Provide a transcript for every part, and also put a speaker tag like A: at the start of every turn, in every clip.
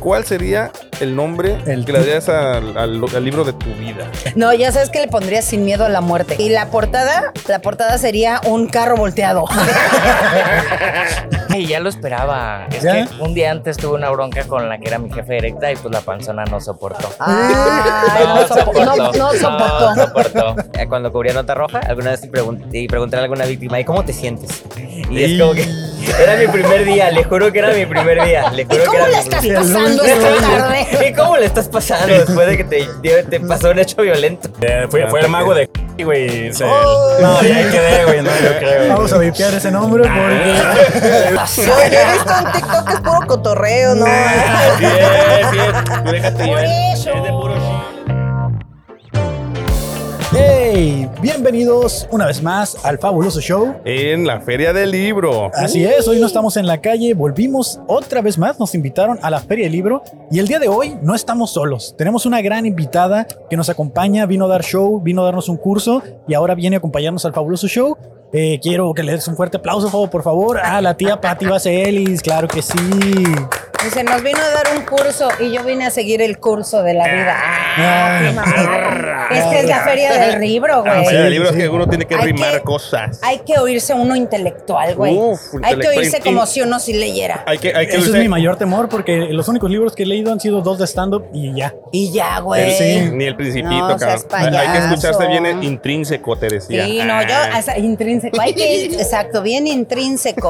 A: ¿Cuál sería el nombre
B: El
A: que le darías al, al- al libro de tu vida?
C: No, ya sabes que le pondría sin miedo a la muerte. Y la portada, la portada sería un carro volteado.
D: Ah.
E: Y ya lo esperaba. Es que
B: ¿Ya?
E: un día antes tuve una bronca con la que era mi jefe directa y pues la panzona no soportó.
C: Ay, no, sopo- no- no
D: Ah.
C: soportó.
E: No soportó.
F: Eh, Cuando cubría nota roja, alguna vez pregun- y pregunté a alguna víctima, ¿y cómo te sientes? Y es como que era mi primer día, le juro que era mi primer día. Le
C: ¿Y
F: juro que
C: cómo
F: era
C: la
F: mi
C: estás
F: primer-
C: pasando esta tarde?
F: ¿Y cómo le estás pasando después de que te, te- te pasó un hecho violento?
G: Eh, fue, fue el mago de güey. se-
C: Oh.
G: No, ya ahí quedé, güey. No, yo creo.
B: Vamos a vipear ese nombre porque.
D: Yo he visto en TikTok que es puro cotorreo, ¿no?
G: Ah, Bien, bien. Tú déjate
C: Por
G: llevar.
C: eso.
G: Es de puro shit.
B: ¡Hey! Bienvenidos una vez más al fabuloso show.
A: En la Feria del Libro.
B: Así es, hoy no estamos en la calle, volvimos otra vez más, nos invitaron a la Feria del Libro y el día de hoy no estamos solos. Tenemos una gran invitada que nos acompaña, vino a dar show, vino a darnos un curso y ahora viene a acompañarnos al fabuloso show. Eh, quiero que le des un fuerte aplauso, por favor, a la tía Patti Vaselis, claro que sí.
C: Dice, nos vino a dar un curso y yo vine a seguir el curso de la
A: Ah,
C: vida.
B: Ay,
C: Mamá, es que es la feria del libro,
A: La Ah, Feria
C: güey.
A: del Libro es que uno tiene que
C: Hay
A: rimar
C: que-
A: cosas.
C: Hay que oírse uno intelectual, güey.
A: Uf,
C: Hay que
A: intelectual.
C: oírse como si uno sí leyera.
A: Hay que, hay que
B: Eso es
A: usar-
B: mi mayor temor porque los únicos libros que he leído han sido dos de stand-up y ya.
C: Y ya, güey.
B: Sí.
A: Ni el principito,
C: No,
A: cabrón.
C: seas
A: Hay que escucharse
C: payaso.
A: bien el intrínseco, te decía.
C: Sí, no, yo,
A: Ah.
C: hasta intrínseco. Hay que, exacto, bien intrínseco.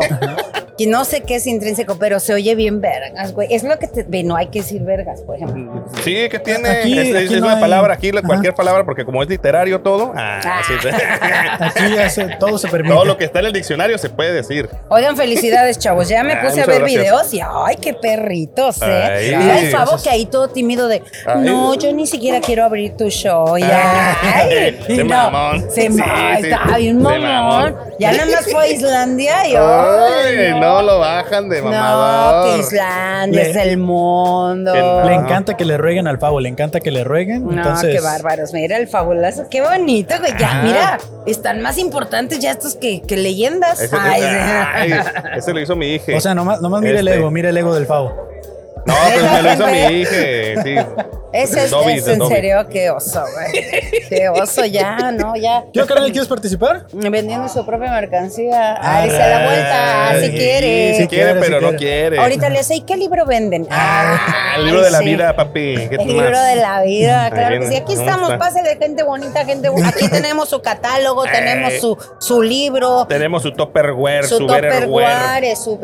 C: Que no sé qué es intrínseco, pero se oye bien vergas, güey. Es lo que te. ve, No hay que decir vergas, por ejemplo.
A: Sí, que tiene.
B: Aquí-
A: es es-
B: aquí
A: es
B: no
A: una
B: hay-
A: palabra, aquí la-
B: Ajá.
A: cualquier palabra, porque como es literario todo, ah, sí,
B: Aquí ya se- todo se permite.
A: todo lo que está en el diccionario se puede decir.
C: Oigan, felicidades, chavos. Ya me
A: Ah,
C: puse a
A: muchas
C: ver
A: gracias.
C: videos y ay, qué perritos, eh.
A: Ay,
C: Y el
A: gracias.
C: Fabo que ahí todo tímido de
A: Ay.
C: no, yo ni siquiera quiero abrir tu show. Y, ay,
A: Se
C: no,
A: mamón.
C: Se
A: Sí,
C: ma-
A: sí,
C: está bien
A: se
C: mamón.
A: mamón.
C: Ya nada más fue a Islandia y
A: Ay, no lo bajan de
C: No, que
A: mamador.
C: Islandia
B: Le-
C: es el mundo.
A: Que no. Ajá.
B: Le encanta que le rueguen al pavo, le encanta que le rueguen.
C: No,
B: entonces,
C: qué bárbaros. Mira el fabuloso. Qué bonito, güey. Ya,
A: Ah.
C: mira, están más importantes ya estos que, que leyendas.
A: Ese,
C: Ay,
A: ay, ese lo hizo mi hija.
B: O sea, nomás, nomás mire el
A: Este.
B: ego, mire el ego del pavo.
A: no, pues me lo hizo mi hija. Sí.
C: ese es,
A: Dobby,
C: es
A: de
C: en
A: Dobby.
C: serio, qué oso, güey. Qué oso, ya, no, ya.
B: ¿Yo, Carmen, quieres participar?
C: Vendiendo su propia mercancía. Ay, se da vuelta, ah,
B: Ay,
C: si quiere.
A: Sí, Ah, quiere,
B: quiere, sí
A: pero no quiere.
C: Ahorita le sé, ¿y qué libro venden?
A: Ah, el libro de la
C: sí.
A: vida, papi. ¿Qué
C: El
A: más?
C: libro de la vida, claro que
A: viene,
C: sí. Aquí
A: ¿cómo
C: estamos,
A: está?
C: pásale gente bonita, gente bonita. Aquí tenemos su catálogo, tenemos
A: Eh.
C: su, su libro,
A: Tenemos su topperware, su,
C: su
A: betterware.
C: Topperware, su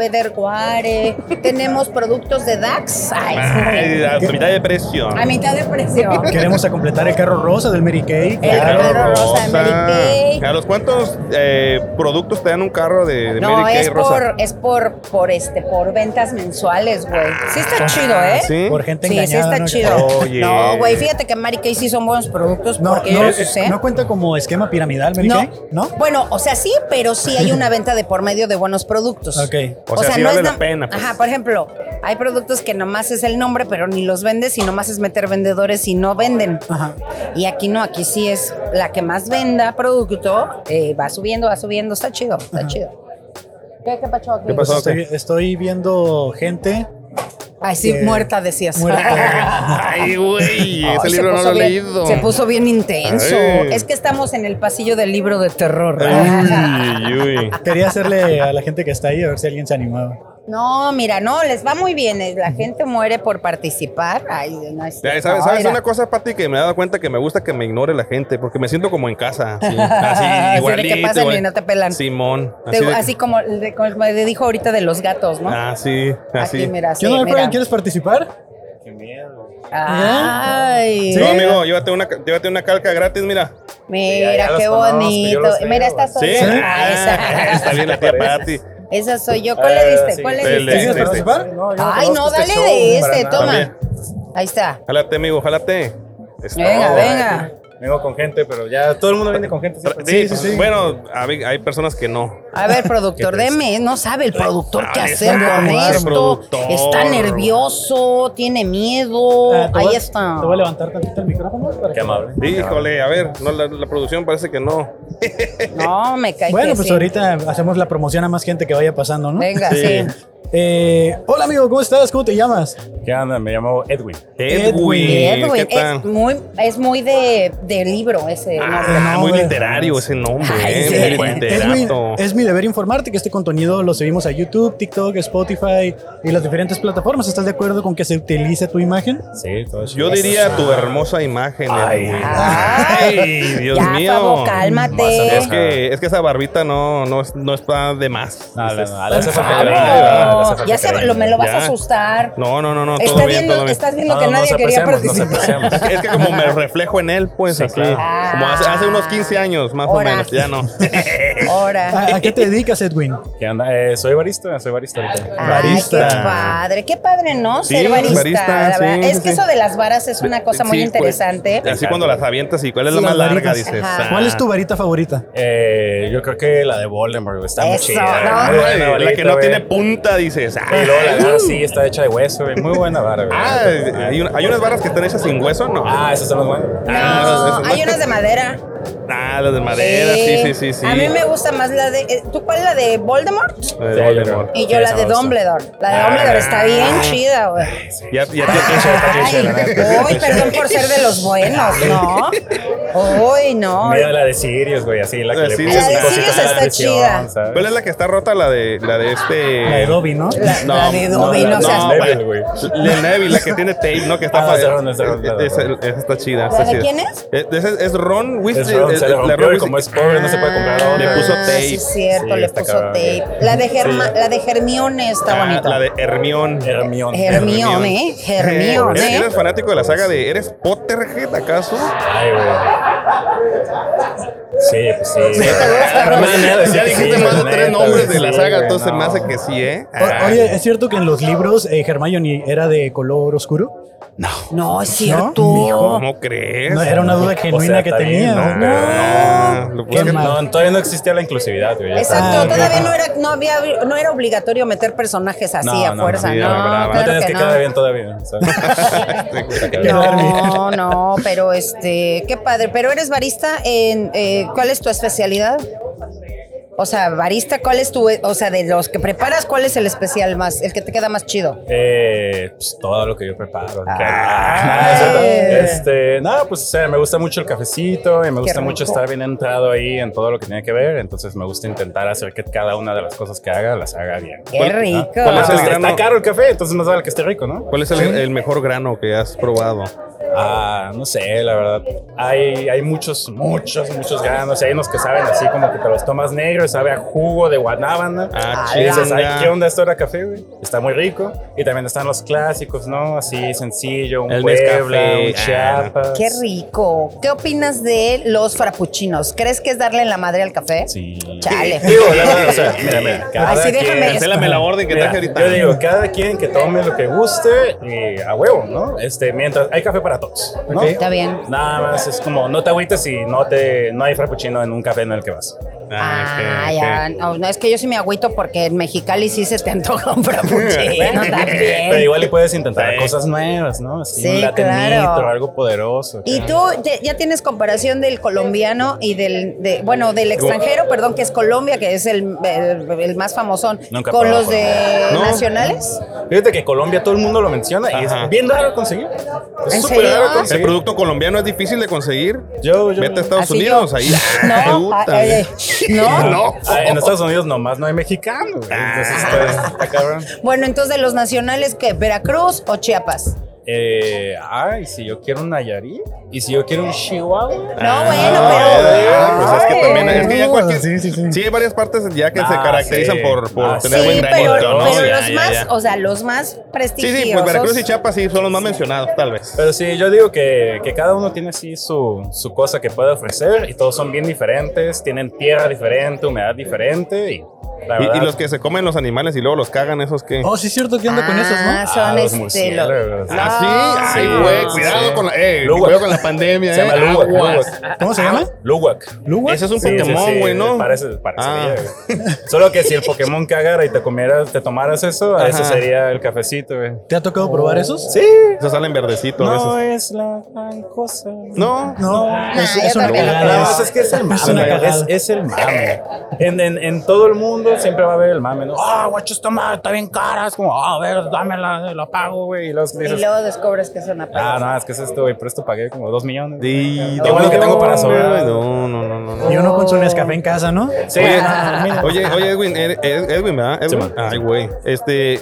C: Betterware. tenemos productos de DAX. Ay,
A: Ay, a mitad de precio.
C: a mitad de precio.
B: Queremos a completar el carro rosa del Mary Kay.
C: El
B: claro.
C: carro rosa de Mary Kay.
A: ¿A los cuántos eh, productos te dan un carro de, de
C: No,
A: Mary Kay
C: es
A: rosa?
C: por, es por, por este, por ventas mensuales, güey. Sí está chido, ¿eh?
A: Ah, ¿Sí?
B: Por gente
C: Sí, sí
B: engañada.
C: está
B: ¿no?
C: chido.
A: Oye.
C: No, güey, fíjate que Mary Kay sí son buenos productos
B: No,
C: porque
B: no, eh,
C: yo los usé.
B: no cuenta como esquema piramidal, Mary Kay, ¿no?
C: Bueno, o sea, sí, pero sí hay una venta de por medio de buenos productos.
B: Ok.
A: O sea, sí vale la
C: na-
A: pena, pues.
C: Ajá, por ejemplo, hay productos que nomás es el nombre, pero ni los vendes y nomás es meter vendedores y no venden.
B: Ajá.
C: Y aquí no, aquí sí es la que más venda producto, eh, va subiendo, va subiendo, está chido, está chido. ¿Qué, qué pacho?
A: ¿Qué
B: Pues
A: pasó?
B: estoy, estoy viendo gente
C: Ay, sí,
B: Eh,
C: muerta decías.
B: muerta.
A: Ay, güey,
C: Ay,
A: ese
C: se
A: libro no
C: puso
A: lo he
C: bien-
A: leído.
C: Se puso bien intenso.
A: Ay.
C: Es que estamos en el pasillo del libro de terror.
A: Uy, uy.
B: Quería hacerle a la gente que está ahí a ver si alguien se animaba.
C: No, mira, no, les va muy bien. eh, La gente muere por participar. Ay, no es
A: Ya,
C: cierto.
A: ¿Sabes, sabes
C: Mira.
A: una cosa, Pati, que me he dado cuenta que me gusta que me ignore la gente? Porque me siento como en casa. Así,
C: Así
A: así
C: de
A: igualito.
C: que pasan y
A: güey.
C: no te pelan.
A: Simón.
C: Te- Así,
A: de-
C: como, el de- como el- me dijo ahorita de los gatos, ¿no?
A: Ah, sí, así.
C: Aquí, mira,
B: ¿Qué
C: sí,
B: onda,
C: mira.
B: Brian? ¿Quieres participar?
C: Ay,
A: No, amigo, llévate una, llévate una calca gratis, mira.
C: mira,
G: ya los
C: qué
G: conozco, yo
C: bonito.
G: los veo,
C: mira, esta soy
A: ¿Sí?
C: yo. Ah,
A: Ah,
C: esa. Ah,
A: Está bien la tía Pati.
C: Esa soy yo. ¿Cuál le diste? ¿Cuál le
A: El de-
C: diste?
B: ¿Quieres
A: este,
B: participar?
C: Ay, no, dale de este,
B: Ah,
C: toma. Ahí está.
A: Jálate, amigo, jálate. Está-
C: Venga, venga.
G: Vengo con gente, pero ya todo el mundo viene con gente. siempre.
A: Sí, sí, sí. Bueno, a ver, hay personas que no.
C: A ver, productor, deme, no sabe el productor qué
A: sabe,
C: hacer
A: sabe
C: con
A: acomodar,
C: esto.
A: productor.
C: Está nervioso, tiene miedo.
B: Ah, te voy
C: Ahí
B: a-
C: está.
B: Te voy a levantar tantito el micrófono. para
G: Qué
B: que-
G: amable.
A: Híjole, a ver, no, la, la producción parece que no.
C: No, me cae
B: Bueno,
C: que
B: pues
C: sí.
B: ahorita hacemos la promoción a más gente que vaya pasando, ¿no?
C: Venga, sí.
A: Sí.
B: Eh, hola amigo, ¿cómo estás? ¿Cómo te llamas?
G: ¿Qué onda? Me llamo Edwin.
A: Edwin.
C: Edwin,
A: ¿Qué
C: eh, es
A: tal?
C: muy, es muy de, de libro ese.
A: Ah, muy
B: nombre.
A: literario ese nombre, eh,
C: sí.
A: muy
B: Edwin,
A: literato.
B: es mi deber informarte que este contenido lo subimos a YouTube, TikTok, Spotify y las diferentes plataformas. ¿Estás de acuerdo con que se utilice tu imagen?
G: Sí, todo eso.
A: Yo diría tu hermosa imagen,
G: Ay.
A: Edwin.
C: Ay.
A: Ay, Dios
C: ya,
A: mío.
C: Pavo, cálmate.
A: Es que, es que esa barbita no, no, es- no está de más.
G: No, no, no, le hace
A: Dices,
G: falta
A: "Ay,
G: cariño,
A: ¿verdad?
G: ¿verdad?
C: No,
G: Le hace falta
C: ya se,
G: cariño.
C: lo- me lo vas a
A: Ya.
C: asustar.
A: No, no, no, no.
C: Está
A: todo bien,
C: viendo,
A: todo bien.
C: estás viendo
G: No,
C: que
G: no,
C: nadie
G: nos
C: quería
G: apreciamos, nos
C: participar.
G: apreciamos.
A: Es que como me reflejo en él, pues
G: Sí,
A: así.
G: claro.
A: Como hace, hace unos 15 años, más
C: Ahora.
A: o menos. Ya no.
C: Ahora.
B: ¿A, a qué te dedicas, Edwin?
G: ¿Qué onda? Eh, soy barista, soy barista
C: Ah,
G: ahorita.
A: barista.
C: Ay, qué padre, qué padre, ¿no?
A: Sí,
C: Ser barista.
A: barista,
C: la verdad.
A: sí,
C: es que
A: sí.
C: eso de las varas es una cosa muy
A: Sí,
C: interesante.
A: pues, así cuando las avientas y cuál es la
B: Sí,
A: más
B: las
A: larga,
B: varitas.
A: dices.
C: Ajá.
A: ah.
B: ¿Cuál es tu varita favorita?
G: Eh, yo creo que la de Voldemort está muy
C: Eso,
G: chida.
C: ¿no?
A: Ay,
G: Muy buena
A: "Ah, la
G: varita,
A: que no
G: güey.
A: tiene punta, dices. ah.
G: Y luego la vara sí está hecha de hueso, güey. Muy buena vara, güey.
A: Ah, hay, una- hay unas barras que están hechas sin hueso, no.
G: Ah, esos son los buenos.
C: No,
A: Ah, esas- esas
C: hay
A: no.
C: unas de madera.
A: Ah, las de madera, sí, sí, sí, sí.
C: A mí me gusta más la de. eh, ¿Tú cuál es la de Voldemort?
A: La de
G: Sí,
A: Voldemort.
C: Y yo la de Dumbledore. La
A: Ah.
C: de Dumbledore está bien chida, güey.
A: Ya, ya
C: Ay, uy, perdón por ser de los buenos, ¿no? Uy, no.
G: Mira la de Sirius, güey, así la que
A: La
G: le
A: Sirius
G: ponen
A: está-
G: cositas
C: Sirius
G: a la
C: está
G: presión,
C: chida.
G: ¿sabes?
A: ¿Cuál es la que está rota? La de, la de este.
B: La de Dobby, ¿no?
C: La,
A: No,
C: la de
A: no,
C: Dobby,
A: la-
C: no, seas-
A: no,
G: Neville,
A: la-
G: güey.
A: La Neville, la que tiene tape, ¿no? Que está
G: Ah,
A: fa-
G: es de Ron, es de Ron, es de
A: Esa-
G: Ron.
A: esa está chida.
C: ¿La
A: está
C: de
A: chida.
C: quién es?
A: Eh, de ese- es Ron Weasley.
G: Es Ron,
A: eh,
G: se
A: eh,
G: le
A: la Ron
G: rompió y
A: Weasley.
G: como es pobre no se puede comprar
C: Ah,
A: Le
G: otra.
A: puso tape.
C: Sí, cierto,
G: Sí,
C: le
G: está
C: puso
G: cabrón.
C: tape. La de, Germa,
G: Sí.
C: la de Germione está
A: Ah,
C: bonita.
A: La de Hermión.
G: Hermione.
C: Hermione, ¿eh? Hermione.
A: ¿Eres, eres fanático de la saga de ¿Eres Potterhead acaso?
G: Ay, güey. Sí, pues sí. güey.
A: Hermana,
G: Sí, sí,
A: ya dijiste
G: sí,
A: más de
G: la
A: tres
G: neta,
A: nombres
G: güey,
A: de la
G: sí,
A: saga,
G: güey,
A: entonces
G: no.
A: me hace que sí, ¿eh?
B: O-
G: Ah,
B: oye, ¿es cierto que en los libros eh, Hermione era de color oscuro?
C: No, es cierto.
B: No, mijo.
A: ¿Cómo crees?
B: No, era una duda genuina
G: sea,
B: que
G: está
B: tenía.
G: bien, ¿no?
A: Ah, lo
B: Qué
A: es que-
B: mal.
G: No, todavía no existía la inclusividad, güey. ya
C: Exacto,
G: sabes.
B: Ah,
C: todavía no era, no había, no era obligatorio meter personajes así
G: No,
C: a
G: no,
A: no,
C: fuerza, no,
A: sí, brava. No
G: No
C: claro
G: tienes
C: que
G: que quedar
C: no.
G: bien todavía. ¿sabes?
C: No, no, pero este, qué padre. Pero eres barista en, eh, ¿cuál es tu especialidad? O sea, barista, ¿cuál es tu, o sea, de los que preparas, cuál es el especial más, el que te queda más chido?
G: Eh, pues todo lo que yo preparo. que-
C: Ah.
G: este, no, pues o sea, me gusta mucho el cafecito y me gusta mucho
C: rico.
G: estar bien entrado ahí en todo lo que tiene que ver. Entonces me gusta intentar hacer que cada una de las cosas que haga las haga bien.
C: Qué
A: ¿Cuál-
C: rico.
A: cuál es
G: Ah,
A: el
G: está
A: grano?
G: caro el café, entonces más vale que esté rico, ¿no?
A: ¿Cuál es el, el mejor grano que has probado?
G: Ah, no sé, la verdad. Hay, hay muchos, muchos, muchos granos. Hay unos que saben así como que te los tomas negro, y sabe a jugo de guanábana.
A: Ah,
G: y dices,
A: chinga.
G: "Ay, ¿qué onda esto era café, güey? Está muy rico. Y también están los clásicos, ¿no? Así sencillo, un
A: El
G: Puebla,
A: Nescafé,
G: un
A: ah.
G: Chiapas.
C: Qué rico. ¿Qué opinas de los frappuccinos? ¿Crees que es darle la madre al café?
G: Sí.
C: Chale.
G: Digo, la verdad, o sea, mira, mira. cada
C: Así
G: quien-
C: déjame esto.
A: Cancélame la orden que
G: Mira,
A: traje ahorita.
G: Yo digo, cada quien que tome lo que guste y a huevo, ¿no? Este, mientras hay café para todos, ¿no?
B: Ok.
C: Está bien.
G: Nada más es como no te agüites si no te no hay frappuccino en un café en el que vas.
A: Ah,
C: Ah,
A: ok,
C: ya.
A: ok.
C: No, no, es que yo sí me agüito porque en Mexicali sí se te antoja un frappuccino
A: Bueno,
C: también.
G: Pero igual y puedes intentar
A: Sí.
G: cosas nuevas, ¿no? Así
C: Sí,
G: un latte
C: claro.
G: nitro, algo poderoso.
C: Y
G: acá.
C: tú te- ya tienes comparación del colombiano y del, de- bueno, del extranjero, perdón, que es Colombia, que es el, el- el más famosón,
G: Nunca he
C: con
G: probado
C: los de
A: Colombia. ¿No?
C: nacionales.
G: Fíjate que Colombia todo el mundo lo menciona y
A: Ajá.
G: es bien raro conseguir.
C: ¿En
G: Es súper
C: serio?
G: raro
A: El
G: conseguir.
A: producto colombiano es difícil de conseguir.
G: Yo, yo-
A: Vete a Estados
C: Así
A: Unidos,
C: yo.
A: ahí.
C: No,
A: Puta,
C: ay, ay, ay, no.
A: No.
G: Ah, en Estados Unidos nomás no hay mexicano. güey. Entonces
A: Ah.
G: está, está cabrón.
C: Bueno, entonces de los nacionales, ¿qué? ¿Veracruz o Chiapas?
G: Eh, ay, si yo quiero un Nayarit y si yo quiero un Chihuahua.
C: No, bueno, pero.
A: Ah, pues es que también es que ya
B: Ay.
A: cualquier-
B: Sí, sí, sí.
A: sí, hay varias partes ya que se
G: Ah,
A: caracterizan
G: sí.
A: por, por
G: Ah,
A: tener
G: sí,
A: buen
C: Sí, pero,
A: granito, ¿no?
C: pero
A: Ya,
C: los
A: ya,
C: más,
A: ya.
C: o sea, los más
A: Sí,
C: prestigiosos.
A: sí, pues Veracruz y Chiapas sí son los más mencionados, tal vez.
G: Pero sí, yo digo que, que cada uno tiene así su, su cosa que puede ofrecer y todos son bien diferentes, tienen tierra diferente, humedad diferente y la
A: Y,
G: verdad,
A: y los que se comen los animales y luego los cagan, esos que.
B: Oh, sí, es cierto que anda con esos,
C: Ah,
B: ¿no?
C: son
G: Ah, los
C: este, lo-
G: murciélagos.
A: Ah, sí,
G: Sí,
A: ay, güey,
G: sí.
A: cuidado con la, eh,
G: Luwak.
A: cuidado con la pandemia,
G: se
A: eh.
G: llama Luwak.
A: Aguas.
G: Luwak.
B: ¿Cómo se llama?
G: Luwak.
B: ¿Luwa?
A: Ese es un
G: Sí, sí,
A: Pokémon,
G: sí,
A: güey, ¿no?
G: Parece, parece
A: Ah.
G: güey. Solo que si el Pokémon cagara y te comieras, te tomaras eso,
A: Ajá.
G: ese sería el cafecito, güey.
B: ¿Te ha tocado probar esos?
G: Sí.
A: Esos salen verdecitos a
G: No
A: veces.
G: es la gran cosa.
A: No.
B: No,
C: yo también lo
B: cagada.
G: No, pues es que es el mame.
B: Es una
G: güey.
B: cagada.
G: Es, es el mame. En, en, en todo el mundo mundo siempre va a haber el mame, ¿no? Ah, guacho, esta madre está bien cara. Es como, ah, a ver, dámela, la pago, güey. Y luego
C: Y
G: dices,
C: luego descubres que son
G: ah,
C: apagados.
G: no, es que es esto, güey, pero esto pagué como dos millones.
A: Sí,
G: Lo bueno que tengo para sobrar.
A: No, no, no, no. no.
B: Y uno con su Nescafé en casa, ¿no?
G: Sí,
A: Oye,
G: no, mira.
A: oye, oye, Edwin, er- Ed- Edwin, ¿verdad? Edwin.
G: man.
A: Ay, güey. Este,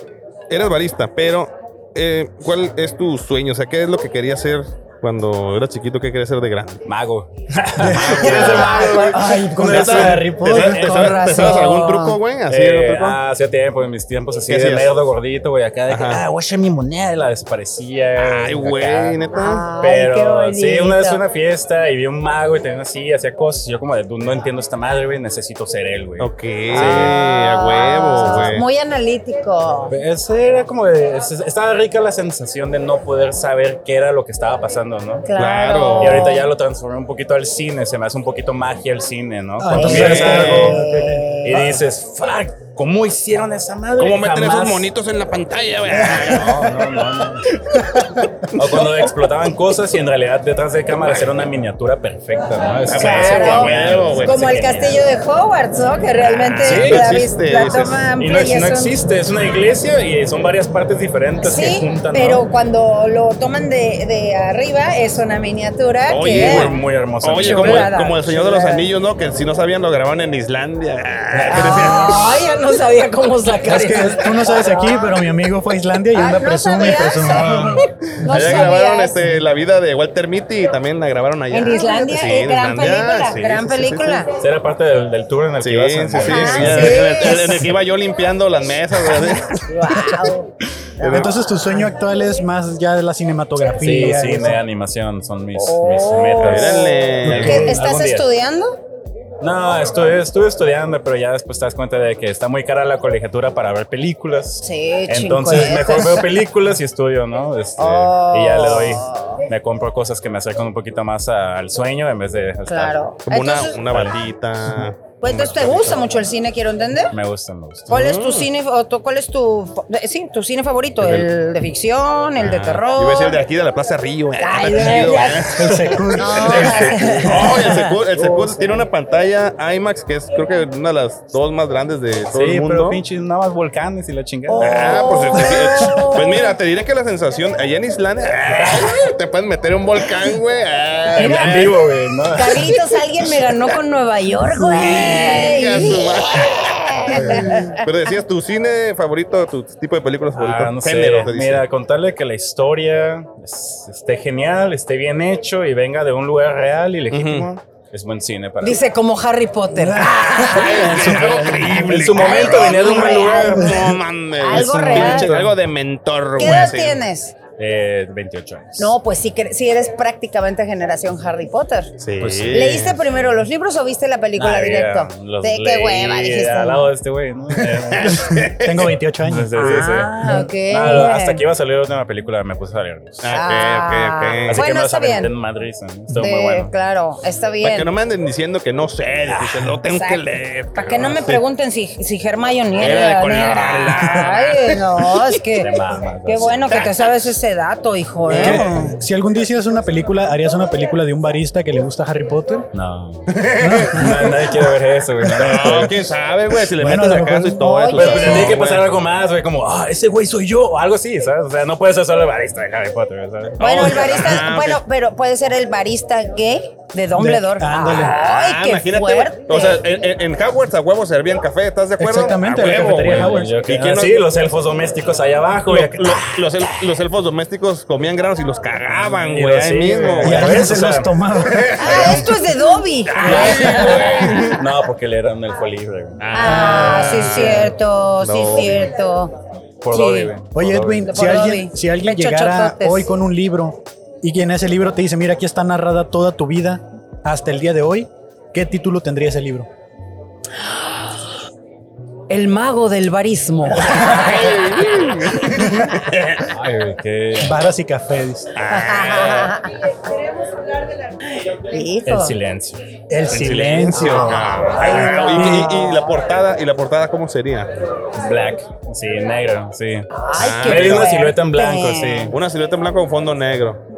A: eras barista, pero eh, ¿cuál es tu sueño? O sea, ¿qué es lo que querías ser cuando eras chiquito? ¿Qué querías ser de grande?
G: Mago.
B: Ay, con
A: ¿Te
B: razón,
A: sabes-
B: Harry
A: te sabes-
B: Potter.
A: te sabes- te sabes
C: razón.
A: algún truco, güey? Así,
G: Eh,
A: algún truco.
G: ah, hacía tiempo, en mis tiempos así
A: ¿Qué
G: de
A: hacías?
G: nerdo gordito, güey, acá de que,
A: Ajá.
G: ah, güey, mi moneda, y la desaparecía.
A: Ay,
G: acá.
A: güey, neta.
C: Ay, qué
G: Pero
C: bonito.
G: sí, una vez fui a una fiesta y vi un mago y también así, hacía cosas. Y yo, como de, no entiendo esta madre, güey, necesito ser él, güey.
A: Ok, ah, a huevo, güey.
C: Ah, Muy analítico.
G: Ese era como de- es- estaba rica la sensación de no poder saber qué era lo que estaba pasando, ¿no?
A: Claro.
C: Claro.
G: Y ahorita ya lo transformé un poquito al cine, se me hace un poquito magia el cine, ¿no? Cuando
B: sí.
G: miras algo
B: Eh,
G: y dices, fuck, ¿cómo hicieron esa madre?
A: ¿Cómo meten
G: Jamás".
A: esos monitos en la pantalla, güey?
G: No, no, no, no. O cuando explotaban cosas y en realidad detrás de cámaras era una miniatura perfecta, ¿no? Es-
C: Claro.
A: huevo, Ah, güey.
C: Como el castillo de Hogwarts, ¿no? Que realmente
G: Ah,
A: Sí,
C: la,
A: existe,
C: vis- la
A: ese es-
C: toma
G: Y no,
C: amplia y,
G: no
C: es un-
G: existe, es una iglesia y son varias partes diferentes que
C: Sí,
G: juntan. ¿no?
C: pero cuando lo toman de, de arriba es una miniatura
A: Oye,
C: que...
A: güey,
G: muy hermosa.
A: Oye,
C: Chulada,
A: como, como el Señor de los
C: chulada.
A: Anillos, ¿no? Que si no sabían, lo grabaron en Islandia. Ah, ¿qué decían?
C: Ay, ya no sabía cómo sacar
B: Es que tú no sabes aquí, pero mi amigo fue a Islandia y
C: Ah,
B: anda
C: ¿no
B: presume pues, y
C: sabías?
B: presume.
A: Ah.
C: No
A: allá
C: sabías.
A: grabaron este, la vida de Walter Mitty y también la grabaron allá.
C: En Islandia,
A: Sí,
C: eh,
A: en
C: gran
A: Islandia,
C: película,
A: sí,
C: gran
A: sí, sí,
C: película.
A: sí, sí.
G: Era parte del, del tour en el que ibas
A: Sí, sí,
G: a-
A: sí.
C: Ajá,
A: sí,
C: Ah, sí.
A: En, el, en el- en el que iba yo limpiando las mesas. güey, así.
C: Guau.
B: Entonces tu sueño actual es más ya de la
G: Sí,
B: cinematografía.
G: sí,
B: eso.
G: de animación son mis,
C: Oh.
G: mis metas.
A: Órale.
C: ¿Qué,
G: Algún-
C: ¿Estás
G: algún día.
C: estudiando?
G: No, estuve, estuve estudiando, pero ya después te das cuenta de que está muy cara la colegiatura para ver películas.
C: Sí,
G: Entonces
C: chincoletas.
G: mejor veo películas y estudio, ¿no? Este,
C: Oh.
G: Y ya le doy, me compro cosas que me acercan un poquito más a- al sueño en vez de... estar-
C: Claro.
A: Como una,
C: Entonces-
A: una bandita.
C: Pues entonces te gusta mucho el cine, quiero entender.
G: Me gusta, me gusta.
C: ¿Cuál
A: Mm.
C: es tu cine o tu- cuál es tu fa- de- sí, tu cine favorito? El de ficción, el de
A: Yo Ah, iba a decir el de
C: terror.
A: aquí, de la Plaza Río. eh,
C: Ay,
A: está
C: ya,
A: chido,
C: ya.
A: eh.
B: El Secur.
A: No, el Secur, el Secur tiene una pantalla IMAX que es creo que una de las dos más grandes de todo el
G: Sí,
A: mundo.
G: pero pinches nada más volcanes y la chingada.
C: Oh,
A: Ah, pues, este, sí, pues mira, te diré que la sensación allá en Islandia ay, te pueden meter un volcán, güey. Ah, ay,
G: En, en
A: ay,
G: vivo, güey, ¿no?
C: Carlitos, alguien me ganó con Nueva York,
A: a su
C: güey.
A: madre. Pero decías tu cine favorito, tu tipo de películas favoritas,
G: Ah, no sé.
A: género, te dice.
G: Mira, contarle que la historia es- esté genial, esté bien hecho y venga de un lugar real y legítimo. Es buen cine para mí.
C: Dice como Harry Potter. Ah,
G: En su momento venía de un buen lugar.
A: No mames.
C: Algo
A: Un
C: real.
A: pinche- algo de mentor,
C: ¿Qué
A: güey.
C: edad
A: así.
C: tienes?
G: Eh, 28 años.
C: No, pues sí, que- sí eres prácticamente generación Harry Potter.
A: Sí.
G: Pues sí.
C: ¿Leíste primero los libros o viste la película
G: Ah,
C: directo?
G: ya, los
C: ¿De qué
G: leí
C: hueva dijiste?
G: Al lado de este güey, ¿no? Eh, sí,
B: Tengo 28
G: sí,
B: años.
G: sí.
C: Ah, ok.
G: No, hasta que iba a salir la última película, me puse a leerlos.
A: Ah, ok, ok, ok.
G: Así que
C: Ah. Bueno,
G: me los
C: está
G: aventé en
C: bien.
G: Madrid, ¿no? Estuvo
C: De-
G: muy bueno.
C: Claro, está bien.
A: Para que no me anden diciendo que no sé, dijiste, lo tengo que
C: Exacto.
A: leer.
C: Para que no me
A: Sí.
C: pregunten si, si Hermione
A: Era de
C: era
A: Colegiala.
C: negra. Ay, no, es que.
G: Te mamas,
C: Qué
G: así.
C: bueno que te sabes ese dato, hijo. ¿eh?
B: ¿Qué? Si algún día hicieras una película, ¿harías una película de un barista que le gusta Harry Potter?
G: No. Na- Nadie quiere ver eso, güey. No, no,
A: No, quién sabe, güey, si le
B: Bueno, a
A: metes
B: lo
A: acá su
B: mejor-
A: historia.
C: Oye.
A: tu
G: Pero
C: Pues,
A: sazón,
G: tendría que pasar
A: güey.
G: algo más, güey, como, ah, ese güey soy yo, o algo así, ¿sabes? O sea, no puede ser solo el barista de Harry Potter, ¿sabes?
C: Bueno, el
A: Ah,
C: barista,
A: ok.
C: bueno, pero puede ser el barista gay de Dumbledore.
B: De- ándale.
C: Ay,
A: Ah,
C: qué
A: güey.
C: fuerte.
A: O sea, en, en- en Hogwarts a huevo servían café, ¿estás de acuerdo?
B: Exactamente,
A: a
B: la
A: huevo,
B: cafetería
A: güey.
B: Howard.
G: Yo creo-
A: ¿Y quién
G: ah,
A: no-
G: sí, los elfos domésticos allá abajo, y
A: Lo-
G: acá-
A: lo- los, el- los elfos domésticos comían granos y los cagaban,
G: Y
A: güey,
G: los-
A: ahí
G: sí,
A: mismo.
G: güey.
B: Y
A: güey.
G: Ya
B: alguien
G: ves, o
B: se
G: sea.
B: los tomaba.
A: eh,
C: ah, esto es de Dobby.
G: Ah, No, porque él era un elfo libre, güey.
C: Ah, sí es cierto, sí
A: No.
C: es cierto.
G: Por
C: Sí.
G: Dobby, güey.
B: Oye,
G: Por Dobby.
B: Edwin,
C: Por
B: si
C: Dobby.
B: alguien, si alguien
C: Pecho
B: llegara
C: chototes.
B: hoy con un libro y que en ese libro te dice, mira, aquí está narrada toda tu vida hasta el día de hoy, ¿qué título tendría ese libro?
C: El mago del barismo.
G: Ay, güey, qué...
B: Varas y café, dice.
G: El
C: Hijo.
G: silencio.
B: El silencio.
C: Ah,
A: Ay, y, y- y la portada, ¿y la portada cómo sería?
G: Black. Sí, negro, sí.
C: Ay, qué
G: Era Ah, una
C: fuerte.
G: silueta en blanco, sí.
A: Oh, Una silueta en blanco con fondo negro.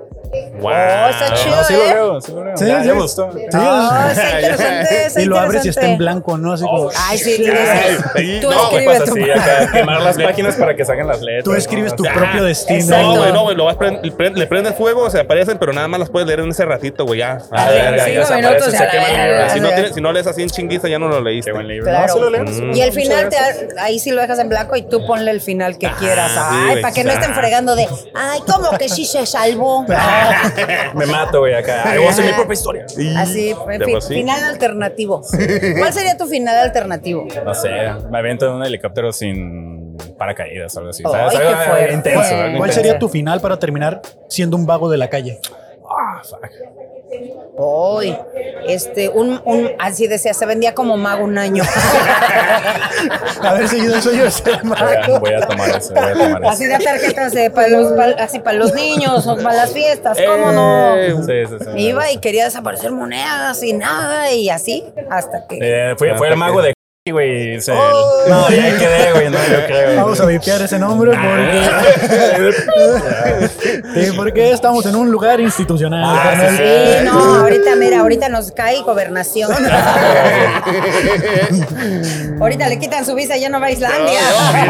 G: Wow.
C: está chido,
G: No, sí lo
C: ¿eh?
G: veo, sí lo veo.
B: Sí,
G: ya,
B: sí.
G: ya gustó.
B: Sí,
C: No,
B: es-
C: está interesante, está
B: y lo abres y está en
C: interesante.
B: blanco, ¿no? Así como,
C: Ay, sí, tú dices,
A: Ay,
C: tú
A: no,
G: ¿Qué
C: escribes
G: pasa
C: tu
G: así? Acá, quemar las páginas para que salgan las letras.
B: tú escribes
G: ¿no? Ah.
B: tu
G: O sea,
B: propio destino.
C: Exacto.
A: No, güey, no, güey, lo vas prend- le prend- le prende fuego, se aparecen, pero nada más las puedes leer en ese ratito, güey, ya. A
G: ah, ya,
A: ver,
G: ya, ya,
C: Cinco
G: se aparece,
C: minutos,
G: se
C: ya,
G: quema el
C: ya,
G: libro,
C: ya,
G: así.
A: Si
C: ya.
A: no, tienes- si no lees así en chinguiza, ya no lo leíste.
G: Qué buen libro.
C: Claro.
G: No, sí lo leo, sí.
C: Y al final te,
G: Muchas gracias.
C: ahí sí lo dejas en blanco y tú ponle el final que quieras.
A: sí,
C: Ay,
A: güey.
C: para que no estén
G: Ah.
C: fregando de, ay, ¿cómo que sí se salvó?
G: Me mato, güey, acá. Ay, voy a hacer mi propia historia.
C: Así, en
A: Ya,
C: fin,
A: pues, sí.
C: final alternativo. ¿Cuál sería tu final alternativo?
G: No sé, me aviento en un helicóptero sin paracaídas, algo así.
C: Ay,
G: ¿sabes?
C: qué
G: Algo
C: fuerte.
G: intenso. algo
B: ¿Cuál
G: intenso.
B: sería tu final para terminar siendo un vago de la calle?
G: Ah, fuck.
C: Hoy, este, un, un, así decía, se vendía como mago un año.
B: Haber seguido el sueño de ser
G: Voy a-
B: mago.
G: Voy a tomar eso, voy a tomar eso.
C: Así de tarjetas de para los, pa- así para los niños o para las fiestas, ¿cómo no?
A: Eh.
G: Sí, sí, sí.
C: Iba y quería desaparecer monedas y nada, y así hasta que.
G: Eh, fue, fue el mago de güey. y se-
C: Oh.
G: No, ya ahí quedé, güey. Ah. No, yo creo.
B: Vamos a vipear ese nombre Ah. porque, Sí, porque estamos en un lugar institucional.
G: Ah,
B: carnal.
C: Sí, no, ahorita, mira, ahorita nos cae gobernación. ahorita le quitan su visa, ya no va a Islandia.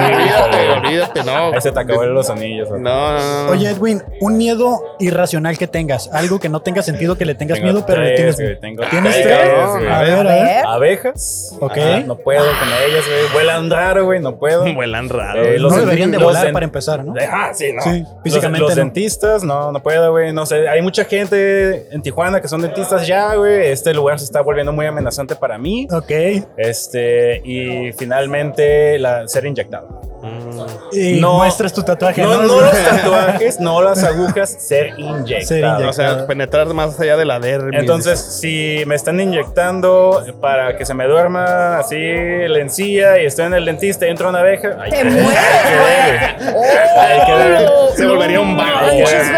A: olvídate, olvídate, no.
G: Ahí se te acabó los anillos.
A: No, no, no.
B: Oye, Edwin, un miedo irracional que tengas, algo que no tenga sentido que le tengas
G: Tengo
B: miedo, pero le tienes
G: tres, güey,
B: miedo.
G: tengo
B: ¿Tienes
G: tres,
B: tres?
G: cabrón,
B: A
G: güey.
B: ver, a ver.
G: Abejas.
B: Ok.
G: Ajá, no puedo con ellas, güey. Vuelan raro, güey. No puedo.
A: Vuelan raro.
G: Eh,
B: No deberían de
G: los
B: volar
G: den-
B: para empezar, ¿no?
G: Ah, sí, no.
B: Sí,
G: Los-
B: físicamente
G: Los,
B: no.
G: dentistas, no, no puedo, güey. No sé, hay mucha gente en Tijuana que son dentistas ya, güey. Este lugar se está volviendo muy amenazante para mí.
B: Ok.
G: Este, y finalmente la, ser inyectado.
B: Y
G: No.
B: muestras tu tatuaje.
G: No, no los tatuajes, no las agujas, ser inyectado.
B: Ser inyectado.
A: O sea, penetrar más allá de la dermis.
G: Entonces, si me están inyectando para que se me duerma así la encía y estoy en el dentista y entra una abeja, ay,
C: Te
G: qué-
C: mueres, güey.
G: Ay, qué
C: Oh,
A: Se volvería un vago,
C: manches,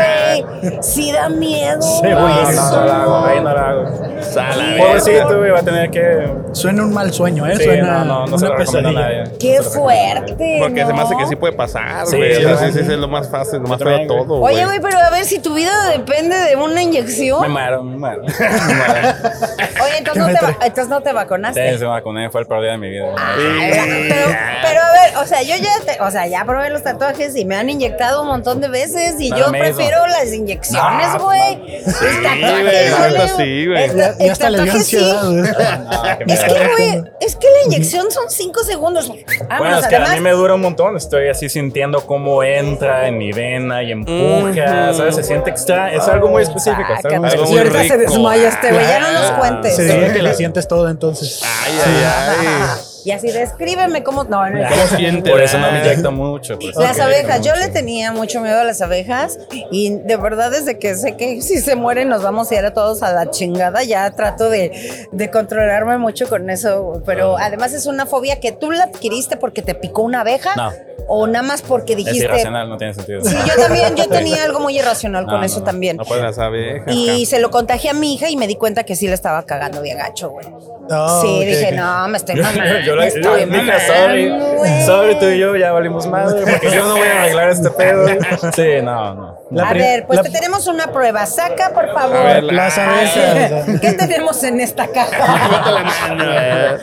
C: güey. Sí da miedo.
G: no, no,
C: eso.
G: Ah, no la hago, ahí no la hago.
A: Sala,
G: Pobrecito, güey, va a tener que.
B: Suena un mal sueño, ¿eh?
G: Sí,
B: Suena
G: no, no, no se
B: una
G: lo recomiendo a nadie.
B: pesadilla.
G: No
C: Qué
G: se lo recomiendo a nadie.
C: fuerte.
A: Porque se me hace que
C: ¿no?
A: sí puede pasar,
G: Sí,
A: güey. O sea,
G: sí,
A: Sí, sí,
G: sí.
A: es lo más fácil, lo más
G: Yo
A: feo de
G: también, güey.
A: todo, güey.
C: Oye, güey, pero a ver si tu vida depende de una
G: Me
C: inyección.
G: muero, me muero. Me muero.
C: Oye, entonces no, te, va- entonces no te vacunaste.
G: Sí, se vacuné, fue el peor día de mi vida.
C: Ah, Ay, Pero, pero a ver, o sea, yo ya, te- o sea, ya probé los tatuajes y me han inyectado un montón de veces y
G: Nada
C: yo
G: me
C: prefiero las inyecciones, güey. Los
A: güey, la
C: güey.
A: neta sí, güey.
C: El-
B: Ya,
C: el
B: ya hasta le dio
C: tatuaje sí.
B: ansiedad, ¿eh? güey.
G: Ah, qué
C: Es
G: mierda.
C: que, güey, es que la inyección son cinco segundos. Vámonos,
G: Bueno, es que
C: además,
G: a mí me dura un montón. Estoy así sintiendo cómo entra en mi vena y empuja. ¿Sabes? Se siente extra. Es algo muy
C: Ah,
G: específico. es algo muy
C: sácate.
A: algo
C: y
A: muy
C: ahorita se
A: rico.
C: desmaya este güey, ya no nos
A: Ah,
C: cuentes.
B: Se diría que la sientes todo entonces.
A: Ay, ay, ay.
C: Y así, descríbeme cómo... No, no,
A: ¿Cómo sientes?
G: Por eso no me inyecto mucho. pues.
C: Las
G: Ok.
C: abejas, yo le tenía mucho miedo a las abejas y de verdad desde que sé que si se mueren nos vamos a ir a todos a la chingada, ya trato de, de controlarme mucho con eso, pero
G: Ah.
C: además es una fobia que tú la adquiriste porque te picó una abeja
G: No.
C: o nada más porque
G: Es
C: dijiste...
G: irracional, no tiene sentido.
C: Sí, yo también, yo tenía algo muy irracional
G: No,
C: con
G: no,
C: eso
G: no.
C: también.
A: No pueden las abejas.
C: Y se lo contagié a mi hija y me di cuenta que sí le estaba cagando bien gacho, güey.
B: Ah,
C: sí,
B: ok,
C: dije,
B: ok.
C: no, me estoy
G: Yo,
C: mamando,
G: yo la,
C: me
G: yo,
C: estoy
G: mija,
C: mamando,
G: sorry,
C: güey".
G: sorry, tú y yo ya valimos madre, porque yo no voy a arreglar este pedo. Sí, no, no.
B: La
C: a
B: pri-
C: ver, pues
B: la-
C: te tenemos una prueba. Saca, por favor.
A: A ver,
B: Las
A: Ah,
B: abejas.
C: ¿Qué tenemos en esta caja?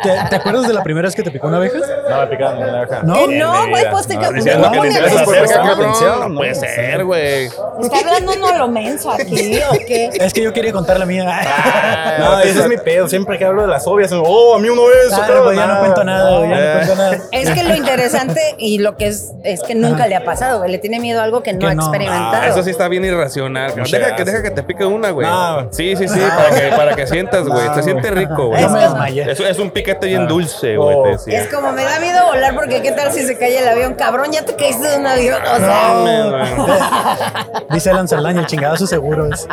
B: ¿Te, te acuerdas de la primera vez que te picó una abeja?
G: No me picaron ni una abeja.
B: No.
C: Que
G: En
C: no,
G: mi
C: güey,
G: vida.
C: pues te
G: No,
C: ca-
G: diciendo
B: no,
G: que
B: no,
G: ni te les
B: no,
G: acercas,
B: no,
G: cabrón,
A: Cabrón, no
G: no
A: puede ser, güey.
C: ¿Está hablando uno a lo menso aquí o qué?
B: Es que yo quería contar la mía.
G: No,
C: Ah,
G: ese es mi pedo. Siempre que hablo de las obvias, oh, a mí uno es.
B: Ah,
G: otro
B: güey, ya no cuento nada, güey, ya no
A: Eh.
B: cuento nada.
C: Es que lo interesante y lo que es es que nunca le ha pasado, güey. Le tiene miedo a algo que no
B: Que
C: ha
B: no.
A: Ah,
C: experimentado.
A: eso sí está bien irracional. cabrón. Deja que, deja que te pique una, güey.
G: No.
A: Sí, sí, sí, para, que, para que sientas, güey. Te siente rico, güey. Ah.
B: Ya me
C: Es-
B: desmayé.
A: Es, es un piquete bien dulce, güey.
G: Oh.
A: te decía.
C: Es como me da miedo volar porque qué tal si se cae el avión, cabrón, ya te caíste de un avión. O sea,
A: Mames, güey.
B: Dice Alan Saldaña, el chingadazo seguro es.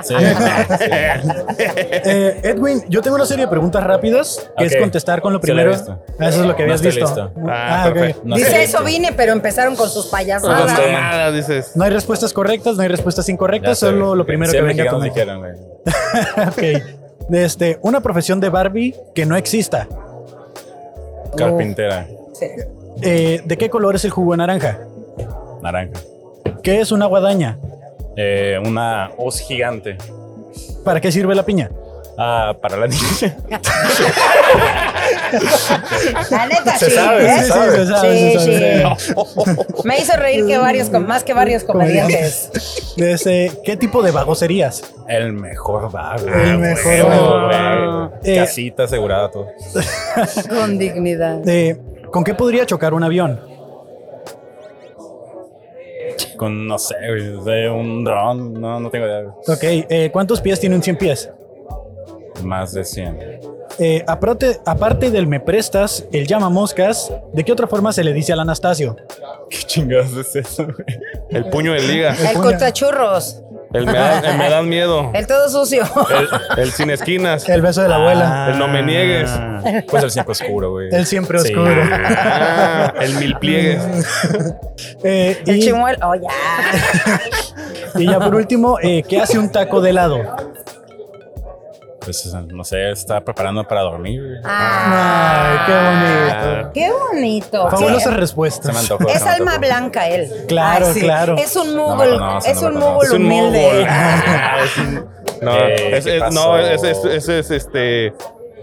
B: Eh, Edwin, yo tengo una serie de preguntas rápidas que es
G: Ok.
B: contestar con lo
G: Sí la he
B: primero.
G: visto.
B: Ah, Eso es lo que
G: No
B: habías
G: estoy
B: visto.
G: listo.
A: Ah,
B: ok.
A: perfecto.
G: No
C: dice
G: sé.
C: eso vine, pero empezaron con sus
A: Las
C: payasadas.
A: mamadas, dices.
B: No hay respuestas correctas, no hay respuestas
G: Ya
B: incorrectas,
G: sé,
B: solo
G: güey.
B: lo primero
G: Cien
B: que venga a tu
G: mexicanos
B: mente.
G: dijeron, güey.
B: Ok. Este, una profesión de Barbie que no exista.
G: Carpintera,
C: Sí.
B: Eh, ¿De qué color es el jugo de naranja?
G: naranja.
B: ¿Qué es una guadaña?
G: Eh, una hoz gigante.
B: ¿Para qué sirve la piña?
G: Ah, para la niña.
C: La neta,
G: Se
C: sí.
G: sabe,
C: ¿eh?
G: se sabe.
B: se sabe,
C: Sí,
B: se sabe.
C: sí. Me hizo reír que varios, com- más que varios comediantes.
B: Este, ¿Qué tipo de vago serías?
G: El mejor bar.
B: El mejor
C: bar.
B: Eh,
G: Casita asegurada todo.
C: Con dignidad.
B: Eh, ¿Con qué podría chocar un avión?
G: Con, no sé, güey, de un dron. No, no tengo idea. güey.
B: Ok, eh, ¿cuántos pies tiene un 100 pies?
G: Más de 100.
B: Eh, aparte, aparte del me prestas, el llama moscas, ¿de qué otra forma se le dice al Anastasio?
G: ¿Qué chingados es eso, güey?
A: El puño de liga.
C: El cortachurros.
A: El me dan, el me dan miedo.
C: El todo sucio.
A: El, el sin esquinas.
B: El beso de la abuela.
A: El no me niegues.
G: Ah. Pues el siempre oscuro, güey.
B: El siempre
G: Sí.
B: oscuro.
A: Ah, el mil pliegues.
B: Eh,
C: El
B: y,
C: chimuel. Oh, ya.
B: y ya por último, eh, ¿qué hace un taco de helado?
G: Pues no sé, está preparando para dormir. güey.
C: Ah.
B: Ay, qué bonito.
C: Qué bonito.
B: Ah. Fabulosas
G: Se me
B: respuestas.
G: antojó.
C: Es
G: se me
C: alma
G: antojó.
C: blanca él.
B: Claro, claro.
C: Es un
G: me
C: muggle,
G: conoce,
C: es
G: no
C: un
G: me conoce.
C: muggle
A: Es un
C: humilde.
A: muggle. Ah, es un- No,
G: Eh,
A: es,
G: ¿qué
A: es-
G: pasó?
A: no es, es- es- es, este.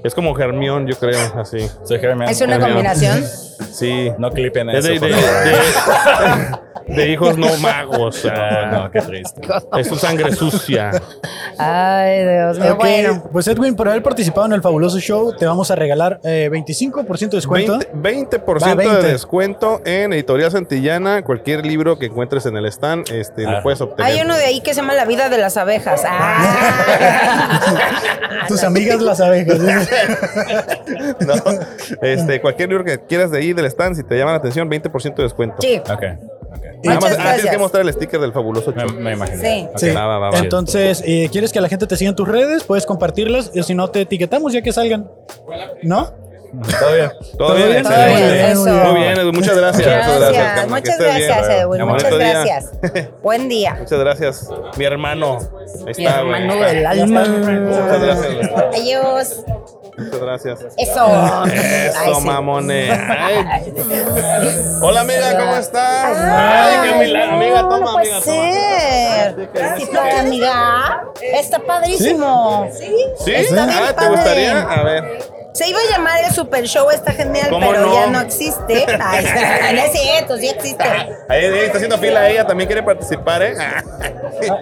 A: Es como Germión, yo creo, así.
G: Soy Jeremy.
C: Es una combinación.
A: Sí.
G: No clipen
A: es
G: eso.
A: de,
G: por
A: de-
G: favor.
A: de- de hijos no magos.
G: Ah,
A: ah,
G: no, qué triste.
A: es su sangre sucia.
C: Ay, Dios mío.
B: Ok,
C: Bueno,
B: Pues Edwin, por haber participado en el fabuloso show, te vamos a regalar eh, 25% de descuento.
A: 20%, 20%
B: Va, 20.
A: de descuento en Editorial Santillana. Cualquier libro que encuentres en el stand, este,
G: Ah.
A: lo puedes obtener.
C: hay uno de ahí que se llama La vida de las abejas. Ah.
B: Tus amigas las abejas.
A: No, este, cualquier libro que quieras de ahí del stand, si te llama la atención, 20% de descuento.
C: Sí,
G: Ok, ok.
A: Nada más,
C: Muchas
A: ah, tienes
C: gracias.
A: que mostrar el sticker del fabuloso
G: Me,
A: show.
G: me imagino.
C: Sí.
G: Ok,
B: Sí.
A: va, va, va, va.
B: Entonces, eh, ¿quieres que la gente te siga en tus redes? Puedes compartirlas y si no, te etiquetamos ya que salgan. ¿No?
G: Todo bien.
A: Todo bien,
B: Todo
C: Todo
A: excelente.
C: bien,
B: bien,
C: eso.
A: Muy bien, Edwin, muchas gracias.
C: Gracias,
A: carnal,
C: muchas
A: que estés bien.
C: gracias, Edwin.
A: Bonito
C: Muchas
A: día.
C: gracias. Buen día.
A: Muchas gracias, mi hermano. Ahí
C: Mi
A: está, güey.
C: hermano del
A: Muchas
C: alma.
A: gracias, güey.
C: Adiós.
A: Muchas gracias.
C: Eso.
A: Eso, mamones. Ay. Hola, amiga, ¿cómo estás?
C: Ay,
A: Camila,
C: no,
A: amiga, toma,
C: no puede
A: amiga,
C: ser.
A: toma.
C: Sí, para amiga. Está padrísimo.
A: ¿Sí?
C: Está bien
A: ah, ¿te
C: padre.
A: gustaría? A ver.
C: Se iba a llamar el Super Show, está genial,
A: ¿Cómo
C: pero
A: no?
C: ya no existe. Ay, no es cierto, sí existe.
A: Ahí, ahí está haciendo fila ella, también quiere participar, ¿eh?
C: Ah,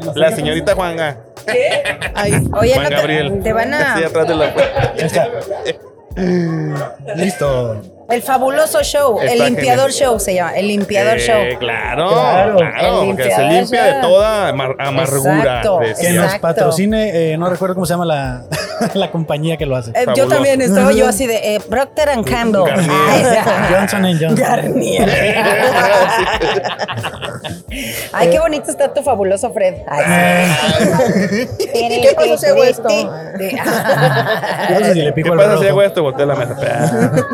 A: La señorita Juanga.
C: Oye,
A: Juan
C: no te,
A: Gabriel.
C: te van a.
A: Sí, atrás de la puerta.
B: Listo.
C: El fabuloso show, el
A: Está
C: limpiador
A: genial.
C: show se llama, el limpiador
A: Eh,
C: show.
A: Claro, claro,
B: Claro.
C: El
A: porque se
C: limpiador
A: limpia de
C: ya.
A: toda amar- amargura.
C: Exacto,
A: decía.
B: Que nos
C: Exacto.
B: patrocine, eh, no recuerdo cómo se llama la, la compañía que lo hace.
C: Eh, yo
A: Fabuloso.
C: también estaba yo así de eh, Procter and Campbell.
A: Garnier.
C: Ay, ya.
B: Johnson Johnson.
C: Garnier. Ay,
B: Eh,
C: qué bonito está tu fabuloso Fred.
B: Ah.
C: Ay, sí.
D: ¿Qué pasó si hago esto?
B: Yo no sé si le
A: ¿Qué
B: pico al
A: pasa si
B: rojo. Eh,
A: hago esto? Voltea la mesa.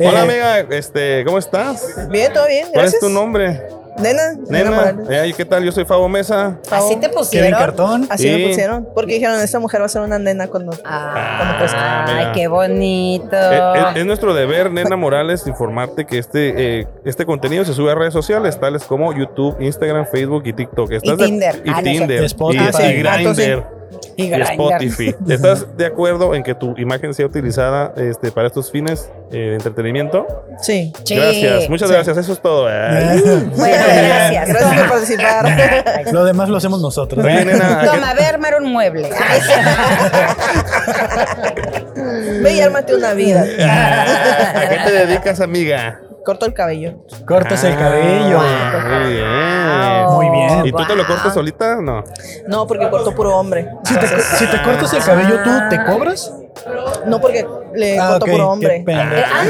C: Eh.
A: Hola, amiga, este, ¿cómo estás?
D: Bien, todo bien. Gracias.
A: ¿Cuál es tu nombre?
D: Nena.
A: Nena.
D: Morales.
A: Eh, ¿Qué tal? Yo soy Fabo Mesa.
C: Así te
B: Kevin
C: pusieron.
B: Cartón.
D: Así
A: Sí.
D: me pusieron. Porque dijeron, esta mujer va a ser una nena cuando...
C: Ah,
A: Ah,
C: ay,
A: mira.
C: qué bonito.
A: Eh,
C: Ah.
A: es, es nuestro deber, Nena Morales, informarte que este, eh, este contenido se sube a redes sociales, tales como YouTube, Instagram, Facebook y TikTok. ¿Estás de-
C: Tinder.
A: Y
C: Ah, no,
A: Tinder.
B: sí.
A: Y,
B: Spotify.
A: y
B: Ah, sí.
D: Ah, entonces-
A: Grindr.
C: Y
A: Y
C: Grindr.
A: eh, Spotify. ¿Estás de acuerdo en que tu imagen sea utilizada este, para estos fines eh, de entretenimiento?
D: Sí.
C: Sí.
A: Gracias, muchas
C: Sí.
A: gracias. Eso es todo. eh. Ay.
C: Bueno, gracias.
D: Gracias por participar.
B: Lo demás lo hacemos nosotros.
A: Oye, nena, ¿a qué-
C: Toma, ve a armar un mueble. Ay, sí.
D: Ve y ármate una vida.
A: Ah, ¿A qué te dedicas, amiga?
D: Corto el cabello.
B: Cortas el
A: Ah,
B: cabello.
A: Muy bien.
B: Muy bien.
A: ¿Y tú te lo cortas solita? No.
D: No, porque corto puro hombre.
B: Si te, si te cortas el cabello, ¿tú te cobras?
D: No, porque le
B: Ah,
D: corto
B: ok,
D: puro
B: qué
D: Eh, hombre.
B: pendejo.
C: Ah,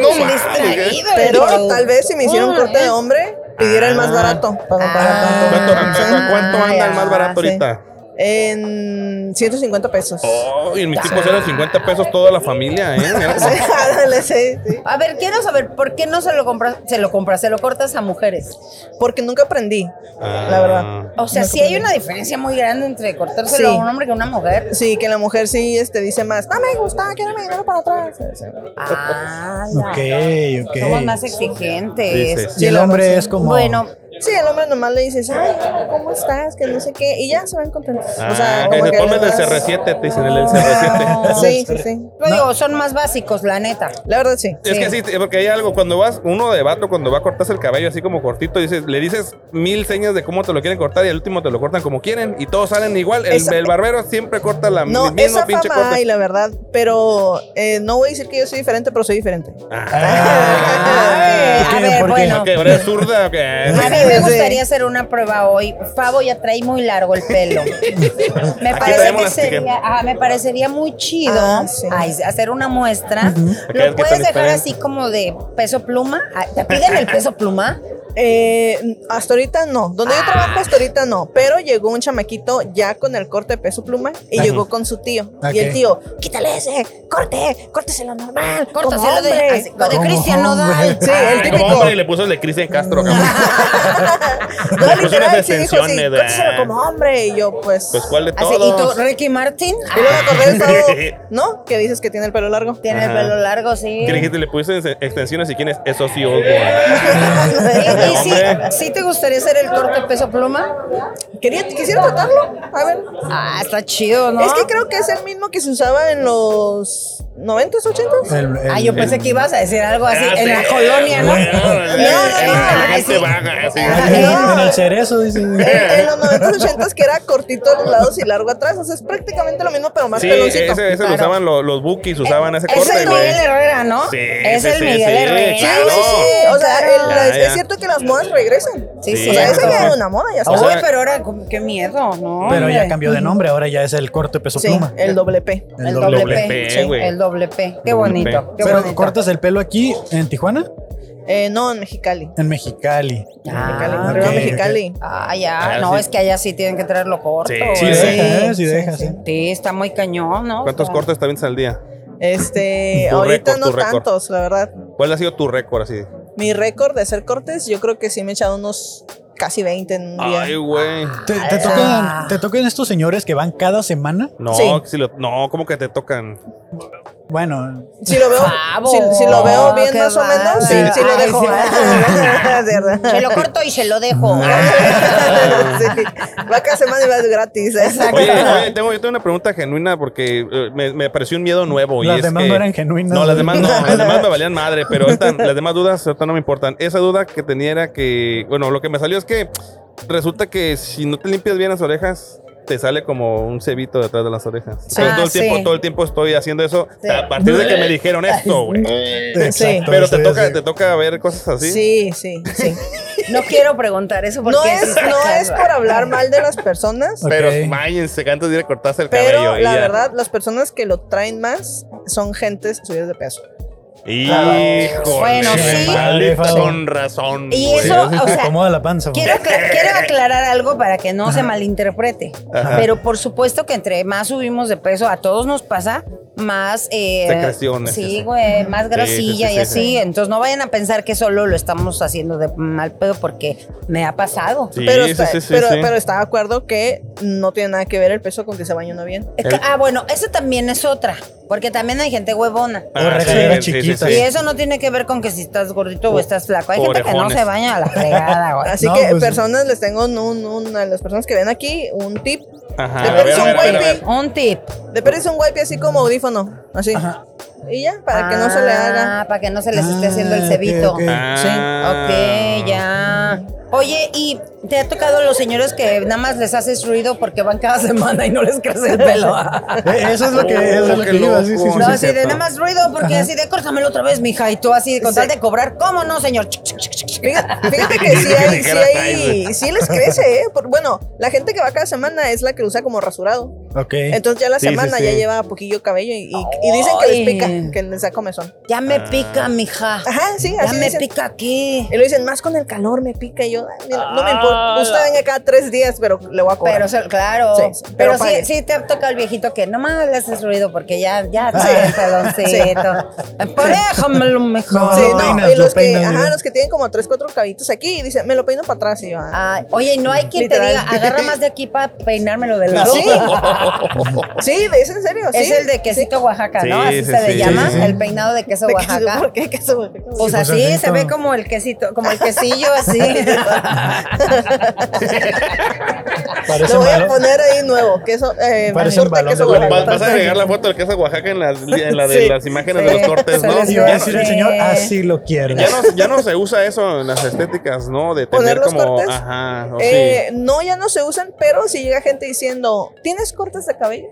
C: no, bien, distraído.
D: Pero tal vez si me hicieron un corte de hombre, pidiera el más barato para no pagar
C: Ah,
D: tanto.
A: Ah. ¿Cuánto,
D: Sí. Ah,
A: a cuánto anda el más barato
D: Sí.
A: ahorita?
D: En 150 pesos.
A: Oh, y en mis tipos eran 50 pesos toda la familia, ¿eh? Era como-
D: Ándale, sí, sí.
C: A ver, quiero saber, ¿por qué no se lo compras? Se lo compras, se lo cortas a mujeres.
D: Porque nunca aprendí, la verdad.
A: ah.
C: O sea, sí hay una diferencia muy grande entre cortárselo
D: Sí.
C: a un hombre que a una mujer.
D: Sí, que la mujer sí este, dice más, no me gusta, quiero me para atrás. Sí, sí.
C: Ah,
B: Ok,
C: ya.
B: ok.
C: Somos más
B: Sí,
C: exigentes.
A: Sí,
B: Y el hombre es como.
C: Bueno,
D: Sí, el hombre nomás le dices, ay, ¿cómo estás? Que no sé qué. Y ya se van contentos. o sea,
A: Ah, que
D: como
A: se
D: que
A: ponme
D: les
A: el del
D: das-
A: CR7, te dicen el del CR7.
D: Sí, sí, sí.
C: Yo digo, son más básicos, la neta.
D: La verdad, sí.
A: Es que sí, porque hay algo, cuando vas, uno de vato, cuando va a cortarse el cabello así como cortito, dices, le dices mil señas de cómo te lo quieren cortar y al último te lo cortan como quieren y todos salen igual. El,
D: Esa-
A: el barbero siempre corta la
D: No,
A: misma
D: esa
A: pinche
D: fama
A: corte.
D: hay, la verdad. Pero eh, no voy a decir que yo soy diferente, pero soy diferente.
C: Ah,
B: ¿Por qué?
C: a ver,
B: ¿Por qué?
C: bueno.
A: Ok, ¿verdad? ¿Es zurda? ok.
C: A mí me gustaría hacer una prueba hoy. Favo ya trae muy largo el pelo. Me
A: Aquí
C: parece
A: traemos
C: que
A: las tijeras.
C: sería, ajá, me parecería muy chido
D: Ah, sí.
C: ay, hacer una muestra.
A: Aquellas
C: Lo
A: que
C: puedes
A: están
C: dejar
A: esperando.
C: así como de peso pluma. Ah, ¿Te piden el peso pluma?
D: Eh, hasta ahorita no. Donde yo trabajo hasta ahorita no. Pero llegó un chamaquito ya con el corte de peso pluma y llegó con su tío. Y
B: Ok.
D: el tío, quítale ese, corte, córteselo normal.
C: Córtaselo de,
D: hombre".
C: así, como de
B: Como
C: Cristian
B: hombre.
C: Nodal.
D: Sí, el
A: Ay, como
D: típico.
A: hombre le puso el de Cristian Castro. cabrón.
D: No,
A: Le puso
D: literal,
A: unas
D: sí dijo así,
A: extensiones,
D: córteselo
A: ah.
D: como hombre. Y yo, pues.
A: Pues cuál de
C: Así, ¿Y tú,
A: todos.
C: Ricky Martin?
D: Y luego me acordé de
A: Sí.
D: todo, ¿no? Que dices que tiene el pelo largo.
C: Ah, Tiene el
A: Ajá.
C: pelo largo, sí.
A: ¿Qué le dijiste? ¿Le pusiste ex- extensiones y quién es? Eso sí, old boy.
C: ¿Y, y sí,
A: Hombre.
C: sí te gustaría hacer el corte peso pluma?
D: Quería, quisiera tratarlo. A ver.
C: Ah, está chido, ¿no?
D: Es que creo que es el mismo que se usaba en los 90s, 80s.
B: El- el-
C: Ah, yo pensé que ibas a decir algo así,
A: Ah,
C: en
A: sí.
C: la colonia, ¿no?
A: Bueno, en la- en la
C: ah,
A: gente
C: sí.
A: vaga, así.
B: en, el- en el cerezo, dice.
D: En, en los 90s, 80s, que era cortito a los lados y largo atrás. O sea, es prácticamente lo mismo, pero más
A: Sí,
D: peloncito.
A: ese, ese
C: claro. Eh,
A: lo usaban los, los bookies, usaban ese
C: Es
A: corte.
C: el
A: güey.
C: Miguel Herrera, ¿no?
A: Sí,
C: Es
A: sí,
C: el
A: sí,
C: Miguel
A: sí,
C: Herrera.
D: Sí,
A: claro.
D: sí, sí. O sea, el-
A: Ya,
D: es,
A: ya.
D: es cierto que las modas regresan.
C: Ah, Sí, Ah,
A: Sí,
D: O sea, esa
A: claro.
D: ya era una moda, ya
A: O
D: sabes.
A: sea,
C: Uy, pero ahora, como, qué miedo, ¿no?
B: Pero ya
C: hombre?
B: cambió de nombre, ahora ya es el corte peso
D: Sí,
B: pluma.
D: el doble P.
B: El
C: El
B: doble
C: doble,
A: P,
C: P, sí,
A: güey.
C: el doble P. Qué
A: Doble P.
C: bonito, qué
B: Pero
C: bonito.
B: cortas el pelo aquí en Tijuana,
D: Eh, no, en Mexicali.
B: en Mexicali.
D: Mexicali,
C: Ah,
D: arriba
B: ok,
D: Mexicali.
C: Ah, ya,
A: Ah,
C: no,
A: sí.
C: es que allá sí tienen que traerlo corto.
A: Sí.
C: güey.
B: Sí,
A: Sí,
B: deja, ¿eh? sí,
D: sí,
B: deja,
D: sí.
B: sí.
C: Sí, está muy cañón, ¿no?
A: ¿Cuántos
C: O sea,
A: cortes también al día?
D: Este,
A: Tu
D: ahorita
A: récord, tu
D: no
A: récord.
D: tantos, la verdad.
A: ¿Cuál ha sido tu récord así?
D: Mi récord de hacer cortes, yo creo que sí me he echado unos casi 20 en un día.
A: Ay, güey.
B: ¿Te, te tocan, ¿Te tocan estos señores que van cada semana?
A: No,
D: Sí.
A: si lo- no, ¿cómo que te tocan?
B: Bueno,
D: Si lo veo,
C: Pavo.
D: si, si lo veo
C: Oh,
D: bien
C: qué
D: más o
C: bárbaro.
D: menos, sí, sí lo
C: Ay,
D: dejo.
C: sí.
D: De verdad.
C: Se lo corto y se lo dejo.
A: Ah,
D: sí. Va cada semana y va gratis. ¿eh?
A: Oye, oye, tengo, yo tengo una pregunta genuina porque eh, me, me pareció un miedo nuevo. y
B: Las
A: es
B: demás
A: que-
B: no eran genuinas.
A: No, las demás no, las demás me valían madre, pero ahorita las demás dudas ahorita no me importan. Esa duda que tenía era que, bueno, lo que me salió es que resulta que si no te limpias bien las orejas, te sale como un cebito detrás de las orejas. Entonces,
C: Ah,
A: todo, el
C: sí.
A: tiempo, todo el tiempo estoy haciendo eso.
C: Sí.
A: A partir de que me dijeron esto, güey.
B: exacto,
A: Pero te
B: estoy
A: toca,
B: así.
A: te toca ver cosas así.
D: Sí, sí, sí.
C: No quiero preguntar eso porque
D: No
C: sí
D: es,
C: está
D: no es
C: cabrón.
D: por hablar mal de las personas,
B: Ok.
A: Pero váyanse, que antes de ir a cortarse el cabello.
D: pero
A: y
D: la
A: ya.
D: verdad, las personas que lo traen más son gentes subidas de peso.
A: Híjole,
C: Bueno, sí.
A: maldito,
B: Vale,
A: con razón.
C: Y
A: güey.
C: eso, o sea,
B: Acomoda la panza.
C: Quiero, acla- quiero aclarar algo para que no se malinterprete.
A: Ajá.
C: Pero por supuesto que entre más subimos de peso, a todos nos pasa, más. eh,
A: Secreciones, sí, sí.
C: Sí, güey, más grasilla
A: sí, sí,
C: y
A: sí,
C: así.
A: sí.
C: Entonces no vayan a pensar que solo lo estamos haciendo de mal pedo porque me ha pasado.
A: Sí,
D: pero,
A: sí,
D: está,
A: sí, sí,
D: pero,
A: sí.
D: pero está de acuerdo que no tiene nada que ver el peso con que se bañe uno bien.
C: Es que- ah, bueno, esa también es otra. Porque también hay gente huevona.
B: O regadera chiquita.
C: Y eso no tiene que ver con que si estás gordito o, estás flaco. Hay gente que no
A: orejones.
C: se baña a la fregada, güey.
D: Así
B: No,
D: que
B: pues-
D: personas les tengo un, un- un- a las personas que ven aquí un tip.
A: Ajá.
D: De
A: A ver,
D: perdiz
A: a
D: un
A: ver, a ver, a ver.
D: wipe.
C: Un tip.
D: De perdiz un wipe así como audífono, así. Y ya, para que no se le haga.
C: Ah, Para que no se les esté
B: Ah,
C: haciendo
B: ok,
C: el cebito.
B: ok.
A: Ah.
C: Sí, ok, ya. Oye, ¿y te ha tocado los señores que nada más les haces ruido porque van cada semana y no les crece el pelo?
B: Eh, Eso es lo que, eso es lo
A: Oh, qué
B: que iba. Sí, sí,
A: loco.
B: sí,
C: No,
B: sí.
A: es
C: así de
A: cierto.
C: nada más ruido porque así de córtamelo otra vez, mija, y tú así con tal de cobrar. ¿Cómo no, señor? Chic, chic, chic, chic, chic.
D: Fíjate, fíjate que sí hay, sí
A: Dijeras, "Ay,
D: hay, sí les crece, ¿eh? Por- bueno, la gente que va cada semana es la que usa como rasurado.
B: Ok.
D: Entonces ya la
A: Sí, sí,
D: semana
A: sí.
D: ya lleva poquillo cabello y, y- y dicen que
C: Ay.
D: les pica, que les da comezón.
C: Ya me
B: Ah.
C: pica, mija.
D: Ajá, sí,
C: Ya
D: así
C: me
D: dicen.
C: pica aquí.
D: Y lo dicen, más con el calor me pica. Y yo, "Ah, mira, no me importa. Usted venga cada tres días, pero le voy a cobrar.
C: Pero, o sea, claro.
D: Sí, sí,
C: pero
D: pero
C: sí,
D: pague.
C: sí te toca el viejito que nomás le haces ruido porque ya, ya,
D: Sí.
C: sí, peloncito. Paréjamelo mejor.
D: Sí,
B: lo
D: no,
B: peinas,
D: y
B: lo
D: los que,
B: peinas,
D: ajá,
B: mira.
D: los que tienen como tres, cuatro cabitos aquí, y dicen, me lo peino para atrás. Y yo, ah,
C: Ay, oye, no hay quien te
D: Literal.
C: diga, agarra más de aquí para peinármelo de la
D: ¿sí? Sí, es en serio.
C: Es
D: sí.
C: el de quesito Oaxaca, ¿no?
A: Sí,
C: Así
A: sí,
C: se le
A: sí,
C: llama,
A: sí, sí.
C: el peinado de queso
D: De queso-
C: Oaxaca.
D: ¿Por qué queso Oaxaca?
B: Sí,
C: Pues
B: pues
C: así,
B: es
C: se
B: rico.
C: ve como el quesito, como el quesillo así.
B: Parece
D: Lo voy a
B: malo.
D: poner ahí nuevo. Queso, eh,
B: Parece un
D: torta
B: balón
D: queso
B: de
A: Va-
D: Oaxaca.
A: Vas a agregar la foto del queso Oaxaca en, las, en la de
D: Sí.
A: las imágenes
C: Sí.
A: de los cortes,
C: Se
A: ¿no?
C: les
B: Y va a
A: Ya,
B: decir el señor, así lo quiero.
A: ya no, ya no se usa eso en las estéticas, ¿no? De
D: ¿Poner
A: tener
D: los
A: como.
D: cortes?
A: Ajá. o
D: Eh, no, ya no se usan, pero si llega gente diciendo, ¿tienes cortes de cabello?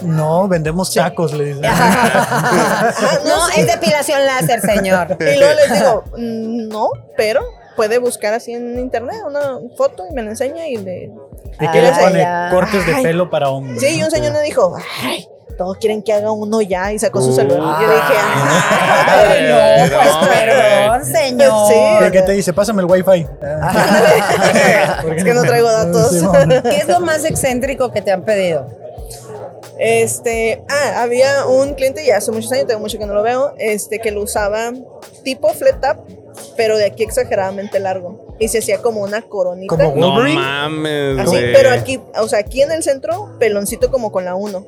B: No, vendemos tacos, le dicen.
D: Ah, no,
C: no,
D: sí.
C: es depilación láser, señor.
D: Y luego les digo, "Mm, no, pero puede buscar así en internet una foto y me la enseña y le...
B: ¿Y qué le
C: Ah,
B: pone?
C: ya.
B: Cortes de
D: Ay.
B: pelo para hombres.
D: Sí, y un señor me dijo, ay, todos quieren que haga uno ya y sacó su
A: Uh.
D: celular. Y yo dije, "Ah".
C: Ay,
A: Ay,
C: no, pues
A: no,
C: perdón, señor.
D: Sí.
B: ¿De qué te dice? Pásame el wifi.
D: es que no traigo datos.
B: Sí, mamá.
C: ¿Qué es lo más excéntrico que te han pedido?
D: Este, ah, había un cliente ya hace muchos años, tengo mucho que no lo veo, este, que lo usaba tipo flat tap, pero de aquí exageradamente largo. Y se hacía como una coronita.
B: Como
A: sí. No
B: Wolverine.
A: mames,
D: Así,
A: güey.
D: Ah, pero aquí, o sea, aquí en el centro, peloncito como con la 1.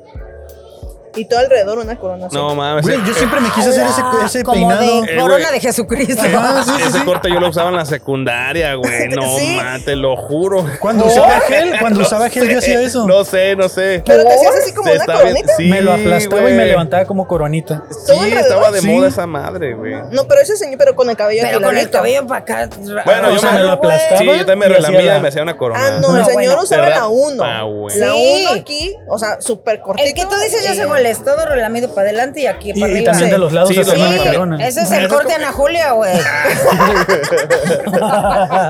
D: Y todo alrededor una corona. así.
A: No mames.
B: Güey, yo siempre me quise hacer ese,
D: Ah,
B: ese
C: Como
B: peinado.
C: de
A: Eh,
C: corona
A: güey.
C: de Jesucristo.
B: Ah, sí, sí,
A: Ese
B: sí.
A: corte yo lo usaba en la secundaria, güey. No
D: Sí.
A: mames, te lo juro.
B: Cuando usaba gel, cuando usaba gel yo hacía eso.
A: No sé, no sé.
D: Pero te hacías así como
A: Se
D: una
A: está bien-
D: coronita.
A: sí,
B: me lo aplastaba y me
A: güey.
B: levantaba como coronita.
D: Todo
A: Sí,
D: alrededor.
A: estaba de
B: Sí.
A: moda esa madre, güey.
D: No, pero ese señor, pero con el cabello
C: Pero
D: aquí
C: con el
D: larguito.
C: cabello para acá.
A: Bueno,
B: o
A: yo
B: sea,
A: me-
B: me lo aplastaba.
A: Sí, yo también me
B: y hacía
A: relamía
B: la-
A: y me hacía una corona.
D: Ah, no,
C: No,
D: el señor
C: bueno,
D: usaba
A: ¿verdad?
D: la 1.
A: Ah, güey.
D: La
C: Sí.
D: 1 aquí, o sea, súper cortito.
C: El que tú dices ya
D: y-
A: Eh.
C: se goles, todo relamido para adelante y aquí
B: Y,
C: para
B: y
C: arriba.
B: también de los lados
A: Sí,
B: hacía
A: sí.
B: una corona.
C: Ese es el corte Ana Julia, güey.
D: Ah.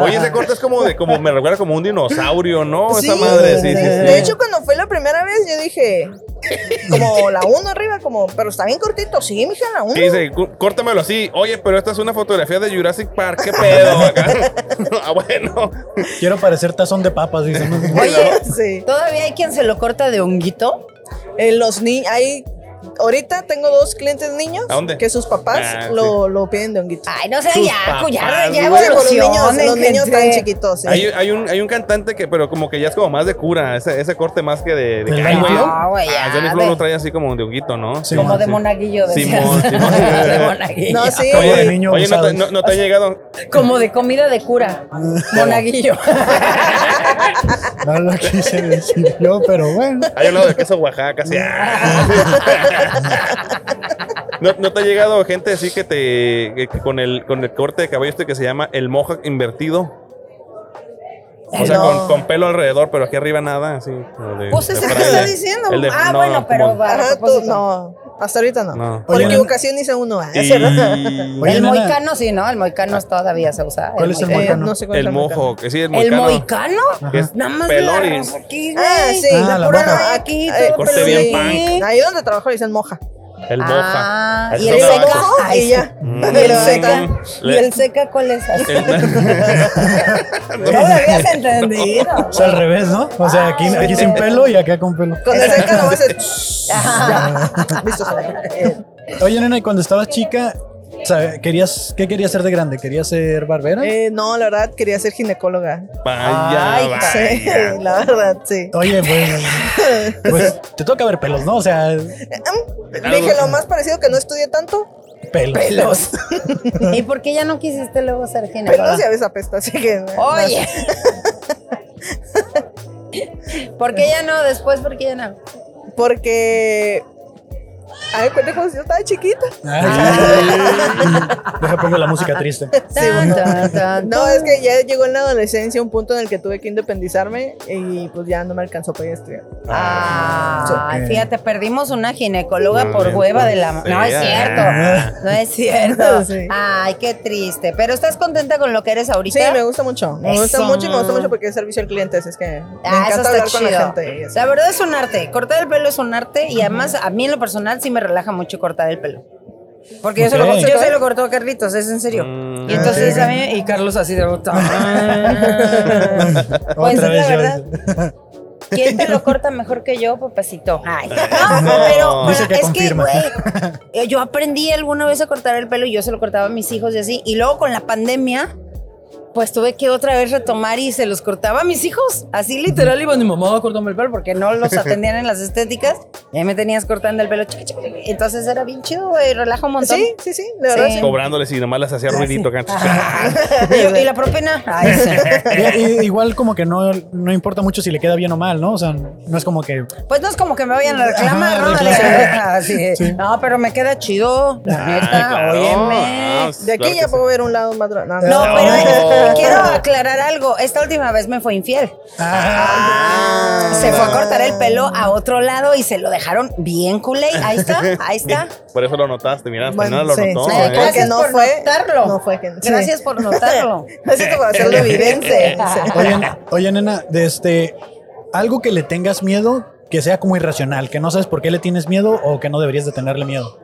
A: Oye, ese corte es como de, como me recuerda como un dinosaurio, ¿no?
D: Sí.
A: Esa madre, sí, sí, sí.
D: De hecho, cuando fue la primera vez, yo dije, como la 1 arriba, como, pero está bien cortito. Sí, mija, la 1.
A: que dice, "Cú- córtamelo así. Oye, pero esta es una fotografía de Jurassic Park, qué pedo acá. ah, bueno.
B: Quiero parecer tazón de papas, dicen. ¿no?
C: Oye,
D: Sí.
C: todavía hay quien se lo corta de honguito.
D: En los niños, hay. Ahorita tengo dos clientes niños
A: ¿A dónde?
D: que sus papás
A: Ah,
D: lo, lo piden de honguito.
C: Ay, no sé,
A: Sus
C: ya, cu- ya,
A: papás,
C: ya
A: güey.
D: Sí, por los niños,
C: evolucionen,
D: los niños
C: gente.
D: tan chiquitos. sí.
A: Hay, hay un, hay un cantante que, pero como que ya es como más de cura, ese, ese corte más que de. de
B: ¿El
A: que,
B: Danny Flow?
C: No, güey,
A: ah,
C: ya,
A: Danny Flow
C: de-
A: lo trae así como de honguito, ¿no?
B: Sí.
C: Como de
A: Sí.
C: monaguillo, decía.
A: Simón, Simón.
C: de monaguillo.
D: No, sí.
B: Como de
A: Oye,
B: niño
A: oye, no,
B: abusado.
A: te, no- no te ha llegado.
C: Como de comida de cura. monaguillo.
B: No lo quise decir yo, pero bueno.
A: Hay un lado de queso Oaxaca, así. ah. ¿No, no te ha llegado gente así que te. que- que con, el, con el corte de cabello este que se llama el mohawk invertido? O sea,
D: No.
A: con, con pelo alrededor, pero aquí arriba nada, así. como de-
C: Eh, Pues
A: de
C: es que
A: fraya.
C: está diciendo.
A: El de-
C: ah,
A: no,
C: bueno,
A: no,
C: pero
A: como-
C: va. a
D: Ajá, tú,
C: propósito.
D: no. Hasta ahorita no.
A: No.
D: Por
B: Oye,
D: equivocación hice uno. ah,
A: Y-
D: ¿cierto?
B: Oye,
C: el
B: nena.
C: moicano sí, ¿no? El moicano todavía se usa.
B: ¿Cuál es el
D: Eh,
B: moicano?
D: no sé cuál es
A: El mojo, sí, el
C: ¿El
A: moicano. Ah,
C: moicano?
A: que es
C: Nada más la
A: pelón y-
C: raza aquí, güey.
D: Ah, sí.
B: Ah, la
C: pura
B: moja.
C: aquí,
D: Eh,
C: todo
A: corte
D: sí.
A: bien
C: peludín.
A: punk.
D: Ahí donde trabajo le dicen moja.
A: El
C: Ah,
A: moja.
C: y
A: Es
C: el
A: una-
D: Le
C: seca.
D: mojo
C: Ay, sí.
D: y ya.
A: Mm.
C: ¿Y el
D: Pero ahí
C: seca?
D: está.
C: ¿Y el seca cuál es?
A: El-
C: No lo habías entendido.
B: O sea, al revés, ¿no? O sea, aquí, aquí sin pelo y acá con pelo.
D: Con el seca lo vas a hacer.
C: Ajá.
D: Ya. Listo.
B: Oye, nena, y cuando estabas chica, sabe- querías, ¿qué querías ser de grande? ¿Querías ser barbera?
D: Eh, no, la verdad quería ser ginecóloga.
B: Ah,
A: Vaya,
C: Ay,
A: vaya.
D: Sí, la verdad, sí.
B: Oye, bueno. Pues te toca ver pelos, ¿no? O sea,
D: Le dije lo más parecido que no estudié tanto,
B: pelos. Pelos.
C: ¿Y por qué ya no quisiste luego ser
D: pero
C: ginecóloga?
D: no se esa pesta, así que.
C: Oye. ¿Por qué ya no? Después, ¿por qué ya no?
D: Porque. Ay, cuenta cuando yo estaba chiquita.
C: Ah.
B: Deja pongo la música triste.
C: Tan, tan, tan,
D: No,
C: tan.
D: es que ya llegó en la adolescencia un punto en el que tuve que independizarme y pues ya no me alcanzó para ir a estudiar.
C: Ah,
B: ok.
C: fíjate, perdimos una ginecóloga por
A: Maldita
C: hueva de la... No es
A: sea.
B: ah.
C: cierto, no es cierto.
D: Sí.
C: Ay, qué triste. Pero ¿estás contenta con lo que eres
D: Sí,
C: ahorita?
D: me gusta mucho. Me gusta
C: Eso.
D: mucho y me gusta mucho porque es servicio al cliente, así es que me
C: Ah, eso
D: encanta
C: está
D: hablar con
C: chido.
D: la gente. y así.
C: La verdad es un arte. Cortar el pelo es un arte y además a mí en lo personal sí me relaja mucho cortar el pelo. Porque yo, se lo,
B: Ok.
C: yo se lo corto a Carlitos, es en serio.
A: Mm.
C: y entonces a mí y Carlos así de... "Ah". Pues
B: Otra
C: sí,
B: vez
C: la
B: yo.
C: verdad. ¿Quién te lo corta mejor que yo, papacito? Ay. No,
A: No.
C: pero
B: Dice
C: pero
B: que
C: es
B: confirma.
C: que, güey, eh, yo aprendí alguna vez a cortar el pelo y yo se lo cortaba a mis hijos y así. Y luego con la pandemia, pues tuve que otra vez retomar y se los cortaba a mis hijos. Así literal, pues, iban, mi mamá, cortame el pelo, porque no los atendían en las estéticas. Y ahí me tenías cortando el pelo. chac, chac, chac. Entonces era bien chido, güey, relaja un montón.
D: Sí, sí, sí, de verdad.
C: Sí.
A: Cobrándoles y nomás las hacía ruidito acá.
C: Y, yo, "¿Y la propena. Ay, sí.
B: Y- y- igual como que no, no importa mucho si le queda bien o mal, ¿no? O sea, no es como que...
C: Pues no es como que me vayan a reclamar,
B: Ajá,
C: ¿no?
B: reclamar.
C: Ah, sí. No, pero me queda chido, la
A: Ah,
C: neta,
A: claro.
C: óyeme.
A: Ah,
D: De aquí
A: claro que
D: ya
A: sí.
D: puedo ver un lado más. dra-
C: No,
D: No,
A: No.
C: pero eh, quiero aclarar algo. Esta última vez me fue infiel.
B: "Ah".
D: Ah.
C: Se fue a cortar el pelo a otro lado y se lo dejaron bien culé. Ahí está, ahí está.
A: Por eso lo notaste, mira, hasta
D: Bueno,
A: nada lo
D: sí,
A: notó.
D: sí,
A: ¿eh?
D: creo que
C: Gracias
D: no
C: por
D: fue-
C: notarlo.
D: no fue que- sí.
C: Gracias por notarlo.
D: Necesito para hacerlo evidencia.
B: Oye, oye, nena, de este, algo que le tengas miedo que sea como irracional, que no sabes por qué le tienes miedo o que no deberías de tenerle miedo.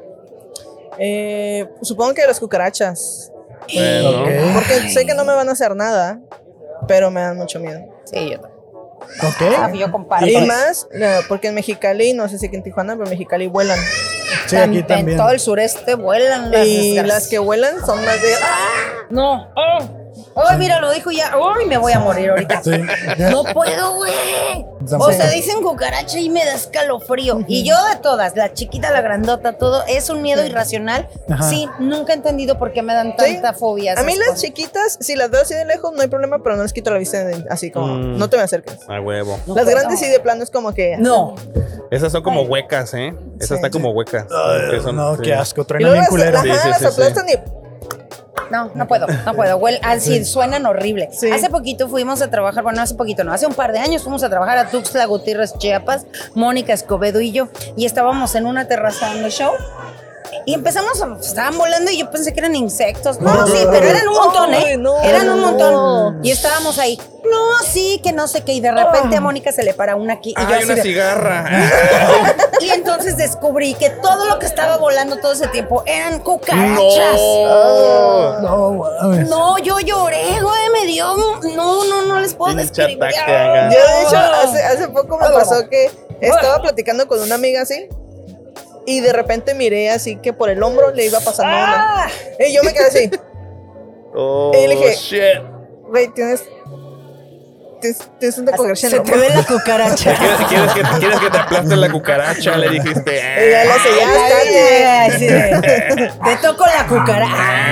D: Eh, supongo que las cucarachas.
A: Bueno.
B: Ok.
D: Porque sé que no me van a hacer nada, pero me dan mucho miedo.
C: Sí, yo, también. Ah,
B: Ok.
C: yo comparto.
D: Y más, eh, porque en Mexicali, no sé si aquí en Tijuana, pero en Mexicali vuelan.
B: Sí, aquí
C: Tan- En
B: también.
C: todo el sureste vuelan las
D: Y
C: desgracias.
D: las que vuelan son las de. ¡Ah!
C: No. ¡Oh! ¡Oh, mira, lo dijo ya! ¡Uy, me voy a morir ahorita!
B: Sí.
C: No puedo, güey. O sea, dicen cucaracha y me da escalofrío. Y yo de todas, la chiquita, la grandota, todo, es un miedo irracional.
B: Ajá.
C: Sí, nunca he entendido por qué me dan tanta fobia.
D: A mí
C: esas
D: las
C: cosas.
D: chiquitas, si las veo así de lejos, no hay problema, pero no les quito la vista de- así como,
A: Mm.
D: no te me acerques.
A: A huevo.
C: No
D: las
C: puedo.
D: grandes sí de plano es como que.
C: No.
A: Esas son como huecas, ¿eh? Esas
D: Sí.
A: están como huecas. Que son-
B: No,
A: sí.
B: qué asco,
D: Y
B: truena
D: luego
B: bien culero.
D: las, ajá,
A: Sí, sí,
D: las
A: sí, sí.
D: aplastan y.
C: No, no puedo, no puedo. Huel- así suenan horrible.
D: Sí.
C: Hace poquito fuimos a trabajar, bueno, hace poquito no, hace un par de años fuimos a trabajar a Tuxtla Gutiérrez, Chiapas, Mónica Escobedo y yo, y estábamos en una terraza dando show. Y empezamos, a- pues, estaban volando y yo pensé que eran insectos. No, sí, pero eran un montón, ¿eh?
D: Ay, no.
C: eran un montón. Y estábamos ahí. No, sí, que no sé qué. Y de repente
D: Ah.
C: a Mónica se le para una aquí. Y yo
A: Ay,
C: así
A: Ah, una
C: de-
A: cigarra.
C: y entonces descubrí que todo lo que estaba volando todo ese tiempo eran cucarachas.
A: No.
B: No, mames.
C: No, yo lloré, güey, me dio. un- No, no, no les puedo
A: Pinche
C: describir.
A: ataque, haga.
D: Yo, de hecho,
C: Ah.
D: hace, hace poco me pasó que estaba platicando con una amiga así. Y de repente miré así que por el hombro le iba pasando
C: Ah,
D: una. Y yo me quedé así.
A: Oh,
D: Y le dije-
A: shit.
D: Güey, tienes. Tienes, tienes una
C: se
D: congregación.
C: te ve la cucaracha.
A: ¿Quieres, quieres que, ¿Quieres que te aplaste la cucaracha? Le dijiste. "Eh,
D: Y ya la sé, ya está.
C: Ay, sí. Te toco la cucaracha.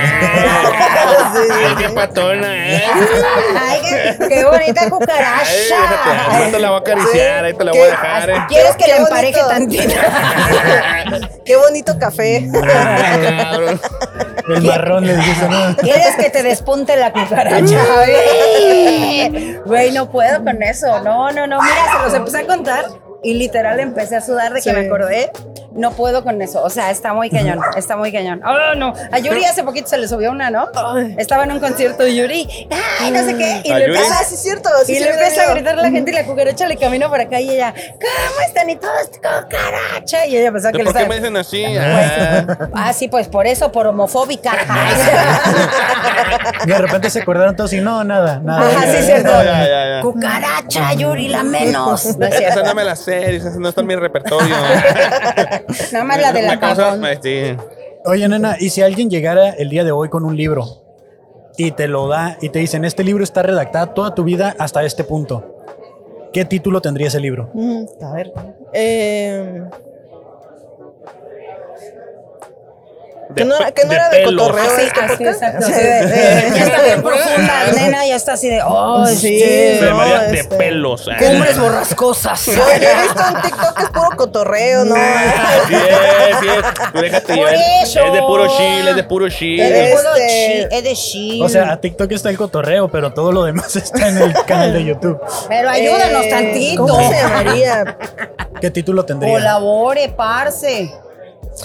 A: Ay, qué patona, ¿eh?
C: Ay, qué, qué bonita
A: Ay, déjate,
C: cucaracha.
A: no te la voy a acariciar, ahí te la voy a
D: ¿Qué?
A: dejar, ¿eh?
C: ¿Quieres que
D: Qué
C: le
D: bonito.
C: empareje tantito?
D: Qué bonito café.
A: Cabrón.
B: El marrón le dijiste, no.
C: ¿Quieres que te despunte la cucaracha? Ay, Güey, no puedo con eso. No, no, no. Mira, se los empecé a contar y literal empecé a sudar de que
D: Sí.
C: me acordé. No puedo con eso. O sea, está muy cañón. Está muy cañón. Oh, no. A Yuri hace poquito se le subió una, ¿no? Estaba en un concierto de Yuri. Ay, no sé qué. Y
A: ¿A
C: le
A: Yuri?
C: empieza
D: Ah, sí, es cierto. Sí,
C: y
D: sí,
C: le
D: mira,
C: empieza a
D: yo.
C: gritar la gente y la cucaracha le camina para acá y ella, ¿cómo están? Y todo es cucaracha. Y ella pensaba que le
A: ¿Por qué me
C: estaba...
A: dicen así? Ah.
C: Ah, sí, pues por eso, por homofóbica.
B: Y de repente se acordaron todos y no, nada, nada.
C: Ajá, sí,
A: ya,
C: cierto.
A: ya, ya, ya.
C: Cucaracha, Yuri, la menos. No es
A: Esa no
C: cierto.
A: me la sé, esa no está en mi repertorio.
C: Nada más la de la
A: Me causa-
C: cajón.
A: sí.
B: Oye, nena, ¿y si alguien llegara el día de hoy con un libro y te lo da y te dicen, este libro está redactada toda tu vida hasta este punto? ¿Qué título tendría ese libro?
D: Mm, A ver. Eh, que no, era- que no era de
A: pelos.
D: cotorreo
C: Ah, Sí,
D: este
C: así,
D: podcast.
C: exacto. así de- de- ya está bien profunda, nena, ya está así de, oh,
D: Sí,
C: este,
A: Se llamaría
D: no,
A: de
D: este,
A: pelos. ah.
C: cumbres borrascosas.
D: Yo, yo he visto en TikTok que es puro cotorreo, ¿no?
C: Ah.
A: Así es, así es. Tú déjate
C: Por
A: llevar. Es
C: eso.
A: de puro chile, es de puro
C: Es
A: chile.
C: de puro
D: Este-
C: chi- es de chi.
B: O sea, a TikTok está el cotorreo, pero todo lo demás está en el canal de YouTube.
C: pero ayúdanos
D: Eh,
C: tantito.
D: ¿Cómo se llamaría?
B: ¿Qué título tendría?
C: Colabore, parce.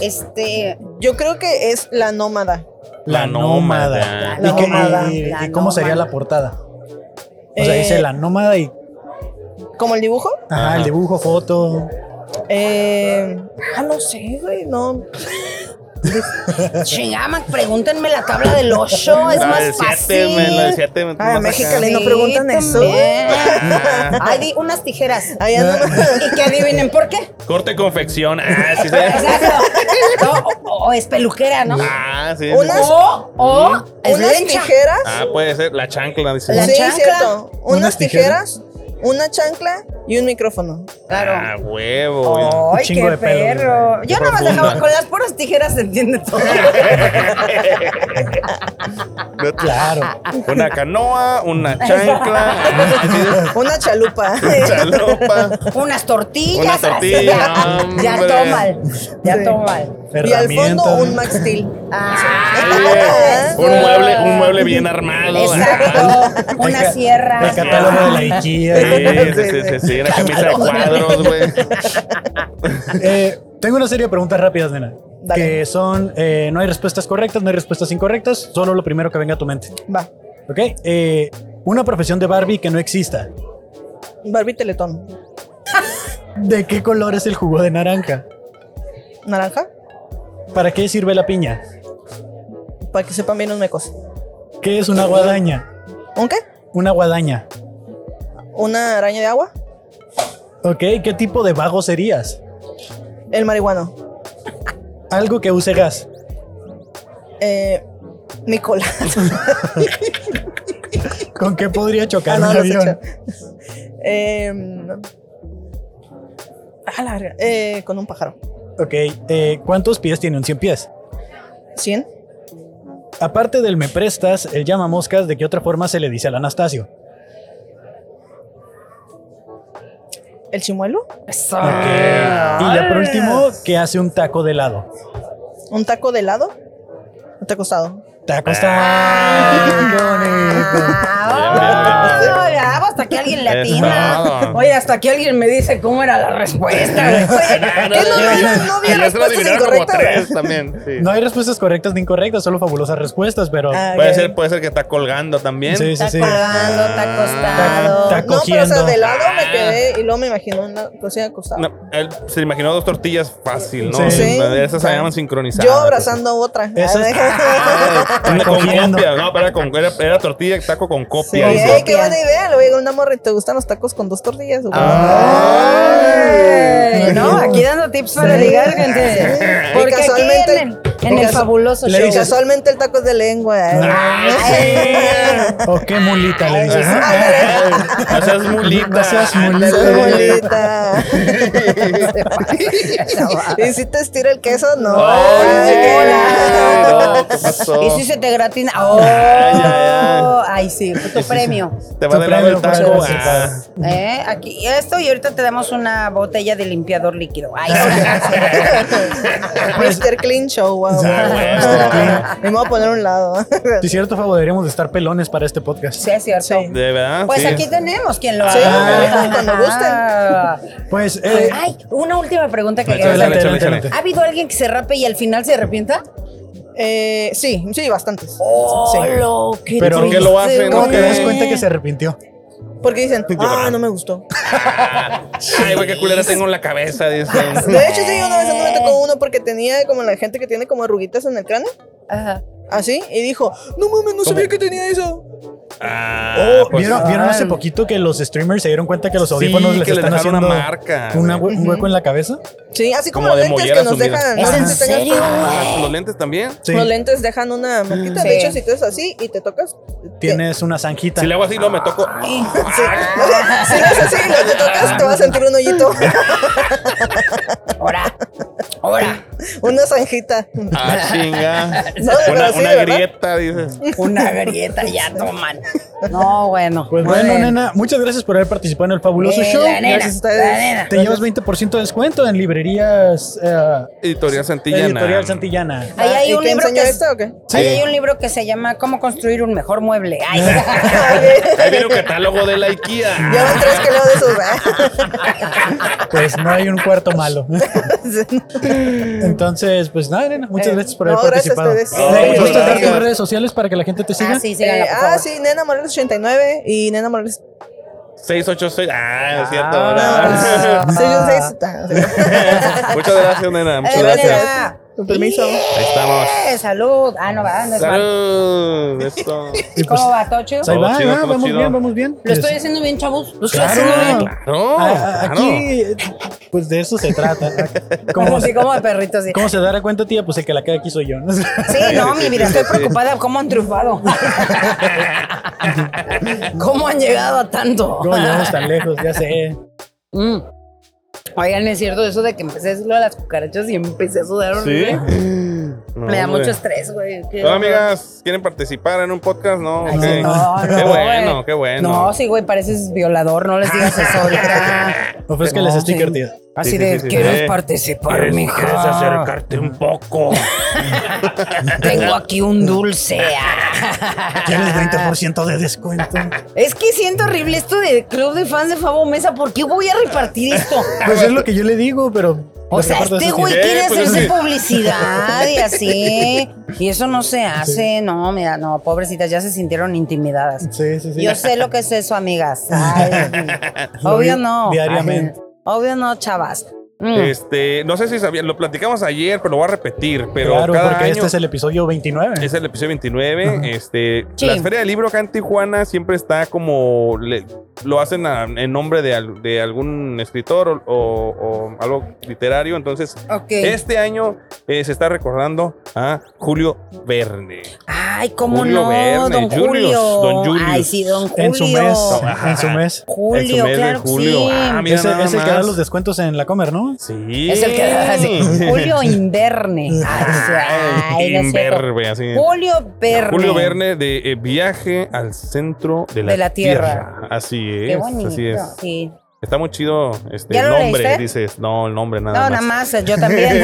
C: Este,
D: Yo creo que es La Nómada.
A: La nómada.
B: ¿Y,
D: La
B: qué- y-
D: nómada,
B: y-
C: la
B: y cómo sería
C: nómada.
B: la portada? O sea,
D: Eh,
B: dice la nómada y
D: ¿Como el dibujo?
B: ajá, el dibujo, foto.
D: Eh, ah, no sé, güey, no.
C: chingama, pregúntenme la tabla del 8, es
A: La
C: más
A: del Ah, siete,
C: fácil.
A: me- la del siete, me-
D: Ah,
A: más
D: México
A: acá.
D: le- no preguntan eso.
C: también. Ay, di unas tijeras.
D: Ahí ando-
C: Y que adivinen por qué.
A: Corte confección. Ah, sí, sí.
C: Exacto. No, o- o es peluquera, ¿no?
A: Ah, sí. sí.
D: Unas-
C: O,
A: Mm.
C: o es
D: Unas
C: lencha.
D: tijeras.
A: Ah, puede ser. La chancla, dice.
C: La-
D: sí,
C: chancla.
D: cierto. Unas,
B: Unas
D: tijeras, una chancla y un micrófono.
C: Claro.
A: Ah, huevo. güey.
B: Un
C: Ay,
B: chingo
C: qué
B: de pedo, güey.
C: perro. Yo
A: Qué
C: nada más
A: profunda.
C: dejaba con las puras tijeras se entiende todo.
D: Ah,
B: Claro.
A: Una canoa, una chancla,
D: Una chalupa.
A: una chalopa.
C: Unas tortillas.
A: Una
C: así,
A: tortilla,
C: ya- ya
A: hombre.
C: todo mal. Ya
D: Sí.
C: todo mal.
D: y al fondo
B: Herramientas.
D: un Max Steel.
C: Ah,
A: un mueble, un mueble bien armado. Ah,
C: Exacto. Una sierra.
B: El catálogo de la IKEA.
A: Sí, sí, sí, sí, sí, una camisa de cuadros, güey.
B: Eh, tengo una serie de preguntas rápidas, nena.
D: Dale.
B: Que son, eh, no hay respuestas correctas, no hay respuestas incorrectas, solo lo primero que venga a tu mente.
D: Va.
B: ¿Ok? Eh, una profesión de Barbie que no exista.
D: Barbie Teletón.
B: ¿De qué color es el jugo de naranja?
D: Naranja.
B: ¿Para qué sirve la piña?
D: Para que sepan bien los mecos.
B: ¿Qué es una guadaña?
D: ¿Un qué?
B: Una guadaña.
D: Una araña de agua.
B: ¿Ok? ¿Qué tipo de vago serías?
D: El marihuano.
B: Algo que use gas.
D: Eh, mi cola.
B: ¿Con qué podría
D: Ah,
B: chocar
D: no,
B: un
D: no sé,
B: avión?
D: chao. Em, a la verga. Eh, con un pájaro.
B: Ok. eh, ¿Cuántos pies tiene un 100 pies?
D: ¿Cien?
B: Aparte del me prestas, el llama moscas, ¿de qué otra forma se le dice al Anastasio?
D: ¿El chimuelo?
C: Eso.
B: Y ya por último, ¿qué hace un taco de helado?
D: ¿Un taco de helado? ¿Un taco estado?
B: Taco está.
C: Ah,
A: Bien, bien,
C: ay, ah, hasta que alguien le
A: Eso.
C: atina. Oye, hasta que alguien me dice cómo era la respuesta. güey.
D: ¿Qué no, no, no vi
A: El otro
D: respuestas
A: adivinaron como
D: incorrectas?
A: tres también. sí.
B: No hay respuestas correctas ni incorrectas, solo fabulosas respuestas, pero.
D: Ah,
A: Puede
D: ok.
A: ser, puede ser que está colgando también.
B: Sí, sí,
C: Está
B: sí.
C: colgando, está
B: Tac,
C: acostado.
B: tac.
D: No, pero o sea,
B: cogiendo.
D: de lado me
A: Ah.
D: quedé y luego me pues imaginé una cocina acostada.
A: No, él se imaginó dos tortillas fácil, ¿no?
B: Sí.
D: Sí.
A: Esas se llaman sincronizadas.
D: Yo abrazando otra.
B: Eso es-
A: Ah, una con
B: Cogiendo.
A: copia. No, pero era, con- era- era tortilla, taco con
D: Sí,
A: copia.
D: ey,
A: dice.
D: qué buena idea. Le voy a llegar a una morra. ¿Te gustan los tacos con dos tortillas? güey?
B: Ah.
C: Ay, no, aquí dando tips para ligar, gente.
D: Y
C: Porque aquí
D: casualmente-
C: en el, en el
D: casu-
C: fabuloso
D: Le
C: show.
D: dije, casualmente el taco es de lengua. eh.
B: O qué mulita le dices.
A: No seas mulita.
B: No seas mulita.
D: Soy
A: ándale.
D: bolita. ¿Y si te estira el queso? No.
A: Ay,
D: Ay, qué
A: hola.
D: la-
A: No, ¿qué pasó?
C: Y si se te gratina. Oh,
A: Ay, ay, ay.
C: ay, sí, fue tu premio.
A: Te va
B: Tu
A: de lado el
B: premio, muchas
A: taco.
B: gracias.
A: ah.
C: ¿Eh? Aquí, esto y ahorita te damos una botella de limpiador líquido. Ay,
D: Mr. Clean Show.
B: Mr.
D: Wow.
B: Clean.
D: Me voy a poner a un lado.
B: Si es cierto, Fabo, deberíamos de estar pelones para este podcast.
C: sí, es cierto.
A: De verdad.
C: Pues
A: sí.
C: aquí tenemos quien lo haga.
D: Sí,
C: Ah.
D: cuando gusten.
B: Pues, eh,
C: Ay, una última pregunta que
A: Échale,
B: adelante,
A: échale,
B: adelante,
A: échale,
B: adelante.
C: ¿Ha habido alguien que se rape y al final se arrepienta?
D: Eh, sí, sí, bastantes. Sí.
C: Lo que
B: Pero
A: ¿por qué lo
C: triste,
A: hacen?
B: ¿cómo
A: ¿Por
B: te das
A: qué?
B: cuenta que se arrepintió?
D: Porque dicen, ah, no me gustó.
A: Ay, güey, qué culera tengo en la cabeza. Dice.
D: De hecho, sí, una vez ando me tocó uno porque tenía como la gente que tiene como arruguitas en el cráneo.
C: Ajá.
D: Así. Y dijo, no mames, no sabía que tenía eso.
A: Ah,
B: Oh,
A: pues,
B: ¿vieron, vieron hace poquito que los streamers se dieron cuenta que los
A: Sí,
B: audífonos les
A: que les
B: están
A: dejaron
B: haciendo
A: una marca,
B: una
A: güey.
B: hue- un hueco en la cabeza?
D: Sí, así como,
A: Como
D: los
A: de
D: lentes
A: molleras
D: que nos
A: hundidas.
D: dejan.
C: ¿Es
D: no
C: en
D: sé si tengas-
C: serio?
A: Ah, ¿Los lentes también?
B: Sí.
C: Pues
D: Los lentes dejan una marquita.
C: Sí.
D: De hecho, si te haces así y te tocas.
B: Tienes una zanjita.
A: Si le hago así, no me toco.
D: Sí. O sea, si le haces así y no te tocas, te vas a sentir un hoyito.
C: Ahora. Ahora.
D: una zanjita.
A: Ah, chinga.
D: pero
A: Una,
D: sí,
A: una
D: ¿verdad?
A: grieta, dices.
C: Una grieta ya toman. No, bueno.
B: Pues
C: muy
B: bueno,
C: bien.
B: nena, muchas gracias por haber participado en el fabuloso
C: Eh,
B: show.
C: La nena,
D: Gracias a ustedes.
C: la nena.
B: Te llevas 20% de descuento en librerías eh,
A: Editorial Santillana.
B: Editorial Santillana.
C: Ahí hay
D: Ah, ¿Y
C: un
D: te
C: libro
D: enseñó
C: que es-
D: esto o qué?
C: Ahí hay un libro que se llama Cómo construir un mejor mueble. Ay,
A: Ahí viene un catálogo de la IKEA.
D: Ya van tres que leo de esos. ¿verdad?
B: Pues no hay un cuarto malo.
D: Sí.
B: Entonces, pues nada, nena, muchas
D: Eh,
B: gracias por haber
D: no, gracias a
B: participado.
D: ustedes.
A: No,
B: ¿Te
A: muchas
B: gusta dar
A: gracias.
B: tus redes sociales para que la gente te siga?
C: Ah, sí, síganla,
D: Eh,
C: por
D: ah,
C: favor.
D: sí, Nena Morales 89 y Nena Morales
A: 686. Ah, es cierto,
C: Ah.
A: ¿verdad?
D: pues, Sí, yo sé, está.
A: Muchas gracias, nena. Muchas
C: Eh,
A: gracias.
C: nena,
D: Con permiso.
A: Ahí estamos.
C: ¡Eh, salud! Ah, no va, no es mal.
A: Salud. Esto.
B: Y pues,
C: ¿Cómo va, Tocho?
B: ahí va,
A: Todo chido,
B: va,
A: todo
B: vamos
A: chido.
B: bien, vamos bien.
C: Lo
B: Pues,
C: estoy haciendo bien, chavos. Lo estoy
B: Claro.
C: haciendo bien.
A: No,
C: Ah,
A: ah,
B: a- a-
A: claro.
B: Aquí, eh, pues de eso se trata.
C: Como
B: Como
C: si,
B: se,
C: como de perrito, sí.
B: como se dará cuenta, tía, pues el que la queda aquí soy yo. ¿no?
C: Sí, no, mi vida, estoy preocupada cómo han triunfado. ¿Cómo han llegado a tanto?
B: ¿Cómo llegamos tan lejos? Ya sé.
C: Mm. Oigan, es cierto eso de que empecé a decirlo de las cucarachas y empecé a sudar
A: Sí.
C: horrible.
A: No,
C: Me da
A: hombre.
C: mucho estrés, güey. Qué
A: Hola,
C: horror.
A: amigas, ¿quieren participar en un podcast? No,
C: Ay,
A: ok.
C: sí, no, no,
A: Qué bueno,
C: güey.
A: qué bueno.
C: No, sí, güey, pareces violador, no les digas eso ahorita.
B: Ofrezcales
C: No,
B: sticker,
C: sí.
B: tía.
C: Así
A: Sí, sí,
C: de,
A: sí, sí.
C: ¿quieres
A: Eh,
C: participar, mija?
G: un poco?
C: Tengo aquí un dulce. ah.
B: Tienes 20% de descuento.
C: Es que siento horrible esto de Club de Fans de Fabo Mesa. ¿Por qué voy a repartir esto?
B: Pues es lo que yo le digo, pero.
C: O sea,
B: reparto
C: este
B: eso sí.
C: güey
A: sí.
C: quiere
A: Eh, pues,
C: hacerse
A: sí.
C: publicidad y así. Y eso no se hace. No, mira, no, pobrecitas, ya se sintieron intimidadas.
B: Sí, sí, sí.
C: Yo sé lo que es eso, amigas. Ay, obvio no.
B: Diariamente.
C: Ay, obvio no, chavas. Mm.
A: Este, no sé si sabían, lo platicamos ayer, pero lo voy a repetir. Pero
B: claro,
A: cada
B: porque
A: año
B: este es el episodio 29.
A: Es el episodio 29. Este,
C: Sí.
A: La Feria del Libro acá en Tijuana siempre está como. le- lo hacen a- en nombre de, al- de algún escritor o, o- o algo literario. Entonces,
C: Ok.
A: este año eh, se está recordando a Julio Verne.
C: Ay, cómo
A: Julio
C: no,
A: Verne,
C: don
A: Julius,
C: Julio.
A: don Julius.
C: Ay, sí, don Julio.
B: En su mes. En su mes.
A: En su
C: Julio,
A: mes de
C: claro que
A: julio.
C: sí.
A: Ah, mira
B: Ese-
A: nada
B: es el que da
A: más.
B: los descuentos en la comer, ¿no?
A: Sí.
C: Es el que así, Julio Inverne. Ay, sí, ay, no es cierto.
A: Inverbe, así.
C: Julio Verne.
A: Ah, Julio Verne de eh, Viaje al Centro de la,
C: De la Tierra.
A: Así es.
C: Qué bonito.
A: Así es.
C: Sí.
A: Está muy chido este
C: ¿Ya
A: el
C: lo
A: nombre,
C: leíste?
A: dices. No, el nombre
C: No,
A: nada
C: nada
A: más.
C: más, yo también.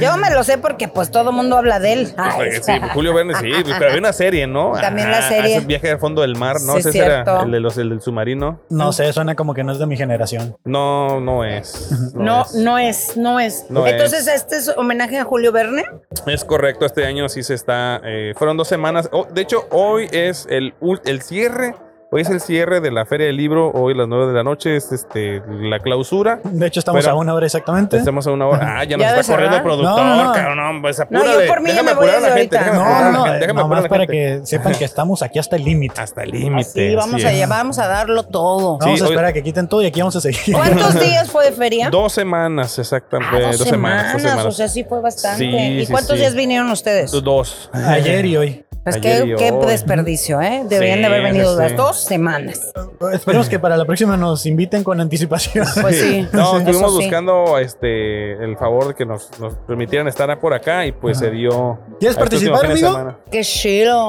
C: yo me lo sé porque pues todo el mundo habla de él. Ay,
A: Pues, sí, Julio Verne, sí, pues, pero había una serie, ¿no?
C: También la
A: Ah,
C: serie.
A: ese viaje al fondo del mar, ¿no?
C: Sí,
A: ese
C: es
A: era
C: cierto.
A: el, de los, el del submarino.
B: No sé, suena como que no es de mi generación.
A: No, no es.
C: No,
A: es.
C: no es, no es.
A: No
C: Entonces, ¿este es homenaje a Julio Verne?
A: Es correcto, este año sí se está. eh, fueron dos semanas. Oh, de hecho, hoy es el, ul- el cierre. Hoy es el cierre de la Feria del Libro. Hoy a las 9 de la noche es este, la clausura.
B: De hecho, estamos
A: Pero-
B: a una hora exactamente.
A: Estamos a una hora. Ah, ya nos
C: ¿Ya
A: está
C: debe
A: corriendo el
C: cerrar?
A: productor,
B: No, no, no.
A: cabrón. No, pues
C: No, yo
A: apúrale.
C: por mí ya
A: déjame
C: me voy
A: apurar a la
C: desde
A: gente.
C: ahorita.
A: Déjame apurar a
B: No, no,
A: la
B: no,
A: gente. Déjame apurar a
B: nomás
A: la
B: para
A: gente.
B: que sepan que estamos aquí hasta el límite.
A: Hasta el límite.
C: Sí, vamos
A: así
C: a
A: es.
C: llevar, vamos a darlo todo.
A: Sí,
B: Vamos a
A: hoy-
B: esperar a que quiten todo y aquí vamos a seguir.
C: ¿Cuántos días fue de feria?
A: Dos semanas, exactamente.
C: Ah,
A: dos, semanas, dos
C: o
A: semanas.
C: sea, sí fue bastante.
A: Sí,
C: ¿Y
A: sí,
C: cuántos
A: sí.
C: días vinieron ustedes?
A: Dos.
B: Ayer y hoy.
C: Pues
A: Ayer
C: qué,
A: y
C: qué
A: hoy.
C: desperdicio, ¿eh? Deberían
A: Sí,
C: de haber venido
A: sí,
C: las
A: sí.
C: dos semanas.
B: Esperemos que para la próxima nos inviten con anticipación.
C: Pues sí.
A: No,
C: eso
A: estuvimos
C: sí.
A: buscando este el favor de que nos, nos permitieran estar por acá y pues se dio.
B: ¿Quieres
A: este último
B: participar,
A: fin de
B: amigo?
A: semana.
C: Qué chido.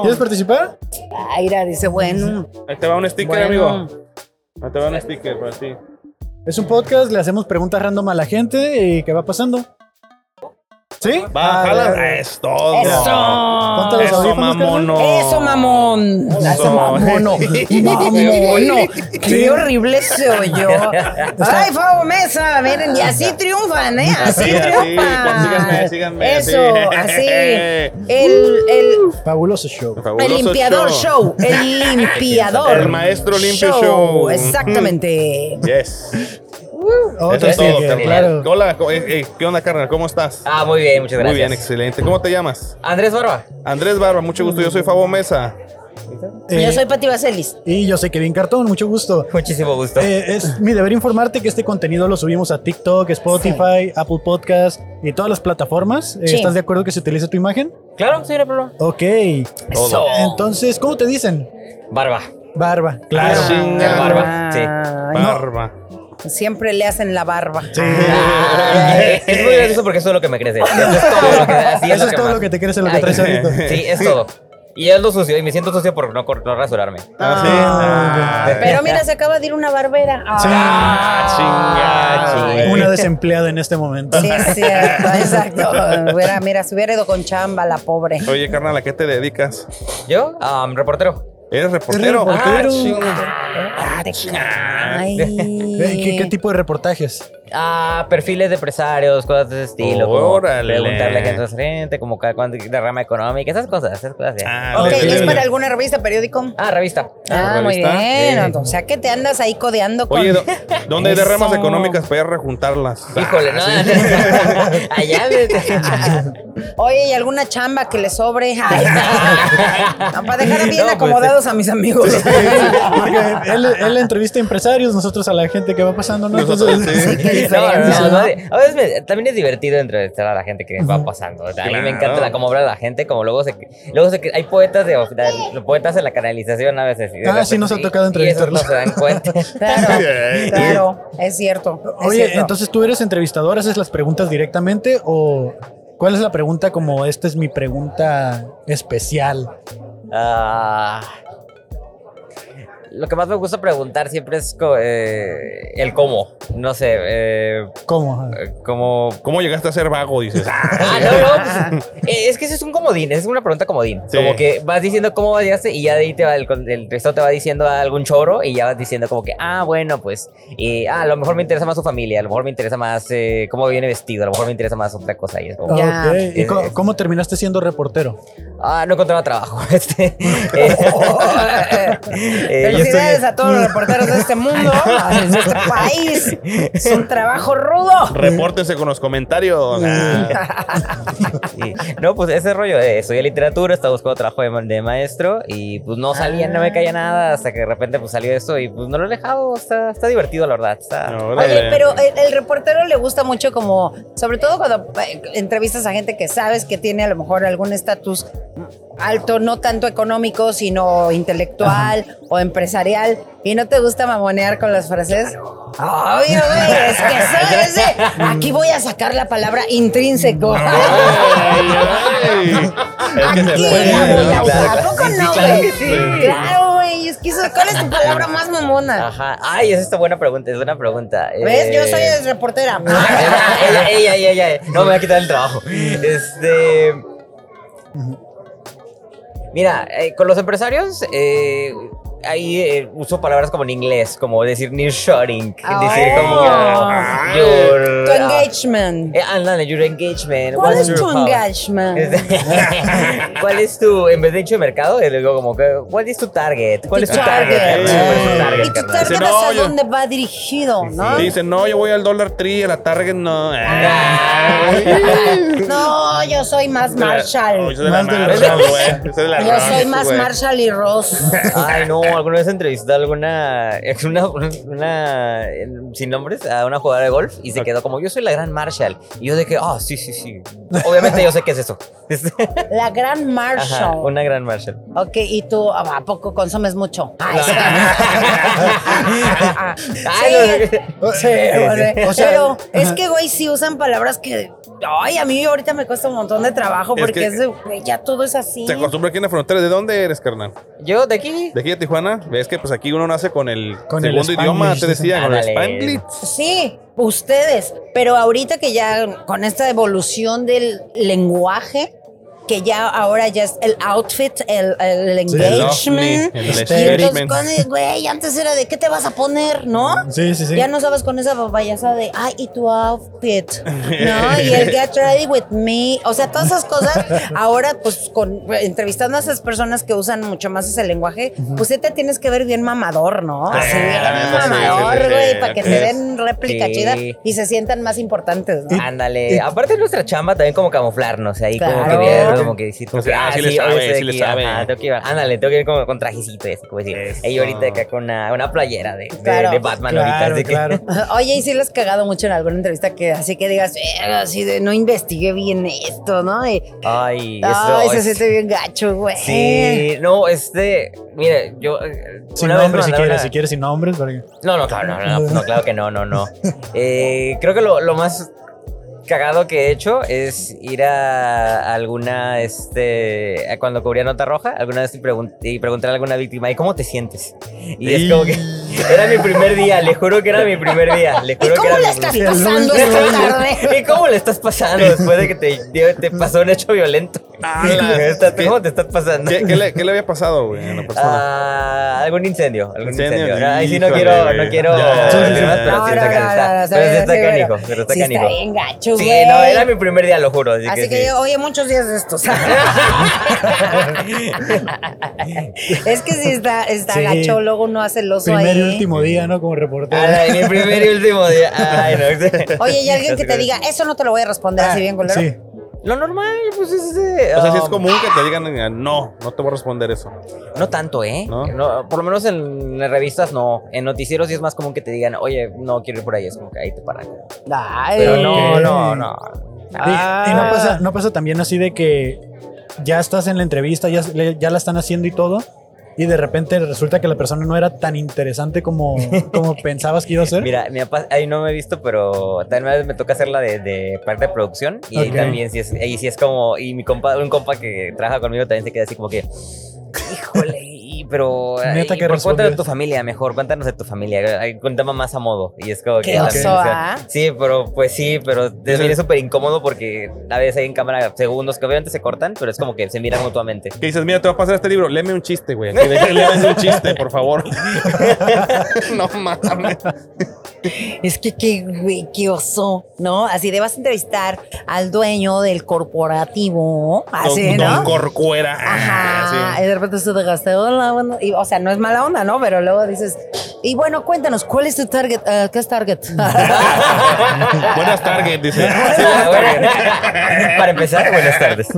B: ¿Quieres participar?
C: Ay, Ira dice, bueno.
A: Ahí te va un sticker,
C: bueno.
A: amigo. Ahí te va un sticker para ti.
B: Es un podcast, le hacemos preguntas random a la gente y qué va pasando. ¿Sí?
A: Va,
B: Ah,
A: jala.
B: ya.
A: Es todo.
B: Ponte
C: Eso.
B: los
A: Eso,
B: audífonos,
A: mamono.
C: Eso, mamón. Eso, mamono. Mamono. Qué horrible se oyó. Ay, Fabo Mesa, miren, y así triunfan, ¿eh? Así,
A: Así, así,
C: triunfan.
A: síganme, síganme,
C: Eso,
A: sí.
C: así. El, el,
B: Carlos. Fabuloso show.
A: Fabuloso
C: el limpiador show. El limpiador.
A: El maestro limpio show. Mm.
C: Exactamente.
A: Yes. Eso
B: Otro
A: es todo,
B: sticker,
A: carnal.
B: claro.
A: Hola, co- eh, eh, ¿qué onda, carnal? ¿Cómo estás?
F: Ah, muy bien, muchas gracias.
A: Muy bien, excelente. ¿Cómo te llamas?
F: Andrés Barba.
A: Andrés Barba, mucho gusto. Yo soy Fabo Mesa.
B: Eh,
C: Yo soy Pati Vaselis.
B: Y yo soy Kevin Cartón, mucho gusto.
F: Muchísimo gusto.
B: Eh, es mi deber informarte que este contenido lo subimos a TikTok, Spotify, Apple Podcast y todas las plataformas. Eh,
C: Sí.
B: ¿Estás de acuerdo que se utilice tu imagen?
F: Claro, sí, no hay problema.
B: Ok.
F: Todo.
B: Entonces, ¿cómo te dicen?
F: Barba.
B: Barba. Claro.
A: Ah,
F: El barba. Sí.
C: Ay,
A: Barba.
C: Siempre le hacen la barba.
F: Ay, es muy gracioso porque eso es lo que me crece. Eso es todo lo que, así es
B: Eso es todo
F: más.
B: lo que te crees en lo que
F: Ay,
B: traes ahorita.
F: Sí, es todo. Y es lo sucio, y me siento sucio por no, cor- no rasurarme.
B: Ah,
A: Ah,
C: Pero mira, se acaba de ir una barbera. Ah.
B: Sí. Ah,
F: Ah,
A: chinga, chinga.
B: Una desempleada en este momento.
C: Sí, es cierto, exacto. Mira, mira, se hubiera ido con chamba la pobre.
A: Ah. Oye, carnal, ¿a qué te dedicas?
F: Yo, am, reportero. Ah,
A: ¿Eres reportero?
B: reportero.
A: Ah, chinga.
C: Ah, te- Ay,
B: ¿Qué, eh, qué- qué tipo de reportajes?
F: Ah, perfiles de empresarios, cosas de ese estilo. como
A: Órale.
F: Preguntarle a qué entonces gente, como cada cuánto de rama económica, esas cosas, esas cosas. ya.
A: Ah,
C: Ok,
A: le-
C: ¿y
A: le-
C: ¿es
A: le-
C: para alguna revista, periódico?
F: Ah, revista.
C: Ah,
A: ¿la
C: muy
A: revista?
C: bien. O sea que te andas ahí codeando con.
A: Oye, ¿dó- ¿dónde hay derramas
C: Eso.
A: económicas para ir a rejuntarlas?
B: Ah,
F: Híjole, no. Allá. vete.
C: Oye, ¿y alguna chamba que le sobre? Ay, no, para dejar bien
F: No, pues,
C: acomodados a mis amigos.
B: Porque él, él entrevista a empresarios, nosotros a la gente que va pasando, ¿no?
A: Nosotros, sí.
C: Qué
F: No, no,
C: diferencia,
F: no,
C: ¿no?
F: no. A veces me- también es divertido entrevistar a la gente que va pasando. O sea, A mí me encanta la, cómo habla la gente, como luego se, luego se, hay poetas de, de- poetas en la canalización a veces. y de
B: Ah, sí,
F: repente-
B: nos ha
F: y-
B: tocado
F: y esos
B: entrevistarlos.
F: No se dan cuenta.
C: Claro,
A: Sí.
C: claro, es cierto. es
B: Oye,
C: cierto.
B: entonces tú eres entrevistador, haces las preguntas directamente o cuál es la pregunta como esta es mi pregunta especial.
F: Ah, lo que más me gusta preguntar siempre es co- eh, el cómo. No sé, eh,
B: ¿Cómo?
F: cómo.
A: ¿Cómo llegaste a ser vago? Dices.
F: Ah, no, no. pues, eh, es que eso es un comodín, es una pregunta comodín.
A: Sí.
F: Como que vas diciendo cómo llegaste y ya de ahí te va el, con- el entrevistado te va diciendo algún choro y ya vas diciendo como que, ah, bueno, pues, eh, ah, a lo mejor me interesa más su familia, a lo mejor me interesa más eh, cómo viene vestido, a lo mejor me interesa más otra cosa. Y es como,
C: Ya.
B: Ok, ¿Y
F: Es-
B: cómo,
F: es-
B: cómo terminaste siendo reportero?
F: ah, no encontraba trabajo. Este, eh, eh, yo estoy-
C: Felicidades a todos los reporteros de este mundo, de este país. Es un trabajo rudo.
A: Repórtense con los comentarios. Ah,
F: Sí. No, pues ese rollo, eh, estudié literatura, estaba buscando trabajo de, ma- de maestro y pues no salía, no me caía nada hasta que de repente pues salió esto y pues no lo he dejado, está, está divertido la verdad. Está...
A: órale.
C: Oye, pero el, el reportero le gusta mucho como, sobre todo cuando eh, entrevistas a gente que sabes que tiene a lo mejor algún estatus alto, no tanto económico, sino intelectual o empresarial, y no te gusta mamonear con las frases. Obvio, güey, es que sabes, eh, aquí voy a sacar la palabra intrínseco.
A: Ay, ay. Es que se
C: Aquí
A: puede.
C: la voy a
F: claro.
C: usar. ¿A poco
F: Sí, sí,
C: no,
F: claro
C: güey?
F: que sí.
C: Claro, güey, es que eso, ¿cuál es tu palabra más mamona?
F: Ajá. Ay, esa es buena pregunta, es buena pregunta.
C: ¿Ves? Yo
F: Ah, Eh, ah,
C: soy el reportera.
F: ella, ella, ella, ella, ella. No me va a quitar el trabajo. Este. Mira, eh, con los empresarios, eh, ahí eh, uso palabras como en inglés, como decir nearshoring,
C: Oh.
F: decir como.
C: Ah.
F: your,
C: Tu engagement.
F: Eh, ándale, your engagement.
C: ¿Cuál es
F: what's your
C: tu
F: power?
C: engagement?
F: ¿Cuál es tu, en vez de dicho mercado, eh, le digo como que, ¿cuál es tu target? ¿Cuál es tu target? Eh,
A: target.
F: ¿Cuál es
C: ¿Y
F: tu target,
C: tu
F: carnal?
C: target
A: Sí, no,
C: a
A: yo-
C: dónde va dirigido, no? Ah.
A: Dicen, no, yo voy al Dollar Tree, a la Target, no. Ay.
C: No, yo soy más
A: oh, Yo
C: Marshall.
A: soy la
B: Más del
A: Marshall, güey.
B: Ross.
A: Yo soy la
C: Yo
A: Ross,
C: soy más
A: güey.
C: Marshall y Ross.
F: Ay, no, alguna vez entrevisté a alguna, una, una- sin nombres, a una jugadora de golf y se quedó como, yo soy la gran Marshall. Y yo de que, ah, sí, sí, sí. Obviamente yo sé qué es eso.
C: La gran
F: Ajá,
C: Marshall.
F: una gran Marshall.
C: Ok, y tú, Ah, ¿a a poco consumes mucho? Ay, sí. Ah,
F: Ay,
C: Sí.
F: no.
C: Eh, Sí, güey.
B: O sea,
C: pero es que, güey, si usan palabras que. Ay, a mí ahorita me cuesta un montón de trabajo
A: Es
C: porque
A: que-
C: es de, güey, ya todo es así.
A: Se acostumbra aquí en la frontera. ¿De dónde eres, carnal?
F: Yo de aquí.
A: ¿De aquí de Tijuana? Ves que pues aquí uno nace con el
B: Con el
A: segundo idioma,
B: Spanglish,
A: te decía, con el
F: ándale.
A: Spanglish.
C: Sí, ustedes. Pero ahorita que ya con esta evolución del lenguaje, que ya ahora ya es el outfit, el, el
A: El
C: engagement.
A: ovni, el
C: y entonces,
A: engagement.
C: con el- güey, antes era de qué te vas a poner, ¿no?
B: Sí, sí, sí.
C: Ya no sabes con esa payasada de, ay, y tu outfit, ¿no? Y el get ready with me. O sea, todas esas cosas. Ahora, pues, con, entrevistando a esas personas que usan mucho más ese lenguaje, pues sí te tienes que ver bien mamador, ¿no? Así, bien
A: la neta, sí, sí,
C: mamador,
A: sí,
C: güey,
A: sí.
C: para que te den réplica
F: Sí.
C: chida y se sientan más importantes, ¿no?
F: Ándale, aparte de nuestra chamba también como camuflarnos ahí, como que
C: Claro.
F: ver, como que decir, como
A: O sea,
F: que,
A: ah, sí le
F: hoy
A: sabe,
F: estoy
A: sí le
F: aquí,
A: sabe.
F: ajá, tengo que ir, ándale, tengo que ir como con trajecito y así, como decir, ey, ahorita acá con una, una playera de, de-
C: Claro.
F: de Batman ahorita,
B: Claro,
F: así que-
B: claro.
C: Oye, y si le has cagado mucho en alguna entrevista que así que digas, "Verga, así de no investigué bien esto, ¿no? Y,
F: Ay, eso,
C: ay, se
F: es-
C: siente bien gacho, güey.
A: Eh.
F: Sí, no, este, mire, yo eh,
B: Sin
F: una vez
B: nombres, si
F: mandaron
B: quieres,
F: a-
B: si quieres, sin nombres. porque-
F: No, no, claro, no, no, no, claro que no, no, no. Eh, creo que lo, lo más cagado que he hecho es ir a alguna, este, a cuando cubría nota roja, alguna vez y, pregun- y preguntar a alguna víctima, ¿y cómo te sientes? Y es como que era mi primer día, le juro que era mi primer día. Le
C: ¿Y
F: juro que
C: cómo
F: era mi
C: la
F: primer
C: estás
F: día.
C: pasando esta tarde?
F: ¿Y cómo le estás pasando después de que te, te pasó un hecho violento?
A: Ah, ¡Hala! ¿Qué-
F: ¿Cómo te estás pasando?
A: ¿Qué, qué le, qué le había pasado, güey, a la persona?
F: Ah, algún incendio, algún
A: Pues Incendio,
F: incendio. Ay, sí, no
A: híjole,
F: quiero,
A: güey.
F: no quiero.
A: Ya,
B: sí, sí,
F: problemas,
B: sí.
F: Pero sí
C: No, no,
F: está
C: no, no,
F: canijo.
C: no,
F: Pero
C: sí, bueno.
F: sí está canijo. Pero está
C: Sí está
F: canijo.
C: bien gacho,
F: Sí,
C: güey.
F: no, era mi primer día, lo juro. Así,
C: Así
F: que,
C: que,
F: sí.
C: oye, muchos días de estos. es que si está, está
B: Sí.
C: gacho, luego uno hace el oso
B: Primer y
C: ahí.
B: último día, ¿no? Como reportero.
F: Ay, mi primer y último día. Ay, no.
C: Oye, y alguien que te diga, eso no te lo voy a responder así Ah, bien, culero.
B: Ah, Sí.
F: Lo normal, pues es. eh,
A: O sea, si es
F: um,
A: común que te digan, eh, no, no te voy a responder eso.
F: No tanto, ¿eh?
A: ¿No?
F: No, por lo menos en las revistas no. En noticieros sí es más común que te digan, oye, no quiero ir por ahí. Es como que ahí te paran.
C: Ay,
F: Pero
B: Ok.
F: no, no, no.
B: Y- Y, no,
F: Ah.
B: pasa, no pasa también así de que ya estás en la entrevista, ya, le- ya la están haciendo y todo, y de repente resulta que la persona no era tan interesante como, como pensabas que iba a ser.
F: Mira, me ha pas- ahí no me he visto, pero también me toca hacer la de, de parte de producción. Y ahí
B: Ok.
F: también, sí es, ahí sí es como. Y mi compa, un compa que trabaja conmigo también se queda así como que. Híjole, y- pero.
B: Neta
F: ay,
B: que
F: pero cuéntanos
B: respondió.
F: de tu familia, mejor. Cuéntanos de tu familia. Hay un tema más a modo. Y es como
C: Qué
F: que. también,
C: oso,
F: o sea,
C: ¿ah?
F: Sí, pero pues sí, pero también es súper incómodo porque a veces hay en cámara segundos que obviamente se cortan, pero es como que se miran mutuamente.
A: Que dices, mira, te va a pasar este libro, léeme un chiste, güey. Aquí, de- Léeme un chiste, por favor. no mames.
C: Es que qué, güey, qué oso, ¿no? Así debas entrevistar al dueño del corporativo, así,
A: Don,
C: Ah, ¿no?
A: Don Corcuera. Ah,
C: Ajá,
A: sí.
C: y de repente se te gasta, hola, bueno, y, o sea, no es mala onda, ¿no? Pero luego dices, y bueno, cuéntanos, ¿cuál es tu target? Eh, ¿Qué es target?
A: Buenas tardes, dice.
F: ah, Para empezar, buenas tardes.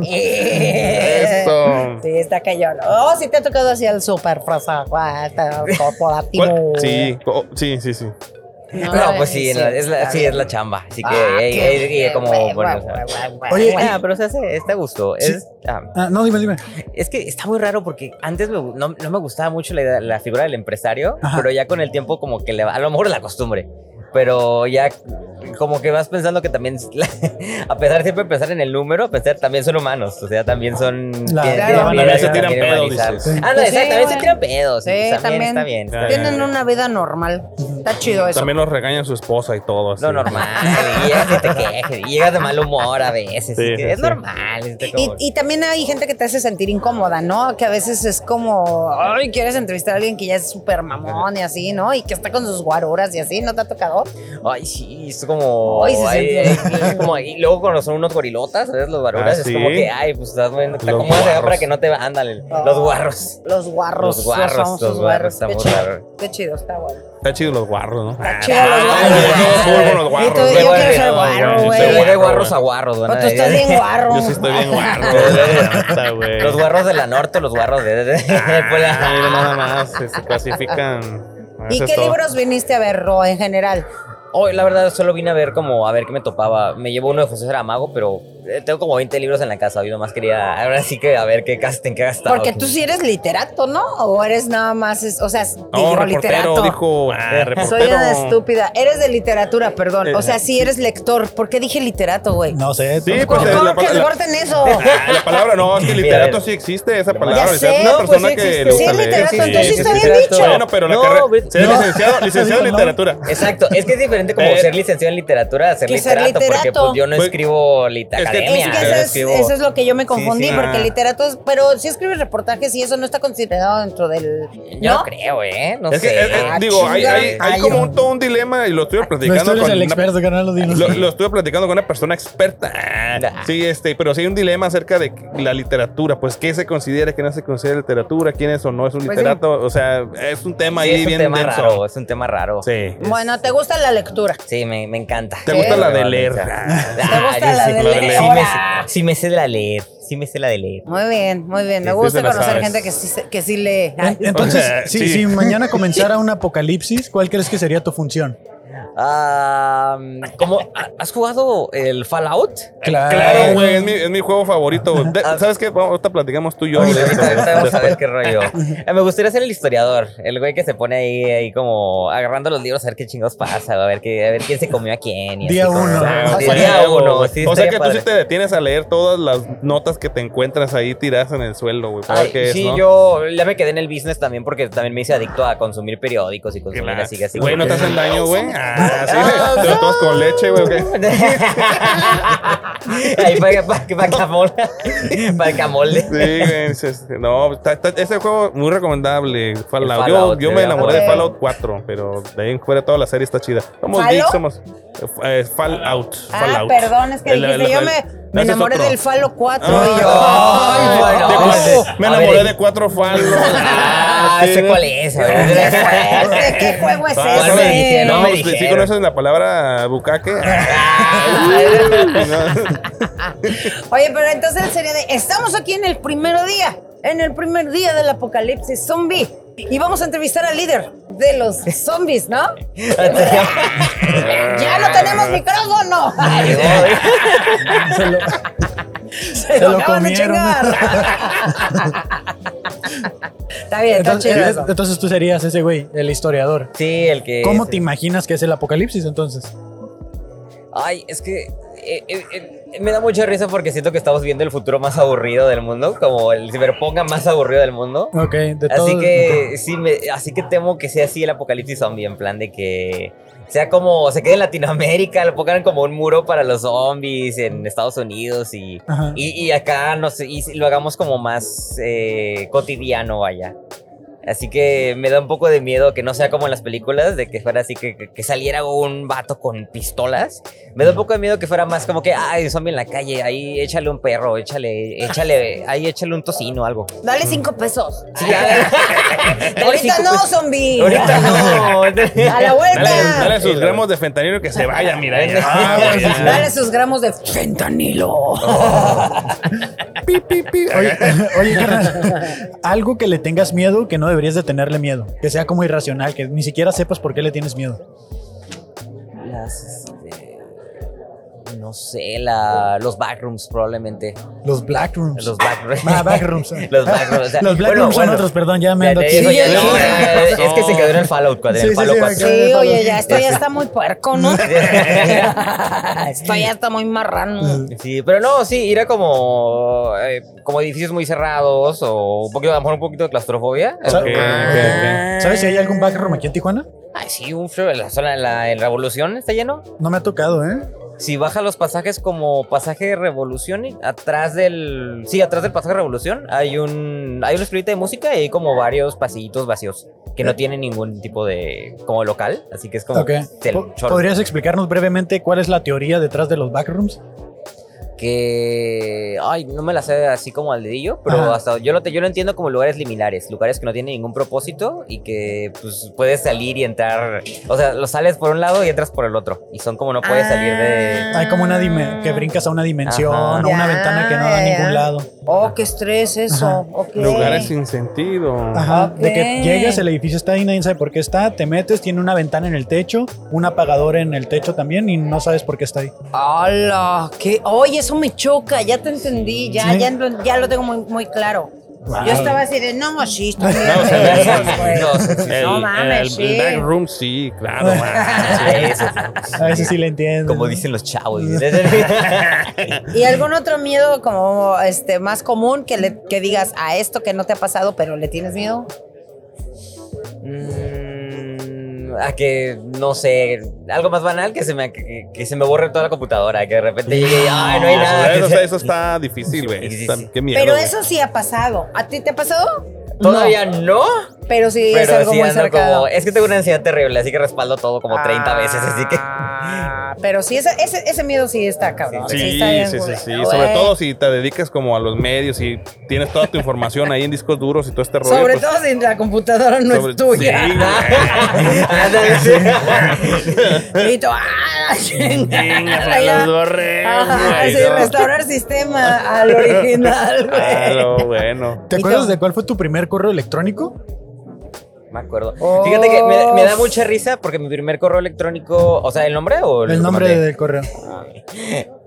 A: Eso.
C: Sí, está callado. Oh, sí te ha tocado así pues, el super frasa, ah, corporativo.
A: ¿Cuál? Sí, co- sí, sí, sí.
F: No, pues sí,
C: eh,
F: en la- es la,
C: está
F: sí,
C: bien.
F: es la chamba. Así que,
C: Ah,
F: ey,
C: qué
F: ey, ey, como,
C: bueno,
F: bueno, o
C: bueno,
F: sea.
C: bueno, bueno.
B: Oye,
F: Ah, pero se hace, está a gusto.
B: Sí.
F: Es, ah,
B: Ah, no, dime, dime.
F: es que está muy raro porque antes me gu- no, no me gustaba mucho la, idea- la figura del empresario,
B: Ajá.
F: pero ya con el tiempo como que le va- a lo mejor es la costumbre, pero ya como que vas pensando que también, la- a pesar de siempre pensar en el número, pensar también son humanos, o sea, también son...
B: La-
F: tienen-
B: Claro,
F: tienen
B: también
F: vidas,
A: se tiran
F: también
A: pedos,
F: humanizar.
A: dices.
F: Ah, no,
C: Pues sí,
F: exacto, también se
C: bueno.
F: tiran pedos.
C: Sí,
F: Sí, también,
C: también.
F: está bien. está
A: Ya,
F: bien.
C: Tienen una vida normal. Está chido eso.
A: También los regaña su esposa y todo. Así.
F: Lo normal, y llegas y te quejes, y llegas de mal humor a veces.
A: Sí,
F: es que
A: sí,
F: es
A: sí.
F: normal. es de
C: Y,
F: como-
C: y también hay gente que te hace sentir incómoda, ¿no? Que a veces es como, ay, quieres entrevistar a alguien que ya es súper mamón y así, ¿no? Y que está con sus guaruras y así, ¿no te ha tocado?
F: Ay, sí, es como.
C: Ay, se siente
F: es como- y luego cuando son unos gorilotas, ¿sabes? Los
A: Ah,
F: varones,
A: sí.
F: es como que, ay, pues estás moviendo. Está
A: Los
F: como hace
A: guarros.
F: para que no te. Ándale, los guarros.
C: Los guarros.
F: Los guarros,
C: famosos
F: los guarros, está
C: Qué
F: muy
C: chido,
F: raro.
C: qué chido, está bueno.
A: Está chido los guarros, ¿no?
C: Está chido los
A: yo todo full con los
C: guarros. Y tú,
A: guarros.
C: yo
F: Luego
C: quiero
F: de-
C: ser guarro,
A: yo
C: güey.
A: soy
F: Pero de
A: guarro,
F: guarros
A: güey.
F: a guarros,
C: Pero
F: van
C: tú
F: a-
C: estás bien guarro.
A: Yo sí estoy bien guarro.
F: Los
A: guarros.
F: guarros de la norte, los guarros de. de- de- pues, la-
A: nada más. Se, se clasifican.
C: ¿Y
A: Eso es
C: qué
A: todo.
C: libros viniste a ver, Ro, en general?
F: Hoy, la verdad, solo vine a ver como a ver qué me topaba. Me llevo uno de José Saramago, pero eh, tengo como 20 libros en la casa. Hoy nomás quería. Ahora sí que a ver qué casten, qué gastado.
C: Porque tú sí eres literato, ¿no? O eres nada más, es- o sea,
A: No,
C: digo,
A: reportero,
C: literato.
A: dijo. Ah, reportero. Eh,
C: Soy una estúpida. Eres de literatura, perdón. O sea, sí eres lector. ¿Por qué dije literato, güey?
B: No sé.
A: Sí,
B: tampoco-
A: pues,
C: ¿Cómo
A: la-
C: que
A: la-
C: corten eso?
A: Ah, la palabra no, es que
F: Mira,
A: literato
F: a ver.
A: sí existe esa palabra.
C: Ya
A: o sea,
C: sé,
A: es una
C: pues,
A: persona
C: sí
A: que
C: existe.
A: le
C: Sí,
A: gusta
C: es
A: leer.
C: literato, entonces
F: sí,
C: está
F: sí,
C: bien
F: literato.
C: dicho.
A: Bueno, pero la
F: No,
A: carrera.
F: güey,
A: Ser
B: no.
A: licenciado, licenciado en
B: No.
A: literatura.
F: Exacto, es que es diferente como
A: Eh,
F: ser licenciado en literatura a ser
C: que ser
F: literato, porque
C: literato.
F: pues, yo no
A: Pues,
F: escribo lit
A: que-
F: academia.
C: Es
A: Mía,
C: que
F: yo
C: eso es,
F: escribo-
C: eso es lo que yo me confundí,
A: sí.
C: porque
A: Ah.
C: literato es, pero si escribes reportajes y eso no está considerado dentro del...
F: Yo no
C: ¿no? Ah,
F: creo, ¿eh? No
A: Es que,
F: sé.
A: eh, eh, digo, hay, hay, hay como un, todo un dilema y lo
F: Ah,
A: estuve
B: No, tú
A: platicando
B: eres
A: con
B: el
A: una-
B: experto, carnal, lo dinos.
A: Lo, lo estuve platicando con una persona experta.
F: Nah.
A: Sí, este, pero sí hay un dilema acerca de la literatura. Pues, ¿qué se considera, qué no se considera literatura? ¿Quién es o no es un
C: Pues,
A: literato? O sea, es un tema
F: Sí,
A: ahí
F: es un
A: bien
F: tema
A: denso.
F: raro, es un tema raro. Sí,
A: Sí.
C: Bueno, ¿te gusta la lectura?
F: me, me encanta.
A: ¿Te gusta
F: Sí,
A: la
F: me
A: de
F: va a
A: leer?
F: gustar.
C: ¿Te gusta
F: Ah,
C: la
F: yo
C: de
F: sí,
C: leer?
F: Sí me,
C: Ahora.
F: sí me sé la leer, sí me sé la de leer.
C: Muy bien, muy bien. Me
A: Sí, sí
C: gusta
A: te la
C: conocer
A: sabes.
C: gente que sí, se- que sí lee.
B: En-
C: Ay,
B: Entonces,
A: O sea,
B: si,
A: sí.
B: si mañana comenzara un apocalipsis, ¿cuál crees que sería tu función?
F: Ah, ¿cómo, ¿Has jugado el Fallout?
A: Claro, güey, Eh, es mi, es mi juego favorito. güey. De-
F: Ah.
A: ¿Sabes qué? Vamos, ahorita platicamos tú y yo. de
F: Ahorita,
A: esto.
F: ahorita vamos a ver qué rollo. Eh, Me gustaría ser el historiador, el güey que se pone ahí, ahí como agarrando los libros a ver qué chingos pasa, a ver, qué, a ver quién se comió a quién. Y
B: Día
F: así como-
B: uno.
F: Ah,
A: Sí,
F: sí, día
A: güey.
F: uno. sí,
A: o sea
F: estaría
A: que tú
F: padre.
A: sí te detienes a leer todas las notas que te encuentras ahí tiradas en el suelo, güey. para
F: Ay,
A: ver qué
F: sí,
A: es, ¿no?
F: yo ya me quedé en el business también porque también me hice adicto a consumir periódicos y consumir
A: Claro.
F: Pues así, así.
A: Güey, no te hacen daño, güey. Ah, sí,
F: Ah,
A: te lo tomas con leche, güey. ¿o qué?
F: Ahí para, para, para camol- para el camole.
A: Sí, güey. dices, No, está- está- ese juego muy recomendable. Fallout.
F: El
A: Yo-
F: Fallout, eh,
A: yo,
F: sí,
A: me
F: el
A: enamoré de
C: Fallout.
A: Fallout 4, pero de ahí en fuera toda la serie está chida. Somos
C: ¿Falo?
A: geeks, somos. eh, Fallout.
C: Ah,
A: Fallout.
C: perdón, es que
A: El- el-
C: dijiste, yo
A: el-
C: me,
A: no,
C: me
A: ese es
C: enamoré
A: otro. Ah,
C: del Falo 4 y yo. pues,
F: Ay,
A: Ay,
F: bueno,
A: te-
F: ese-
A: me
F: a
A: enamoré
F: ver.
A: de cuatro falos.
F: Ah,
A: Sí,
F: sé
A: güey.
F: cuál es. a
C: ¿Qué
F: ver.
C: juego es- pues, ¿Qué juego es
F: Ah,
A: no me
C: Pues ese?
F: dijeron.
A: No,
F: me
A: pues, ¿sí
F: dijeron.
A: conoces la palabra bucaque? Ah,
C: Oye, pero entonces sería de, estamos aquí en el primer día, en el primer día del apocalipsis zombie. Y vamos a entrevistar al líder de los zombies, ¿no? ¡Ya no tenemos
A: Ah,
C: micrófono!
B: Se lo-
C: ¡Se
B: lo
C: lo acaban de
B: comieron.
C: chingar! está bien, está
B: entonces,
C: chido
B: entonces-
C: eso.
B: entonces tú serías ese güey, el historiador.
F: Sí, el que.
B: ¿Cómo te imaginas que es el apocalipsis entonces?
F: Ay, es que eh, eh, eh, me da mucha risa porque siento que estamos viendo el futuro más aburrido del mundo, como el ciberponga más aburrido del mundo.
B: Ok, de todo.
F: Así que sí, me, así que temo que sea así el apocalipsis zombie, en plan de que sea como se quede en Latinoamérica, lo pongan como un muro para los zombies en Estados Unidos y,
B: Ajá.
F: y, y acá no sé, y lo hagamos como más eh, cotidiano, vaya. Así que me da un poco de mieero que no sea como en las películas, de que fuera así, que, que- que saliera un vato con pistolas. Me da un poco de miedo que fuera más como que, ay, zombie en la calle, ahí échale un perro, échale, échale, ahí échale un tocino, algo.
C: Dale cinco pesos.
F: Sí, ya.
C: Ahorita no, zombie.
F: Ahorita no.
C: A la vuelta.
A: Dale, dale
C: Dale,
A: sus gramos de fentanilo que se vaya, mira. ya.
F: Ah,
A: Ah, güey, ya.
C: sus gramos de fentanilo.
A: Pi, pi, pi.
B: Oye, oye, carnal, algo que le tengas miedo que no deberías de tenerle miedo, que sea como irracional, que ni siquiera sepas por qué le tienes miedo.
F: Las, este, no sé, la, los backrooms probablemente.
B: Los black rooms.
F: Los backrooms.
B: Ah, backrooms.
F: los backrooms. o sea,
B: los black
F: bueno,
B: rooms
F: bueno,
B: son otros, perdón, ya me
F: ya
B: ando
F: te-
B: aquí.
F: eso
C: Sí,
F: ya-
C: ya-
F: no, eh, es que se quedó en el Fallout 4,
B: Sí,
F: en el
B: sí,
F: Fallout
B: sí,
F: 4.
C: Sí, oye, ya esto ya está muy puerco, ¿no? esto ya está muy marrano.
F: Sí, pero no, sí, ir a como, eh, como edificios muy cerrados o un poquito, a lo mejor un poquito de claustrofobia.
B: O sea,
A: Ok, ok,
B: ¿Sabes si hay algún backroom aquí en Tijuana?
F: Ay, sí, un frío, la zona, la, en Revolución está lleno.
B: No me ha tocado, ¿eh?
F: Si baja los pasajes como pasaje de Revolución, y atrás del. Sí, atrás del pasaje de Revolución hay un. Hay una escuelita de música y hay como varios pasillitos vacíos que no tienen ningún tipo de. como local. Así que es como.
B: Ok.
F: del
B: Po-
F: chorro.
B: ¿Podrías explicarnos brevemente cuál es la teoría detrás de los backrooms?
F: Que. Ay, no me la sé así como al dedillo, pero
B: Ajá.
F: hasta. Yo lo, te- yo lo entiendo como lugares liminares, lugares que no tienen ningún propósito y que pues puedes salir y entrar. O sea, lo sales por un lado y entras por el otro. Y son como no puedes salir de.
B: Hay como una dime- que brincas a una dimensión
F: Ajá.
B: o una
C: Ya,
B: ventana que no da a
C: ya, ya.
B: ningún lado.
C: Oh, qué estrés
B: Ajá.
C: eso. ok.
A: Lugares sin sentido.
F: Ah,
B: Ajá,
C: Ok.
B: de
F: eh.
B: que llegas, el edificio está ahí, nadie sabe por qué está, te metes, tiene una ventana en el techo, un apagador en el techo también y no sabes por qué está ahí.
C: ¡Hala! ¿Qué? Oye, eso me choca, ya te entendí, ya,
B: Sí.
C: ya, lo, ya lo tengo muy, muy claro.
B: Wow.
C: Yo estaba así de, no, sí, está bien,
A: No, o sea,
B: Ah.
C: güey,
A: el-
C: güey.
F: No, sí, sí,
A: El,
C: No mames,
A: el
C: sí.
A: Black Room, sí, claro. man.
F: Eso,
B: A veces sí le entiendo.
F: como dicen los chavos.
C: ¿Y algún otro miedo como este más común que, le, que digas a esto que no te ha pasado, pero le tienes miedo?
F: Mm, a que, no sé, algo más banal que se me, que, que se me borre toda la computadora, que de repente llegue y, ay, no hay nada.
A: Eso,
F: que se-
A: eso está difícil, güey.
F: Sí, sí,
A: Está-
F: sí.
A: Qué miedo.
C: pero
A: güey.
C: eso sí ha pasado. ¿A ti te ha pasado?
F: Todavía no,
C: No, pero sí es
F: pero
C: algo
F: sí
C: muy
F: ando
C: cercano.
F: como, es que tengo una ansiedad terrible, así que respaldo todo como 30 veces, así que...
C: Ah, Pero sí, ese, ese, ese miedo sí está cabrón.
A: Sí, sí,
C: está bien
A: sí, sí,
C: culero,
A: Sobre
C: güey.
A: todo si te dedicas como a los medios y tienes toda tu información ahí en discos duros y todo este rollo.
C: Sobre
A: pues,
C: todo si la computadora no
A: sobre-
C: es tuya.
A: Sí, güey.
F: Ándale, sí.
C: Y tú, ¡ah!
A: Chingas
C: Chinga,
A: a
C: ya.
A: los borregos,
C: Ajá,
A: güey,
C: ah, sí,
A: no.
C: restaurar sistema al original, güey.
A: Claro, bueno.
B: ¿Te
C: ¿Y
B: acuerdas
C: qué?
B: de cuál fue tu primer correo electrónico?
F: me acuerdo.
C: Oh.
F: Fíjate que me, me da mucha risa porque mi primer correo electrónico, o sea, el nombre o
B: El nombre del correo.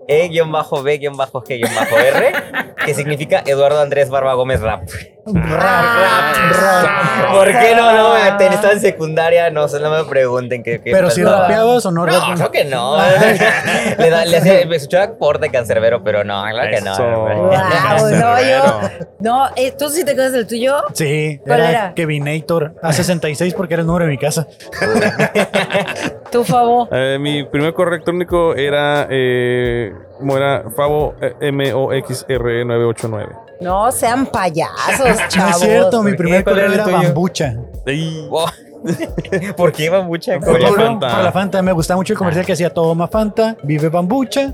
F: E E-B-G-R, que significa Eduardo Andrés Barba Gómez Rap.
C: Ah.
F: ¿Por qué no? No, me- te- estaba en secundaria, no, sé, no me pregunten qué. qué
B: Pero si
F: pasaba.
B: rapeabas o no
F: No,
B: rapeabas. Ah,
F: creo que no. le, da- le hacía- me escuchaba por de cancerbero, pero no, claro que no.
A: Ah,
C: Wow, no, yo.
A: Cerbero.
C: No, eh, ¿tú sí te acuerdas del tuyo?
B: Sí,
C: ¿Cuál
B: era,
C: era?
B: Kevinator A66 porque era el número de mi casa.
F: Ah,
C: Tu favor.
A: Eh, mi primer correo electrónico era, eh, ¿cómo era? Favo eh, E MOXR989.
C: No sean payasos,
B: no
C: chavos.
B: es cierto, mi
F: ¿por
B: primer
F: qué? ¿Cuál
B: correo
F: era el
B: era
F: tuyo?
B: Bambucha.
A: Ey,
F: ¿Por qué iba mucha
A: Por la
B: Por-
A: Fanta.
B: por la Fanta, me gustaba mucho el comercial que hacía Toma Fanta, vive Bambucha.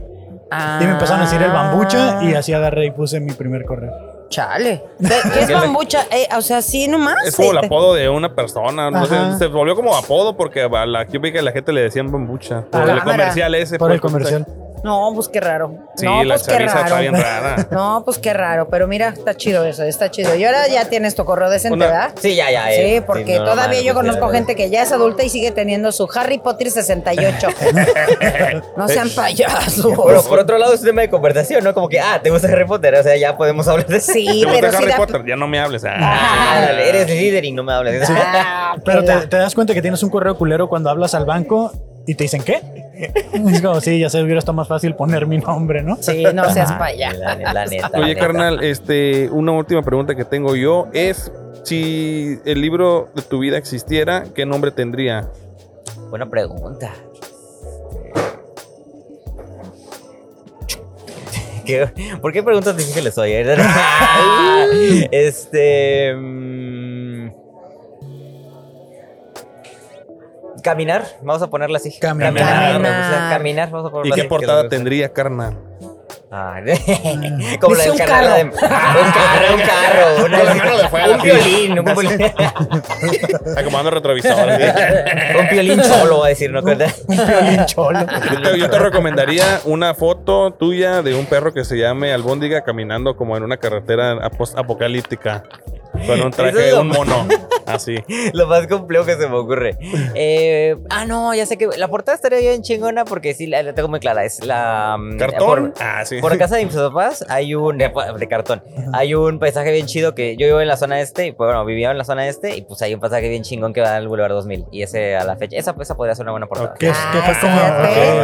C: Ah.
B: Y me empezaron a decir el Bambucha y así agarré y puse mi primer correo.
C: Chale. ¿Qué qué es bambucha? Eh, o sea, sí, nomás.
A: Es como el
C: Eh,
A: apodo de una persona. No
B: Ajá.
A: sé, se volvió como apodo porque a la, yo vi que a la gente le decían bambucha. Por
C: Ah,
A: el comercial ese.
B: Por el
A: pues,
B: comercial.
C: No, pues qué raro.
A: Sí,
C: no,
A: la
C: pues qué
A: chaviza está bien
C: raro.
A: rara.
C: No, pues qué raro, pero mira, está chido eso, está chido. Y ahora ya tienes tu correo decente,
A: Una-
C: ¿verdad?
F: Sí, ya, ya. eh.
C: Sí, porque
F: Sí, no,
C: todavía
A: pues
F: no,
C: yo
F: no,
C: conozco
F: no,
C: gente que ya es adulta y sigue teniendo su Harry Potter 68. no sean
F: Pero
C: payasos.
F: por otro lado es un tema de conversación, ¿no? Como que, ah, ¿te gusta Harry Potter? O sea, ya podemos hablar de eso.
A: ¿Te
C: Sí,
A: gusta
C: pero sí
A: Harry
C: da-
A: Potter? Ya no me hables.
F: Ah,
A: Ah.
F: dale, eres líder y no me hables.
C: Ah,
B: Pero
C: pela.
B: te, te das cuenta que tienes un correo culero cuando hablas al banco y te dicen ¿qué? Es como, sí, ya se hubiera estado más fácil poner mi nombre, ¿no?
C: Sí, no
A: Ah,
C: seas payaso.
F: La, ne- la neta. la
A: Oye,
F: neta.
A: carnal, este, una última pregunta que tengo yo es si el libro de tu vida existiera, ¿qué nombre tendría?
F: Buena pregunta. ¿Qué- ¿Por qué preguntas difíciles hoy? eh? este. mm, Caminar, vamos a ponerla así.
B: Caminar.
F: Caminar, me gusta caminar, vamos a
A: ¿Y
F: ponerla así.
A: qué
F: que
A: portada
F: lo-
A: tendría, carnal?
F: Ah, como
C: Mm. Dice
F: la del
C: un
F: canal
C: carro.
F: de- Ah, un carro, un carro. una-
A: Con la mano de fuera,
F: Un
A: así.
F: violín, un violín.
A: Acomodando retrovisores.
F: Un violín solo, va a decir, ¿no?
B: Un piolín cholo.
A: Yo te, yo te recomendaría una foto tuya de un perro que se llame Albóndiga caminando como en una carretera apos- apocalíptica con un traje
F: Eso es
A: de
F: lo
A: un mono. Ah, Así.
F: Lo más complejo que se me ocurre. Eh, ah, no, ya sé que la portada estaría bien chingona porque sí, la, la tengo muy clara. Es la. mm,
A: Cartón.
F: Por,
A: Ah, sí.
F: por casa de mis papás hay un. De, de cartón. Hay un paisaje bien chido que yo vivo en la zona este. Y pues, bueno, vivía en la zona este. Y pues hay un paisaje bien chingón que va al Boulevard 2000. Y ese a la fecha. Esa, esa podría ser una buena portada.
B: Que, es- que fue como,
C: Ah,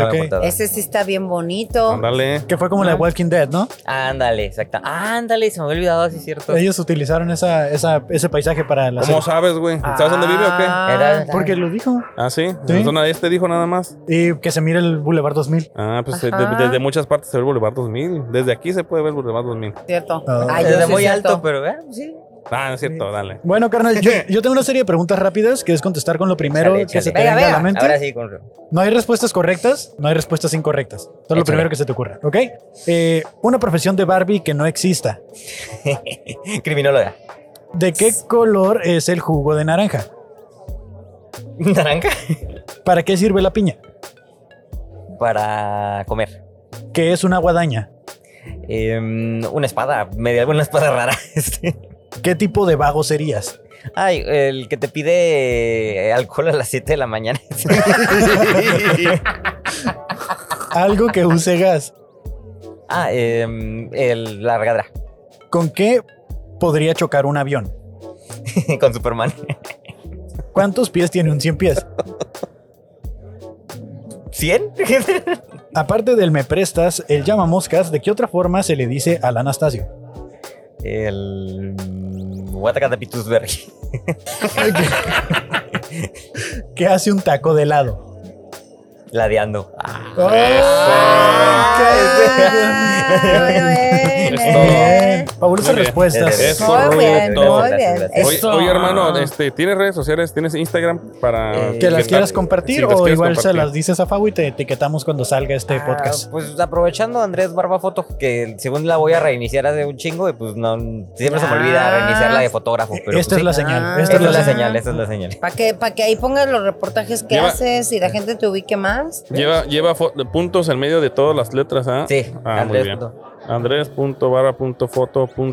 B: ok,
C: sí,
B: ok.
F: ok.
C: Ese sí está bien bonito.
A: Ándale.
B: Que fue como la de Walking Dead, ¿no?
F: Ándale, exacto. Ándale, se me había olvidado, sí, es cierto.
B: Ellos utilizaron esa, esa, ese paisaje para la
A: ¿Cómo
B: serie.
A: sabes, güey? ¿Sabes dónde vive o qué?
F: Era-
B: Porque lo dijo.
A: Ah, sí.
B: Sí.
A: En la zona este dijo nada más.
B: Y que se mire el Boulevard 2000.
A: Ah, pues eh, de-
C: Ajá.
A: desde muchas partes se ve el Boulevard 2000. Desde aquí se puede ver el Boulevard 2000.
C: Cierto.
B: Ah.
C: Ay, yo
F: Desde
C: sí
F: muy
C: cierto.
F: alto, pero eh, sí.
A: Ah, no es cierto, dale.
B: Bueno, carnal, yo, yo tengo una serie de preguntas rápidas que es contestar con lo primero
F: Échale,
B: que se te
F: échale.
B: venga
C: Venga,
B: a la
C: venga.
B: mente.
F: Ahora sí, con.
B: No hay respuestas correctas, no hay respuestas incorrectas. Todo lo
F: Échale.
B: primero que se te ocurra, ¿ok? Eh, una profesión de Barbie que no exista.
F: Criminóloga.
B: ¿De qué color es el jugo de naranja?
F: Naranja.
B: ¿Para qué sirve la piña?
F: Para comer.
B: ¿Qué es una guadaña?
F: Em, una espada, media, una espada rara. este.
B: ¿Qué tipo de vago serías?
F: Ay, el que te pide eh, alcohol a las 7 de la mañana.
B: Algo que use gas.
F: ah, em, el, la regadera
B: ¿Con qué podría chocar un avión?
F: con Superman.
B: ¿Cuántos pies tiene un 100 pies?
F: ¿100?
B: Aparte del me prestas, el llama moscas, ¿de qué otra forma se le dice al Anastasio?
F: el. mm, Watacatapitusberg.
B: ¿Qué hace un taco de helado?
F: Ladeando. Ah,
C: Ah, muy bien, eh.
B: Fabulosas
A: Muy bien.
B: respuestas.
A: Eso,
C: Muy bien,
A: Roberto.
C: muy bien.
F: Gracias, gracias.
A: Oye,
C: Eso.
A: oye, hermano, este, ¿tienes redes sociales? ¿Tienes Instagram para
F: Eh,
B: Que las
F: Sí,
B: quieras
F: sí,
B: compartir
A: sí, las
B: o
A: quieres
B: igual se
A: compartir.
B: las dices a Fabo y te etiquetamos cuando salga este
F: Ah,
B: podcast.
F: Pues aprovechando Andrés Barba Foto, que según la voy a reiniciar hace un chingo, y pues no, siempre se me olvida reiniciarla de fotógrafo. Pero
B: esta
F: pues,
B: es la
F: sí.
B: señal.
C: Ah.
B: Esta es la señal.
F: señal, esta es la señal.
C: Para que, pa' que ahí pongas los reportajes que
A: Lleva-
C: haces y la gente te ubique más.
A: Lleva, lleva fo- puntos en medio de todas las letras, ¿ah?
F: Sí,
A: Ah, muy
F: Andrés
A: bien.
F: cierto.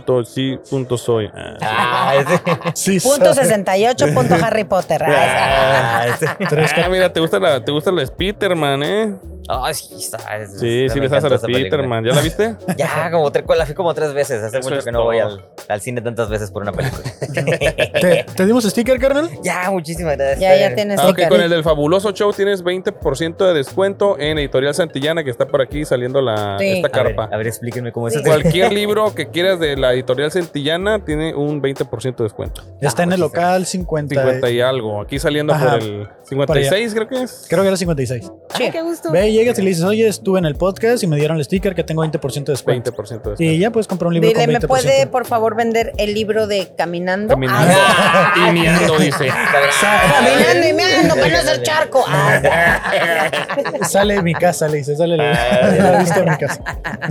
A: Andrés.barra.foto.si.soy.
F: Ah, ese.
B: Sí,
C: Punto
B: sabe.
C: 68, punto Harry Potter. Ah,
F: Ah, ese.
A: Ah, mira, te gusta la, te gusta la Spiderman, ¿eh?
F: Ay, sí, está- es-
A: Sí,
F: me
A: sí, le
F: encanta
A: haces a la
F: esa película.
A: Spiderman. ¿Ya la viste?
F: Ya, como tres, la fui como tres veces. Hace
A: Eso
F: mucho
A: es
F: que no voy
A: todo.
F: al, al cine tantas veces por una película.
B: ¿Te, te dimos sticker, carnal?
F: ya, muchísimas gracias.
C: Ya, ya tienes
A: Ah, ok,
C: sticker.
A: con el del fabuloso show tienes 20% de descuento en Editorial Santillana, que está por aquí saliendo la,
C: Sí.
A: esta
F: A ver,
A: carpa.
F: a ver, explíquenme cómo es
D: Sí.
F: eso.
A: Cualquier libro que quieras de la Editorial Santillana tiene un 20% de descuento.
B: Está en el local 50.
A: 50 y algo. Aquí saliendo
B: Ajá.
A: por el 56, creo que es.
B: Creo que era 56.
C: Sí.
B: Ve, llegas y le dices, oye, estuve en el podcast y me dieron el sticker que tengo 20% de descuento.
A: 20% de descuento.
B: Y ya puedes comprar un libro
C: Dile,
B: con
C: ¿me
B: 20%.
C: puede por favor vender el libro de Caminando?
A: Caminando.
C: Ah,
A: y miando, dice.
C: caminando y meando, que no es el charco. Ah,
B: Sale de mi casa, le dice, sale
A: Ah.
B: la, la vista de mi casa.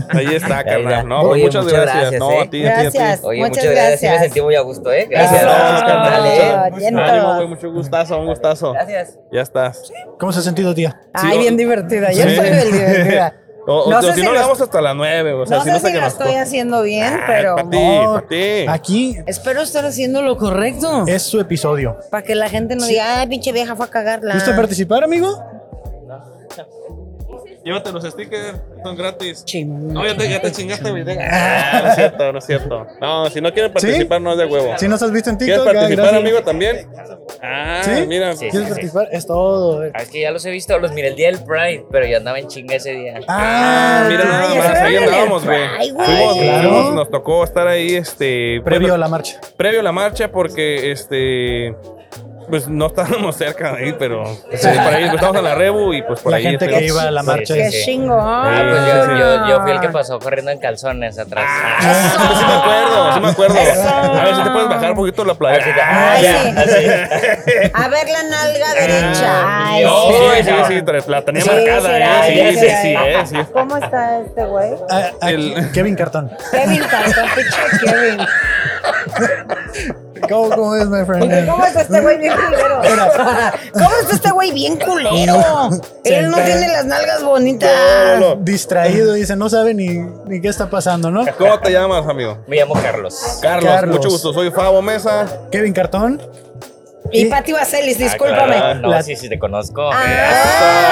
A: Ahí está, carnal. No, pues,
F: Oye,
A: muchas,
F: muchas
A: gracias.
F: gracias,
A: No,
F: ¿eh?
A: a ti, a ti, a ti.
C: Gracias.
F: Oye,
C: Muchas
F: muchas, gracias. Sí me
C: gracias.
F: sentí muy a gusto, ¿eh?
C: Gracias.
F: Gracias. carnal, ¿eh?
C: Muchas gracias.
A: Ánimo, güey, mucho gusto, un gustazo.
F: Gracias.
A: Ya estás.
B: ¿Cómo se ha sentido, tía?
C: Ay,
A: o-
C: bien divertida. Yo
A: Sí.
C: soy bien divertida.
A: O, o-
C: No
A: o
C: sé
A: si
C: si
A: no,
C: lo-
A: le damos hasta las 9. O sea,
C: No
A: si no
C: sé
A: sé
C: si
A: que
C: lo
A: nos
C: estoy haciendo bien,
A: Ah,
C: pero
A: Para ti,
B: No,
A: para ti.
B: Aquí
C: espero estar haciendo lo correcto.
B: es su episodio.
C: Para que la gente no diga, ay, pinche vieja, fue a cagarla.
B: ¿Gusta participar, amigo?
A: Llévate los stickers, son gratis.
C: Chim.
A: No, ya te, ya te chingaste, güey. Ah, no es cierto, no es cierto. No, si no quieren participar, no es de huevo.
B: Si nos has visto en
A: ¿Quieres
B: TikTok, ah,
A: participar,
B: gracias.
A: amigo, también? Ah,
B: ¿Sí?
A: mira.
E: Sí.
B: ¿Quieres participar? Es todo. eh.
E: Ah, es que ya los he visto, los miré el día del Pride, pero yo andaba en chinga ese día.
B: Ah,
A: Mira
C: Ah,
A: nada
C: ya
A: más,
C: se
A: ahí
C: ve
A: andábamos,
C: el
A: güey.
C: fly, güey.
A: Fuimos,
B: Claro.
A: fuimos, nos tocó estar ahí, este...
B: previo a
A: bueno,
B: la marcha.
A: previo a la marcha porque, este... Pues no estábamos cerca de ahí, pero... sí, por ahí, pues, estábamos en la Rebu y pues por
B: La
A: ahí...
B: gente que
A: estuvimos.
B: iba a la
E: Sí, sí,
B: marcha.
C: Qué
B: es-
E: sí.
C: chingo.
E: Ah, pues yo, yo- yo fui el que pasó corriendo en calzones atrás.
A: Sí,
C: Ah.
A: sí me acuerdo, sí me acuerdo.
C: Eso.
A: A ver si te puedes bajar un poquito la playa.
C: Ay, sí. A ver la nalga derecha. Ay,
A: No,
C: sí.
A: Ah, sí, sí, sí, tra- la tenía
C: Sí,
A: marcada, ¿eh?
C: será, sí,
A: Sí, sí,
C: será.
A: sí, eh, sí.
C: ¿Cómo está este güey?
B: Ah, aquí,
A: El-
B: Kevin Cartón.
C: Kevin, tanto pinche Kevin.
B: ¿Cómo, cómo es, my friend?
C: ¿Cómo está este güey bien culero? ¿Cómo está este güey bien culero? Él no tiene las nalgas bonitas.
B: Distraído, dice, no sabe ni, ni qué está pasando, ¿no?
A: ¿Cómo te llamas, amigo?
E: Me llamo Carlos.
A: Carlos,
B: Carlos.
A: mucho gusto. Soy Fabo Mesa.
B: Kevin Cartón.
C: Y Pati Vaselis, discúlpame. Ah.
E: Ah, No,
B: La-
E: sí, sí te conozco.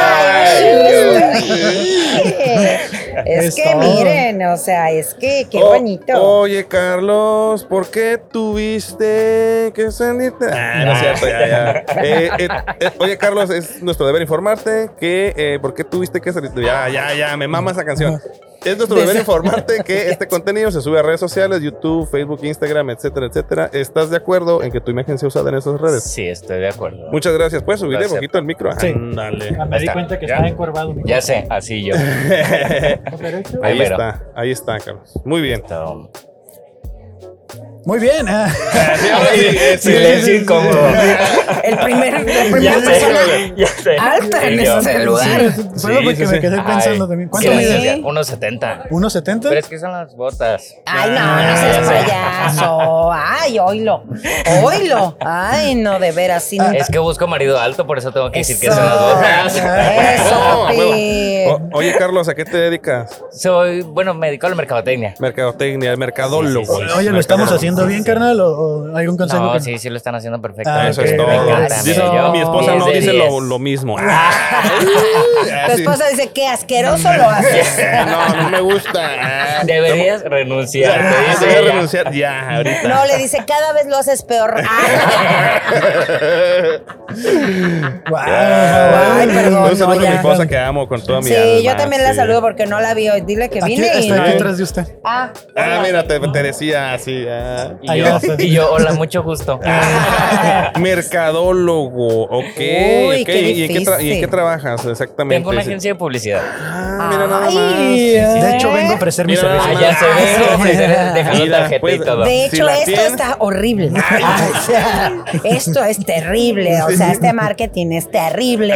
C: Ay, este Es que
B: Eso.
C: miren, o sea, es que qué
A: O-
C: bonito.
A: Oh, Oye, Carlos, ¿por qué tuviste que salirte? Ah, no es cierto, ya, ya. Eh, eh, eh, oye, Carlos, es nuestro deber informarte que eh, ¿por qué tuviste que salirte? Ya, ya, ya, me mama esa canción. Es nuestro deber informarte que este contenido se sube a redes sociales, YouTube, Facebook, Instagram, etcétera, etcétera. ¿Estás de acuerdo en que tu imagen sea usada en esas redes?
E: Sí, estoy de acuerdo.
A: Muchas gracias. ¿Puedes subirle un
E: Gracias.
A: poquito el micro?
B: Sí.
A: Ándale.
B: Ah, Me di
E: está.
B: cuenta que
E: Ya.
B: estaba encorvado. mi
E: Ya sé, así yo.
B: cuerpo derecho.
A: Ahí
E: Primero.
A: está, ahí está, Carlos. Muy bien.
E: Esto-
B: Muy bien. ah.
E: eh, Silencio incómodo.
C: El primer, la primera
E: Ya sé,
C: persona
E: ya sé.
C: alta en
E: Sí, yo.
C: este lugar.
B: Fue lo
E: Sí,
B: que
E: sí,
B: me
E: sí.
B: quedé pensando
E: Ay,
B: también.
E: qué
B: ¿Cuánto
C: sí.
B: mide?
E: belleza. 1.70. Pero es
B: ¿1.70?
E: que son las botas.
C: Ay, no, no seas payaso. Ay, oílo. Oílo. Ay, no, de veras, sí.
B: Ah.
C: no.
E: Es que busco marido alto, por eso tengo que decir que son las botas.
A: Ah,
C: Eso,
A: huevo.
C: Pi.
A: O- oye, Carlos, ¿a qué te dedicas?
E: Soy, bueno, me dedico a la mercadotecnia.
A: Mercadotecnia, mercadólogo.
E: Sí, sí, sí.
B: Oye, ¿lo estamos
A: Mercadólogo.
B: haciendo bien, carnal? ¿O, o algún consejo?
E: No,
B: que-
E: sí, sí lo están haciendo perfecto.
B: Ah,
A: Eso
B: ok,
A: es
E: Me
A: todo.
E: encanta,
A: Dice-
E: mira, yo-
A: mi esposa
E: diez
A: no
E: de
A: dice
E: diez.
A: lo, lo mismo. Ah,
C: Tu
A: sí.
C: esposa dice, qué asqueroso lo haces.
A: No, no me gusta.
E: Deberías renunciar. te
A: Ah,
E: dice
A: voy a
E: ella.
A: renunciar ya, ahorita.
C: No, le dice, cada vez lo haces peor.
B: Guau,
A: Ay,
B: guau,
C: perdón,
A: Un saludo a
C: no,
A: mi
C: ya.
A: esposa que amo con toda mi alma.
C: Sí, yo también la
A: sí.
C: saludo porque no la vi hoy. Dile que
B: Aquí
C: vine y
B: está
C: no.
B: aquí atrás de usted.
C: Ah,
A: Ah, mira, te, te decía así. ah.
E: Y yo,
B: Ahí está.
E: y yo, hola, mucho gusto.
A: Mercadólogo, ok.
C: Uy,
A: ok.
C: qué
A: ¿Y, en qué tra- y en qué
C: difícil.
A: trabajas exactamente?
E: Tengo una
A: Sí.
E: agencia de publicidad.
A: Ah, mira nada más.
C: Ay,
B: De hecho, vengo a ofrecer mi
A: Mira,
B: servicio.
E: Ah,
A: Ah,
E: ya se
A: sí.
E: ve. Dejando
A: Mira,
E: tarjeta y
A: pues,
E: todo.
C: De
A: Si
C: hecho,
A: la
C: esto
A: tienes-
C: está horrible. O sea, esto es terrible. O
A: Sí,
C: sea, este marketing es terrible.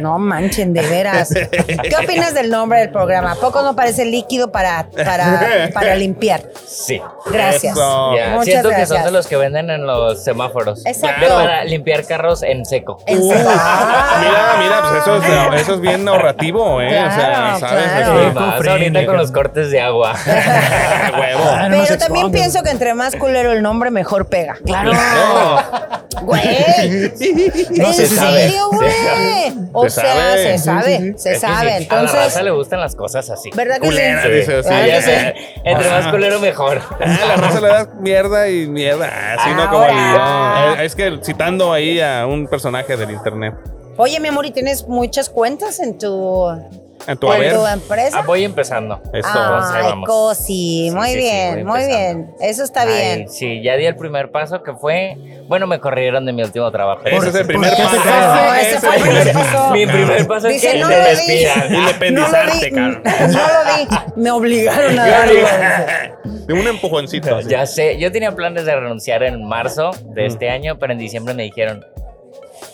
C: No manchen, de veras. ¿Qué opinas del nombre del programa? ¿A poco no parece líquido para, para, para limpiar?
F: Sí.
C: Gracias.
A: Eso.
F: Ya,
C: Muchas
F: Siento que son
C: gracias.
F: de los que venden en los semáforos.
C: Exacto.
F: Pero Para limpiar carros en seco.
C: En serio.
A: uh,
C: Ah.
A: Mira, mira, pues eso es, eso es bien ahorrativo, ¿eh? o sea,
C: Claro,
A: ¿sabes?
C: claro.
A: Este,
F: Y más ahorita con los cortes de agua.
A: huevo.
B: Ah, no, no se
C: Pero también
B: expande.
C: pienso que entre más culero el nombre, mejor pega. Claro.
A: No,
C: Güey.
B: No
C: ¿En
B: se sabe.
C: serio, güey? O
A: Se
C: sea,
A: sabe.
C: se sabe, se
F: Es que sí,
C: sabe.
F: A la raza
C: Entonces,
F: le gustan las cosas así.
C: ¿verdad que
A: Culera,
C: Ah, sí?
A: dice, sí.
C: ¿Verdad
F: Ya
C: que sí?
F: sé, Entre más culero, mejor.
A: Ah, la raza le da mierda y mierda. Así no como
C: Ahora.
A: el- no, Es que citando ahí a un personaje del internet.
C: Oye, mi amor, ¿y tienes muchas cuentas en tu,
A: En tu
C: en
A: haber.
C: tu empresa?
F: Ah, voy empezando.
A: Eso.
F: Entonces, ahí
C: Ay,
F: vamos.
C: Cosi, muy
F: Sí, sí, sí,
C: bien,
F: voy
C: muy
F: empezando.
C: bien. Eso está
F: Ay,
C: bien.
F: Sí, ya di el primer paso que fue. Bueno, me corrieron de mi último trabajo.
A: Ese es el primer
B: ¿Por qué te
A: paso.
B: crees?
C: Ese fue el primer paso.
F: Mi primer paso es
C: Dice,
F: que
C: no
F: te
C: lo vi.
F: despidan.
C: No lo vi, no lo vi. Me obligaron a darlo.
A: De un empujoncito. así.
F: Ya sé, yo tenía planes de renunciar en marzo de este año, pero en diciembre me dijeron,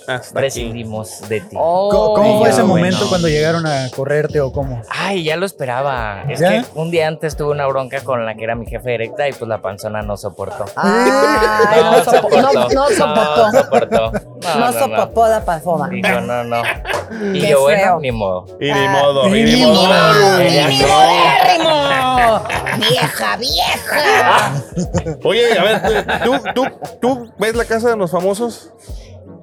A: Hasta aquí.
F: prescindimos de ti.
B: ¿Cómo, cómo fue
F: ya,
B: ese
F: bueno.
B: momento cuando llegaron a correrte o cómo?
F: Ay, ya lo esperaba. Es
B: ¿Ya?
F: que un día antes tuve una bronca con la que era mi jefe directa y pues la panzona no soportó.
C: Ay, no, sopo- no, no soportó.
F: No soportó. No,
C: No
F: no, no.
C: soportó la pafoma.
F: Dijo, no, no. Y
C: Qué
F: yo, bueno,
C: feo.
F: ni modo.
A: Y ni modo, y ni
B: Ni
A: modo.
F: modo,
A: Ay,
F: ni
A: no.
C: ¡Vieja,
F: Ah,
C: vieja!
A: Oye, a ver, ¿tú, tú, tú ves la casa de los famosos?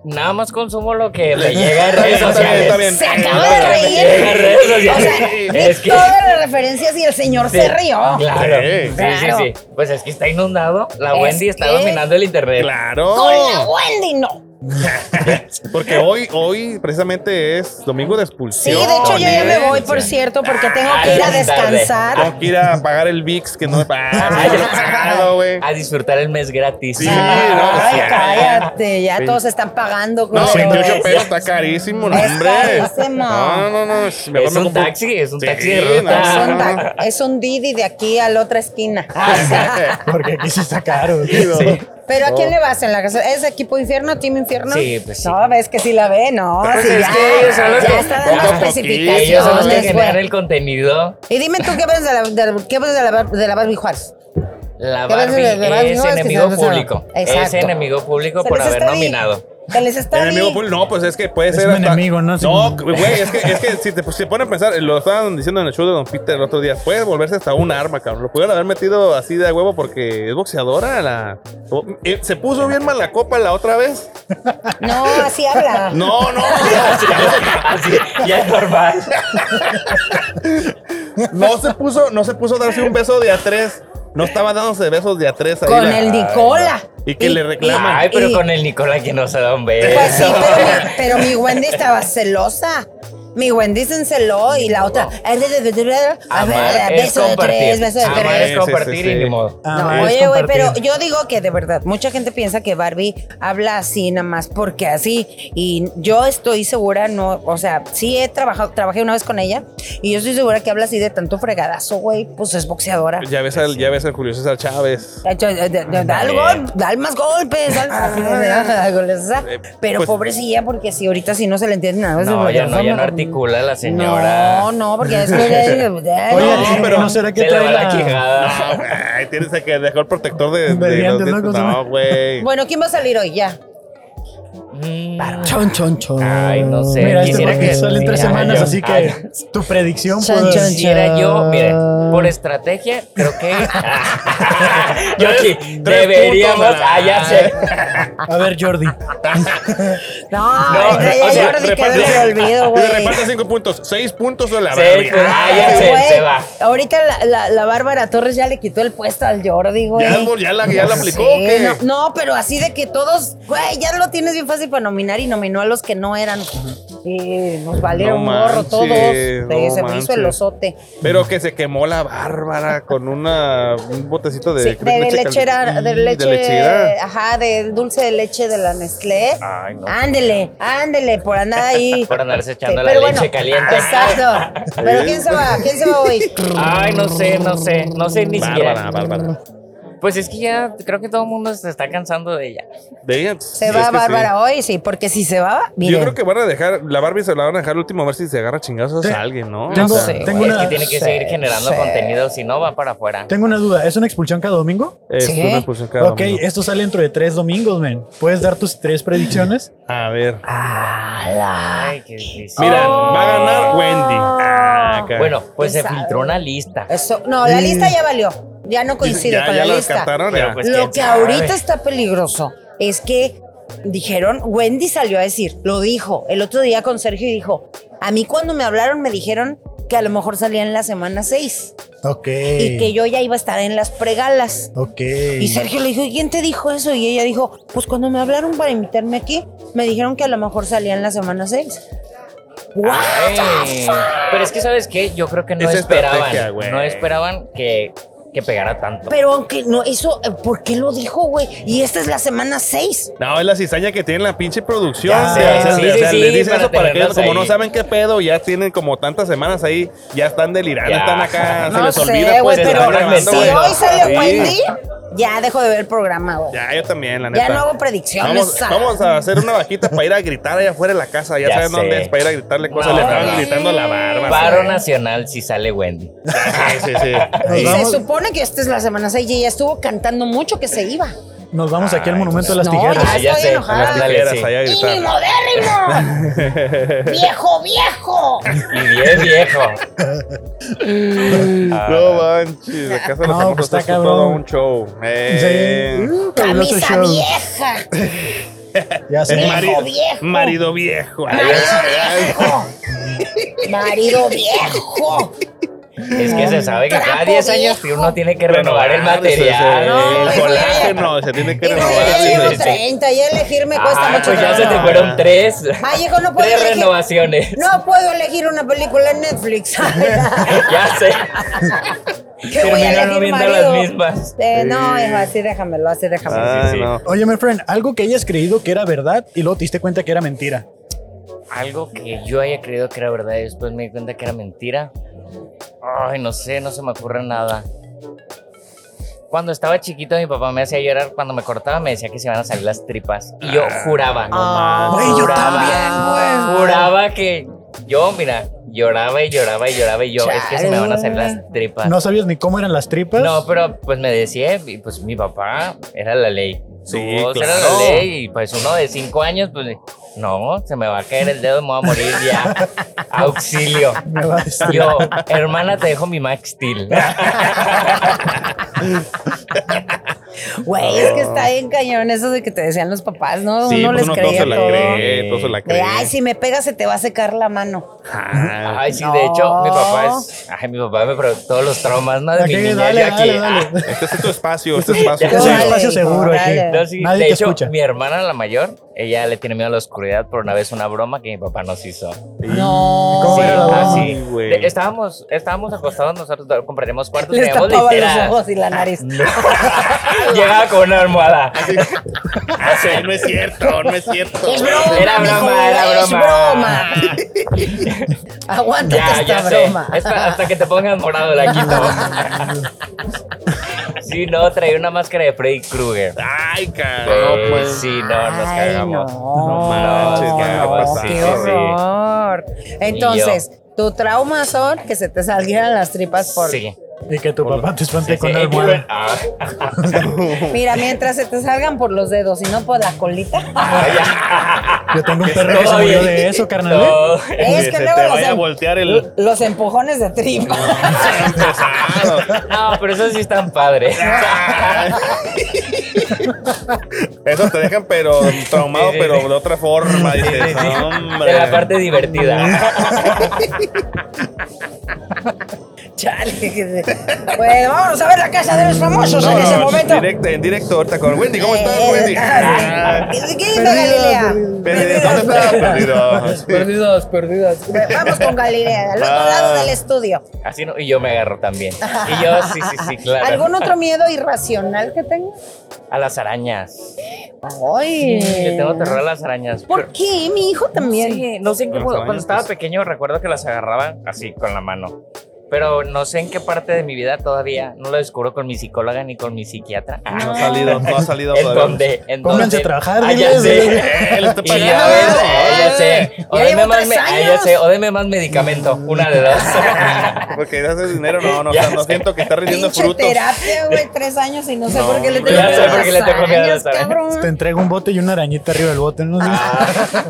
F: Nada más consumo lo que me llega en redes
A: Está bien,
F: sociales.
A: está bien. Eh,
C: Se acaba de
F: Me llega en redes
C: reír. O
F: sociales.
C: sea,
F: es
C: vi
F: que.
C: todas las referencias y el señor se rió.
F: Claro.
A: Sí,
F: Sí, sí,
C: claro.
F: sí. Pues es que está inundado. La
C: Es
F: Wendy está
C: que-
F: dominando el internet.
C: Con la
A: Claro.
C: Wendy, no.
A: Porque hoy, hoy precisamente es domingo de
C: Sí,
A: expulsión.
C: de hecho yo ya me voy, por
F: Violencia.
C: cierto, porque tengo que ir a
F: Ah, es tarde.
C: descansar.
A: Tengo que ir a pagar el VIX que no he pagado.
C: Ah,
F: Ay,
A: no he pagado, güey.
F: A disfrutar el mes gratis.
A: Sí, no,
C: Ay,
A: sí.
C: cállate, ya
A: Sí.
C: todos están pagando.
A: No,
C: groseros.
A: 28 pesos está carísimo, no,
C: Es
A: hombre.
C: carísimo.
A: No, no, no. si mejor
F: Es
A: me
F: un
A: compro-
F: taxi, es un
A: Sí,
F: taxi de
A: no,
F: ruta.
C: Es
A: no,
C: un,
A: Ah, no. Ah,
C: ta- es un Didi de aquí a la otra esquina.
B: Porque aquí sí está caro.
C: Pero ¿a quién le vas en la casa? ¿Es equipo infierno, team infierno?
F: Sí, pues sí.
C: No, ves que sí la ve, ¿no?
F: Pues
C: sí,
F: es
C: ya,
F: que ellos son los
C: ya
F: que-
C: está dando
A: poco a poquito,
C: especificaciones.
F: Ellos son los que
C: güey.
F: generan el contenido.
C: Y dime tú, ¿qué ves de la, de, qué ves de la, bar- de la Barbie Juárez?
F: La
C: ¿Qué ves de-
F: Barbie
C: de Barbie?
F: es
C: No, es que se-
F: enemigo
C: se-
F: público. Es
C: Exacto.
F: enemigo público
C: Se
F: por
C: les
F: haber
C: está di-
F: nominado.
C: Se les está
A: El enemigo
C: di-
A: público, no, pues es que puede
B: Es
A: ser.
B: un
A: hasta-
B: enemigo, ¿no? Es
A: No,
B: un-
A: güey, es que, es que si te si ponen a pensar, lo estaban diciendo en el show de Don Peter el otro día, puede volverse hasta un arma, cabrón. Lo pudieron haber metido así de a huevo porque es boxeadora. La, o- eh, se puso bien mal la copa la otra vez.
C: No, así habla.
A: No, no,
F: Así, ya es normal.
A: no se puso, no se puso a darse un beso de a tres. No estaba dándose besos de a tres ahí.
C: Con
A: la-
C: el Nicola.
A: Y que le reclaman.
F: Ay, pero
C: y-
F: con el Nicola que Eh, no se da un
C: Pues sí,
F: beso.
C: pero mi, pero mi Wendy estaba celosa. Mi Wendy se enceló y la otra. "Ah, de- de- de- de- de- a
F: Oh. Amar
C: ver,
F: es
C: Beso de tres,
F: compartir.
C: beso de
F: Amar
C: tres.
F: es
A: Sí, sí,
F: compartir
A: sí,
F: y
A: sí.
F: ni modo.
C: No,
B: Ah, es
C: oye, güey,
B: compartir.
C: pero yo digo que de verdad, mucha gente piensa que Barbie habla así nada más porque así. Y yo estoy segura, no, o sea, sí he trabajado, trabajé una vez con ella y yo estoy segura que habla así de tanto fregadazo, güey, pues es boxeadora.
A: Ya ves al, ya ves al Julio César Chávez.
C: Da- da- da- da- da el gol- da más golpes, da-
F: Ah,
C: da- da- goles, da-
A: Eh,
C: pero
A: pues-
C: pobrecilla, porque si ahorita si no se le entiende nada.
F: No,
C: se-
F: ya no, ya no articula la señora.
C: No, no, porque después
B: Oye,
A: No,
B: no,
A: pero-
B: ¿no será que
F: Se le va
B: trae
F: la
B: la...
F: quijada.
A: Ay, tienes que dejar el protector de. de,
B: Verdeante,
A: los dientes.
B: ¿no? ¿Cómo se
A: No,
B: llama?
A: güey.
C: Bueno, ¿quién va a salir hoy? Ya.
F: Mm,
B: Chon, chon, chon.
F: Ay, no sé,
B: Mira, este
F: quisiera
B: porque
F: que-
B: sale en tres
F: mira,
B: semanas,
F: yo-
B: así que
F: ay.
B: tu predicción
C: Chon,
B: pues,
C: chon, chon.
F: Quisiera yo, miren, por estrategia, creo que. yo aquí,
A: Tres
F: deberíamos.
A: puntos a la-
F: Ah, ya sé.
B: A ver, Jordi.
C: No,
F: No,
C: ya,
F: o
C: ya
F: sea,
C: Jordi quedó
A: reparte-
C: en el olvido,
A: Le
C: güey.
A: reparte cinco puntos. Seis puntos de la
F: Seis
A: Barbie.
F: puntos.
A: Ah,
F: Ah, ya
C: Güey,
F: se, se va.
C: Ahorita la, la- la Bárbara Torres ya le quitó el puesto al Jordi, güey.
A: Ya, pues, ya la, ya la aplicó.
C: Ah, Sí,
A: ¿o qué?
C: no, no, pero así de que todos, güey, ya lo tienes bien fácil para nominar y nominó a los que no eran. Y nos valieron
A: No
C: gorro
A: manches,
C: todos. Se-
A: no
C: se me hizo el
A: manches.
C: osote.
A: Pero que se quemó la Bárbara con una, un botecito de,
C: Sí, de, lechera,
A: cal-
C: de
A: Mm,
C: leche, ah,
A: lechera.
C: ajá, de dulce de leche de la Nestlé.
F: Ay, no.
C: Ándele, ándele, por andar ahí.
F: Por andarse echando
C: Sí,
F: la
C: pero
F: leche caliente.
C: Exacto. Pero ¿quién se va? ¿Quién se va hoy?
F: Ay, no sé, no sé. No sé ni siquiera.
C: Mm.
A: Bárbara, Bárbara.
F: Pues es que ya creo que todo el mundo se está cansando de ella.
A: De ella,
C: Se
A: sí, es
C: va
A: que sí.
C: Bárbara hoy, sí, porque si se va, miren.
A: Yo creo que van a dejar, la Barbie se la van a dejar al último a ver si se agarra chingazos a alguien, ¿no?
B: Tengo-
A: O sea,
C: sé,
B: tengo
F: Güey,
B: una-
F: es que tiene que
C: sí,
F: seguir generando
C: sí.
F: contenido, si no va para afuera.
B: Tengo una duda, ¿es una expulsión cada domingo?
A: es
C: Sí.
A: una expulsión cada
B: ok,
A: domingo.
B: esto sale dentro de tres domingos, men. ¿Puedes dar tus tres predicciones?
A: A ver.
C: Ah.
F: Ay, qué difícil.
A: Mira,
C: Oh.
A: va a ganar Wendy. Ah, caray.
F: Bueno, pues se
C: ¿Quién sabe?
F: filtró una lista.
C: Eso, no, la lista ya valió. Ya no coincide
A: Mm. ya,
C: con
A: ya
C: la
A: lo
C: lista.
A: descartaron.
F: Pero
A: ya.
F: pues,
C: Lo
F: quién
C: que
F: sabe.
C: ahorita está peligroso es que dijeron, Wendy salió a decir, lo dijo el otro día con Sergio y dijo, a mí cuando me hablaron me dijeron que a lo mejor salía en la semana 6
B: Ok.
C: y que yo ya iba a estar en las pregalas.
B: Ok.
C: Y Sergio le dijo, ¿y quién te dijo eso? Y ella dijo, pues cuando me hablaron para invitarme aquí, me dijeron que a lo mejor salía en la semana 6.
F: Ay, Pero es que, ¿sabes qué? Yo creo que no
A: Es estrategia,
F: esperaban.
A: güey.
F: No esperaban que, que pegara tanto.
C: Pero aunque no, eso, eh, ¿por qué lo dijo, güey? Y esta es la semana 6.
A: No, es la cizaña que tiene la pinche producción.
B: Ya,
A: o sea, o
B: sí,
A: sea,
F: sí,
A: o sea,
F: sí,
A: les
F: sí,
A: dicen
F: para
A: eso para que
F: tenerlos
A: como no
F: ahí.
A: saben qué pedo, ya tienen como tantas semanas ahí, ya están delirando,
F: Ya.
A: están acá, se
C: No
A: les
C: sé,
A: olvida pues,
C: güey,
A: que
C: pero
A: están grabando,
C: si
A: güey.
C: hoy sale
A: Sí.
C: Wendy, ya dejo de ver el programa, güey.
A: Ya, yo también, la
C: Ya
A: neta.
C: no hago predicciones.
A: Vamos,
C: Sara.
A: vamos a hacer una vaquita para ir a gritar allá afuera de la casa. Ya,
F: Ya
A: saben
F: sé.
A: dónde es, para ir a gritarle cosas.
F: No,
A: Le estaban
F: no.
A: gritando a la barba.
F: Paro nacional si sale Wendy.
A: Sí, sí, sí.
B: Nos
C: Y se
B: vamos,
C: supone que esta es la semana 6 y ella estuvo cantando mucho que se iba.
B: nos vamos aquí al Monumento de las
C: no,
B: Tijeras.
C: ya estoy enojada.
A: Las tijeras allá a
C: ¡Y
A: gritar.
C: modérrimo! ¡Viejo, viejo!
F: Y bien viejo.
A: Ah, No manches, acá se
B: No,
A: los famosos
B: pues está
A: es todo
B: cabrón.
A: un show.
B: Sí.
A: Eh,
B: Uh, fabuloso
C: ¡Camisa
B: show.
C: vieja!
B: Ya sé.
C: Mari-
A: Marido Marido
C: viejo.
A: viejo.
C: ¡Marido viejo! ¡Marido viejo!
F: Es que se sabe que cada
C: Trapo
F: 10 años
C: viejo.
F: uno tiene que renovar
A: ah,
F: el material.
C: No,
A: El
C: hijo,
A: colágeno se tiene que
C: Y no,
A: renovar.
C: ya
F: sí,
C: llevo
F: sí, sí.
C: 30 y elegirme cuesta
F: Ah,
C: mucho
F: pues ya se te
C: trabajo.
F: fueron tres.
C: Ay, hijo, no puedo
F: tres
C: elegir.
F: renovaciones.
C: No puedo elegir una película en Netflix.
F: ya sé.
C: ¿Qué voy a
F: Terminaron
C: elegir,
F: viendo
C: marido?
F: las mismas.
C: Eh, No, hijo, así déjamelo, así déjamelo.
A: Ay,
F: sí.
A: Ah, no.
B: Oye, my friend, algo que hayas creído que era verdad y luego te diste cuenta que era mentira.
F: Algo que yo haya creído que era verdad y después me di cuenta que era mentira. Ay, no sé, no se me ocurre nada. Cuando estaba chiquito, mi papá me hacía llorar. Cuando me cortaba, me decía que se iban a salir las tripas. Y yo juraba.
C: Ah.
B: Güey, yo
F: Juraba.
B: también, güey.
F: Juraba que yo, mira, lloraba y lloraba y lloraba y yo. Es que se me van a salir las tripas.
B: No sabías ni cómo eran las tripas.
F: No, pero pues me decía, y, pues mi papá era la ley. Su
A: Sí,
F: voz era
A: claro.
F: la ley y pues uno de cinco años, pues no, se me va a caer el dedo, me voy a morir ya. Auxilio.
B: Me va a decir.
F: Yo, hermana, te dejo mi Max Steel.
C: Güey, es que está bien cañón eso de que te decían los papás, ¿no?
A: Sí,
C: uno
A: pues
C: les
A: uno todo
C: creía
A: se la
C: todo.
A: cree, todo se la
C: De,
A: cree.
C: ay, si me pegas se te va a secar la mano.
B: Ah,
A: Ajá.
F: Ay, sí,
C: No.
F: de hecho, mi papá es. Ay, mi papá me preguntó todos los traumas, ¿no? De
B: Ok,
F: mi niña,
B: dale,
F: yo aquí.
B: dale, dale.
F: ah,
A: Este es tu espacio, este es tu espacio.
F: Ya
B: Es un
F: sé.
B: espacio
C: Órale,
B: seguro aquí.
C: órale.
F: No, sí,
B: Nadie
F: de
B: te
F: hecho,
B: escucha.
F: mi hermana, la mayor, ella le tiene miedo a la oscuridad por una vez una broma que mi papá nos hizo.
C: No.
B: ¿Cómo
F: Sí,
B: era la broma?
F: así.
A: güey.
F: De- estábamos, estábamos acostados nosotros, do- compartíamos cuartos,
C: Les
F: teníamos
C: tapaba los
F: literas.
C: ojos y la nariz.
F: Ah, Llegaba con una almohada.
A: Ah, sí, no es cierto, no es cierto.
C: Es broma,
F: Era
C: mijo,
F: broma, era
C: es
F: broma.
C: broma. Aguántate
F: ya,
C: esta
F: ya sé.
C: broma.
F: Esta- hasta que te pongas morado la quito. sí, no, traía una máscara de Freddy Krueger.
A: Ay,
B: Ah,
F: No,
A: cabrón.
F: pues sí, no, nos
C: Ay,
F: cagamos.
C: no.
A: No manches,
F: no,
A: qué
F: no,
A: pasada.
F: sí,
C: Qué
F: sí, sí.
C: horror. Entonces, tu trauma son que se te salieran las tripas por.
F: Sí.
B: Y que tu papá te espante
F: Sí,
B: con
F: sí,
B: la
F: eh,
B: almohada.
F: ah,
C: Mira, mientras se te salgan por los dedos y no por la colita.
B: Yo tengo un perro que se
F: Todo
B: murió
F: bien.
B: de eso, carnal. ¿eh?
F: No.
C: Es que
A: se
C: luego
A: te
C: los,
A: vaya a
C: em-
A: voltear el
C: los empujones de tripa.
A: pesado.
F: No, pero eso sí están padres.
A: Eso te dejan, pero traumado,
F: Sí, sí,
A: pero
F: sí.
A: de otra forma. Dices, "No, hombre.
F: De la parte divertida.
C: Chale. que se- Bueno, vámonos a ver la casa de los famosos en ese momento.
A: directo, en directo, ahorita con Wendy. ¿Cómo estás, Wendy? Ah,
C: Eh,
A: Ay,
C: ¿Qué dice Galilea?
A: perdido, ¿Dónde estás? Perdido. Sí.
F: Perdidos, perdidos.
C: Vamos con Galilea, al otro
A: Ah.
C: lado del estudio.
F: Así no, y yo me agarro también. Y yo, sí, sí, sí, claro.
C: ¿Algún otro miedo irracional que tengas?
F: A las arañas.
C: Ay.
F: Le tengo terror a las arañas.
C: ¿Por qué? Mi hijo
F: No
C: también.
F: sé, no sé en qué
A: Las
F: modo. Cuando
A: arañas,
F: estaba
A: pues.
F: pequeño recuerdo que las agarraba así con la mano. Pero no sé en qué parte de mi vida todavía no lo descubro con mi psicóloga ni con mi psiquiatra.
A: No ha salido, no ha salido
F: ¿En
A: todavía.
F: dónde? ¿En
B: Pónganse
F: dónde?
B: a trabajar,
F: Ah, ya
B: diles,
F: sé.
A: Eh, le está
F: Y
A: pagando.
F: ya ves, eh, ya sé. O
C: Ya
F: deme
C: llevo
F: más,
C: tres
F: me- ah, ya
C: años.
F: sé. O deme más medicamento. Una de dos.
A: Porque haces dinero, no, no, o sea, no siento que está rindiendo
C: Pinche
A: frutos.
C: terapia, güey, tres años y no sé
A: No,
C: por qué le
A: hombre.
C: tengo
F: Ya sé por qué le tengo miedo a Este,
C: años,
F: las arañas.
C: cabrón.
B: Te entrego un bote y una arañita arriba del bote, ¿no?
F: Ah.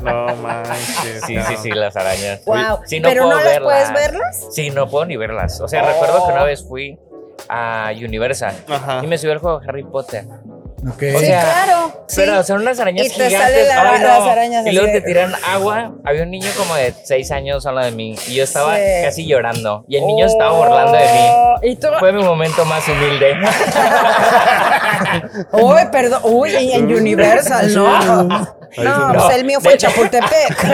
A: No manches.
F: Sí, sí,
A: cabrón.
F: sí, las arañas.
C: Wow.
F: Sí,
C: Pero
F: puedo
C: no las puedes verlas. Oh.
F: Sí, no puedo ni verlas. O sea, recuerdo que una vez fui a Universal
A: Ajá.
F: y me subí al juego de Harry Potter.
B: Ok.
F: O
C: Sí,
F: sea,
C: claro. sí.
F: Pero son unas arañas
C: Y te
F: gigantes.
C: salen la-
F: Ay, no.
C: las arañas
F: y luego
C: así
F: te
C: de-
F: tiran agua. Había un niño como de 6 años al lado de mí y yo estaba
C: Sí.
F: casi llorando. Y el niño estaba burlando de mí.
C: Oh, Y tú,
F: Fue mi momento más humilde.
C: uy, perdón, uy, y en Universal, no. No,
F: No.
C: pues el mío fue en Chapultepec.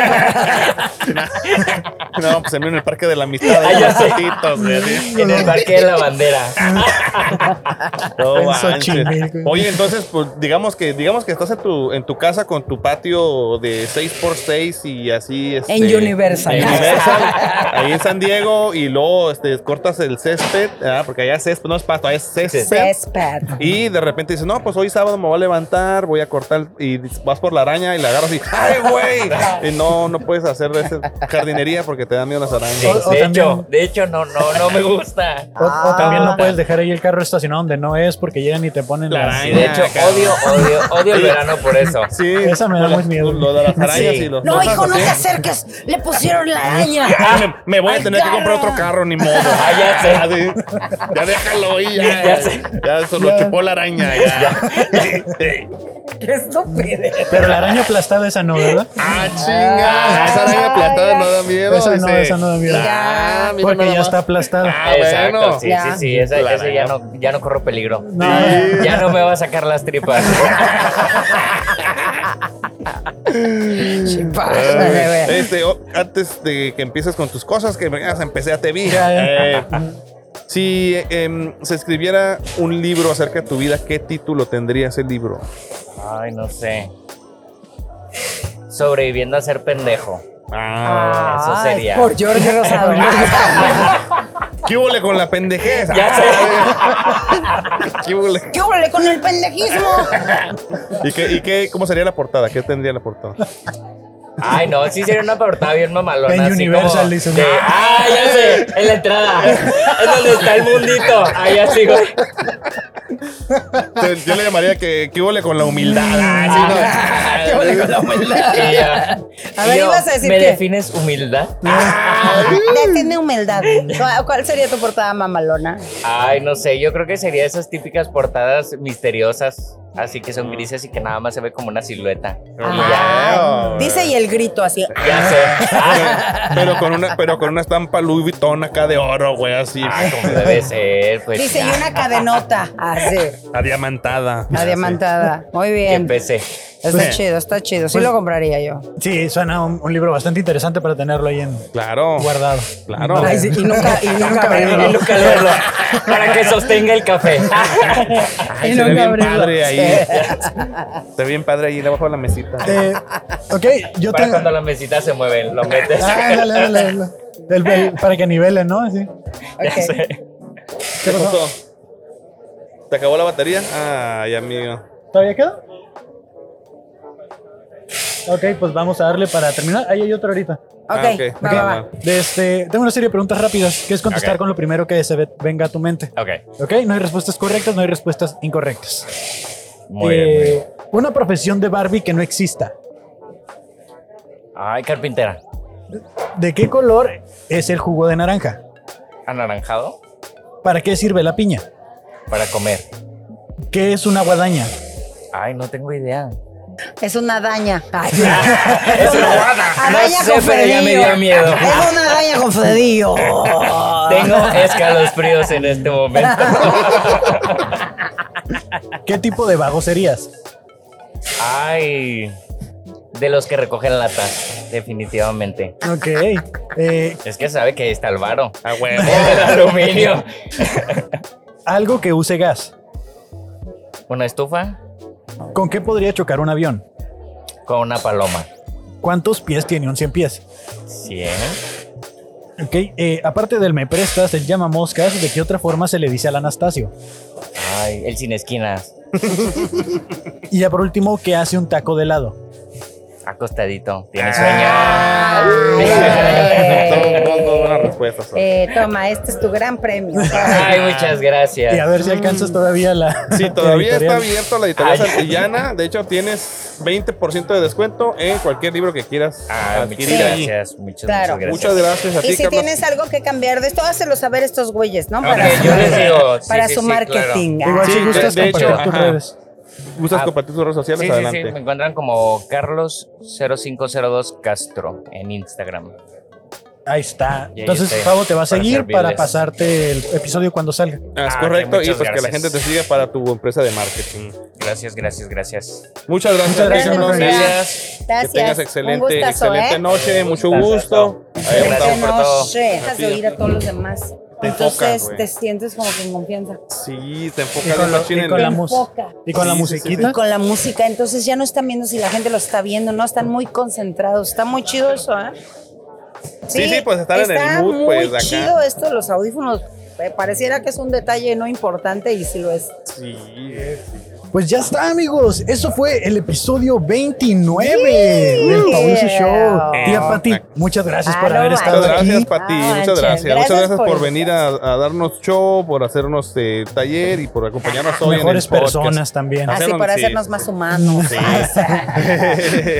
A: No, pues se vio en el Parque de la
F: Ah,
A: Amistad. ahí los ojitos, güey, así.
F: en el parque de la bandera.
A: No
B: En
A: manches.
B: Xochimilco.
A: Oye, entonces, pues digamos que digamos que estás en tu en tu casa con tu patio de 6x6 y así este,
C: En Universal.
A: en Universal, ahí en San Diego y luego este, cortas el césped, ah, porque allá césped no es pasto, allá es césped.
C: Césped.
A: Y de repente dices, no, pues hoy sábado me voy a levantar, voy a cortar y vas por la araña y la agarras y ¡ay, güey! Y no, no puedes hacer esa jardinería porque te dan miedo las arañas.
F: Sí,
B: O- o
F: de,
B: también-
F: hecho, de hecho, no, no, no me gusta.
B: O, o también
F: Ah.
B: no puedes dejar ahí el carro estacionado donde no es porque llegan y te ponen
A: La
B: las-
A: araña.
F: De hecho, odio, odio, odio el verano por eso.
A: Sí,
B: Esa me da
A: lo-
B: muy miedo.
A: Lo de las arañas
F: Sí.
A: y los
C: No,
A: los-
C: hijo, no
A: así.
C: te acerques. Le pusieron la araña.
A: Ah, me, me voy a
C: Ay,
A: tener que comprar
C: carro.
A: otro carro, ni modo.
F: Ah, ya sé.
A: Así. Ya déjalo ahí, ya.
F: Ya sé.
A: Ya se lo
B: Ya.
A: chupó la araña. Ya.
C: Qué estupidez.
B: Pero la araña aplastada esa no, ¿verdad?
A: Ah, chinga. Esa araña aplastada no da miedo.
B: Esa no,
A: dice.
B: esa no da miedo.
A: Ah, mira
B: Porque
A: nada
B: ya
A: más.
B: está aplastada.
A: Ah,
F: Exacto,
A: bueno.
F: sí,
C: Ya.
F: sí, sí, esa,
A: La
F: esa ya, no, ya no corro peligro.
B: No, eh,
F: Ya no me va a sacar las tripas.
A: Ay,
C: Chipájale, güey.
A: este, o- antes de que empieces con tus cosas, que vengas, empecé a te vi.
B: Ya, ya.
A: Eh, si eh, em, se escribiera un libro acerca de tu vida, ¿qué título tendría ese libro?
F: Ay, no sé. Sobreviviendo a ser pendejo.
A: Ah,
F: eso
C: Ay,
F: sería.
C: Por Jorge Rosado.
A: ¿Qué hule con la pendejez? Ah,
F: Ya
A: ¿Qué hule?
C: ¿Qué huele con el pendejismo?
A: ¿Y, qué, y qué, cómo sería la portada? ¿Qué tendría la portada?
F: Ay, no, sí sería una portada bien mamalona.
B: En
F: así
B: Universal,
F: como
B: dices,
F: de-
B: ¿no?
F: ah, ya sé, en la entrada. Es donde está el mundito. Ahí así, güey.
A: Yo- Yo le llamaría que ¿qué hule con la humildad? Ah, sí, no.
F: Y ya.
C: A ver,
F: Y yo,
C: ibas a decir
F: ¿Me
C: qué?
F: defines humildad?
C: Ya tiene humildad. ¿Cuál- ¿Cuál sería tu portada mamalona?
F: Ay, no sé, yo creo que sería esas típicas portadas misteriosas. Así que son grises y que nada más se ve como una silueta.
C: Ah, dice y el grito así.
F: Ya sé. Ah,
A: Pero con una, pero con una estampa Louis Vuitton acá de oro, güey, así.
F: ah, como debe ser, pues.
C: Dice y
F: ya.
C: una cadenota así,
A: Adiamantada.
C: adiamantada. Muy
F: Que
C: bien.
F: empecé.
C: Está chido, está chido. Sí lo compraría yo.
B: Sí, suena un, un libro bastante interesante para tenerlo ahí en
A: Claro.
B: guardado.
A: Claro.
B: No,
C: Ay, sí, y nunca, y nunca abrirlo.
F: Y nunca verlo. Para que sostenga el café.
A: Ay,
C: Y
A: se ve
C: nunca
A: bien
C: abrirlo.
A: padre ahí.
C: Sí.
A: Está bien padre ahí debajo de la mesita.
B: Eh, ok, yo
F: Para
B: tengo.
F: cuando la mesita se mueve, lo metes.
B: Ah, dale, dale, dale. El- el- para que nivelen, ¿no? Así.
C: Ok.
A: ¿Qué pasó? ¿Te acabó la batería? Ay, amigo.
B: ¿Todavía queda? Ok, pues vamos a darle para terminar. Ahí hay otro ahorita.
A: Ah,
C: Ok,
A: ok.
C: va, va, va.
B: De este, tengo una serie de preguntas rápidas, que es contestar
F: Ok.
B: con lo primero que se ve- venga a tu mente.
F: Ok.
B: Ok, no hay respuestas correctas, no hay respuestas incorrectas.
F: Muy bien,
B: Eh,
F: muy bien.
B: Una profesión de Barbie que no exista.
F: Ay, carpintera.
B: ¿De qué color es el jugo de naranja?
F: Anaranjado
B: ¿Para qué sirve la piña?
F: para comer.
B: ¿Qué es una guadaña?
F: Ay, no tengo idea.
C: Es una daña. Ay, es una araña
F: No sé,
C: con
F: pero ya me dio
C: fredillo.
F: miedo.
C: Es una araña con fredillo.
F: Tengo escalofríos en este momento.
B: ¿Qué tipo de vago serías?
F: Ay. De los que recogen latas, definitivamente.
B: Ok. eh,
F: Es que sabe que está el varo.
A: A
F: El
A: huevo.
F: del aluminio.
B: algo que use gas.
F: Una estufa
B: ¿Con qué podría chocar un avión?
F: con una paloma.
B: ¿Cuántos pies tiene un 100 pies?
F: Cien.
B: Ok, eh, aparte del me prestas, el llama moscas, ¿de qué otra forma se le dice al Anastasio?
E: Ay, el sin esquinas,
B: Y ya por último, ¿qué hace un taco de helado?
E: acostadito,
A: Ah.
E: tiene sueño.
A: Son
C: Ay.
A: dos, dos buenas respuestas. son.
C: Eh, toma, este es tu gran premio.
E: Ay, muchas
B: Y a
E: gracias.
B: ver si alcanzas todavía la.
A: Sí, todavía está
B: editorial.
A: abierto la editorial Santillana. De hecho, tienes 20% de descuento en cualquier libro que quieras
E: Ay, Ah, muchas
A: adquirir allí.
E: gracias, muchas,
C: Claro.
E: muchas gracias.
A: Muchas gracias a ti,
C: Y si
A: Carlos.
C: tienes algo que cambiar de esto, hácelo saber a estos güeyes, ¿no?
E: Ok, yo les digo, sí,
C: para
E: sí,
C: su
E: sí,
C: marketing.
E: claro.
B: Igual
A: Sí,
B: si gustas
A: de- de hecho,
B: compartir tus
A: ajá.
B: redes.
A: ¿Gustas
E: Ah,
A: compartir tus redes sociales?
E: Sí, sí, sí,
A: Adelante.
E: me encuentran como Carlos 0502 Castro en Instagram.
B: Ahí está.
E: ahí
B: Entonces,
E: estoy,
B: Fabo te va a
E: para
B: seguir para
E: servirles.
B: pasarte el episodio cuando salga.
A: Ah, es
E: Ah,
A: correcto.
E: que
A: Y pues
E: muchas
A: que la
E: gracias.
A: gente te siga para tu empresa de marketing.
E: Gracias, gracias, gracias.
A: Muchas gracias.
B: Muchas gracias,
A: Carlos.
B: Manuel.
E: Gracias.
A: Que
C: Gracias.
A: tengas
C: Un
A: excelente,
C: gustazo,
A: excelente
C: ¿eh?
A: noche, mucho
E: Gustazo.
A: gusto. Ahí
E: Gracias.
A: estamos.
C: Excelente
E: por todo.
C: noche. Dejas de oír a todos los demás.
A: Te enfocas,
C: Entonces
A: güey.
C: te sientes como que en confianza.
A: Sí, te
B: Y
A: enfocas
B: con,
A: en
B: lo-
A: machín
B: y
A: en
B: con la
A: el-
B: música.
C: Enfoca.
B: Y con la
A: Sí, sí, sí,
B: musiquita.
C: Y con la música, entonces ya no están viendo si la gente lo está viendo, no están muy concentrados. Está muy chido eso, ¿eh?
A: Sí, sí, pues, estar en el
C: está
A: mood,
C: muy
A: pues, acá.
C: chido esto de los audífonos. Eh, Pareciera que es un detalle no importante y sí lo es.
A: Sí,
B: Pues ya está, amigos. Eso fue el episodio 29 del Fabuloso
C: Yeah.
B: Show.
E: Oh,
B: Tía Pati,
A: Exacto.
B: muchas gracias
C: Ah,
B: por
C: no
B: haber
C: manches.
B: estado
A: Muchas gracias,
B: aquí.
A: Pati.
C: Ah,
A: muchas
C: manches.
A: gracias.
C: Gracias
A: Muchas gracias por,
C: por
A: venir a, a darnos show, por hacernos eh, taller y por acompañarnos hoy. en el
B: Mejores
A: podcast.
B: personas también.
A: Ah,
C: Así
A: Hacernos-
C: para
A: sí,
C: hacernos
A: sí,
C: más
A: sí.
C: humanos.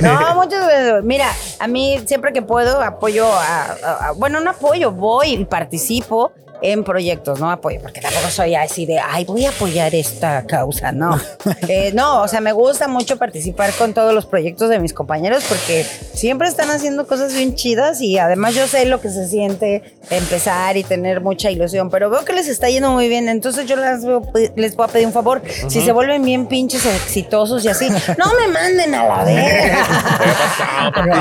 C: no, muchas gracias. Mira, a mí siempre que puedo apoyo a, a- a- bueno, no apoyo, voy y participo en proyectos, no apoyo, porque tampoco soy así de, ay, voy a apoyar esta causa, no. Eh, no, o sea, me gusta mucho participar con todos los proyectos de mis compañeros porque siempre están haciendo cosas bien chidas y además yo sé lo que se siente empezar y tener mucha ilusión, pero veo que les está yendo muy bien, entonces yo las veo- les voy a pedir un favor, si se vuelven bien pinches exitosos y así, no me manden a la verga.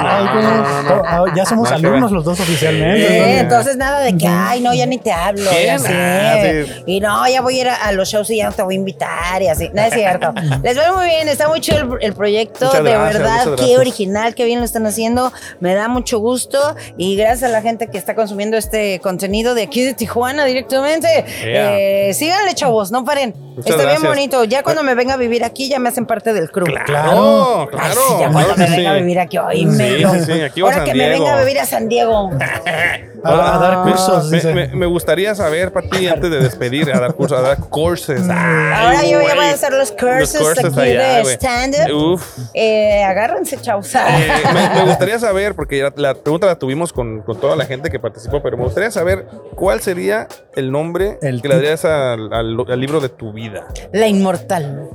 B: Ay, güey. Oh, oh, Ya somos
A: Nada que ver.
B: alumnos los dos oficialmente.
C: Sí,
B: ¿no?
C: entonces nada de que, ay, no, ya ni te hablo. Y,
A: ¿Quién?
C: así.
A: Ah, sí.
C: Y no, ya voy a ir a, a los shows y ya no te voy a invitar y así. No es cierto. Les veo muy bien, está muy chido el, el proyecto,
A: Muchas
C: de
A: gracias, muchas
C: verdad, qué
A: gracias.
C: original, qué bien lo están haciendo. Me da mucho gusto y gracias a la gente que está consumiendo este contenido de aquí de Tijuana directamente.
A: Yeah.
C: Eh, síganle, chavos, no paren.
A: Muchas
C: está
A: gracias.
C: bien bonito. Ya cuando me venga a vivir aquí, ya me hacen parte del crew.
A: Claro,
C: Ay,
A: claro.
C: sí, ya
A: claro
C: cuando
A: que
C: me venga a
A: sí.
C: vivir aquí, ay, me
A: sí, sí, aquí va
C: Ahora
A: San
C: que me venga a
A: Diego.
C: vivir a San Diego.
B: A, a dar cursos,
A: ah, Me,
B: dice.
A: me- me gustaría saber, Pati, antes de despedir, a dar cursos, a dar courses. Ah, Ay,
C: Ahora yo ya
A: güey.
C: voy a hacer los cursos aquí
A: allá,
C: de
A: güey.
C: stand-up.
A: Uf.
C: Eh, agárrense, chavos. Ah,
A: Eh, me, me gustaría saber, porque ya la pregunta la tuvimos con, con toda la gente que participó, pero me gustaría saber cuál sería el nombre
B: El
A: que le
B: tip.
A: darías al, al- al libro de tu vida.
C: La inmortal.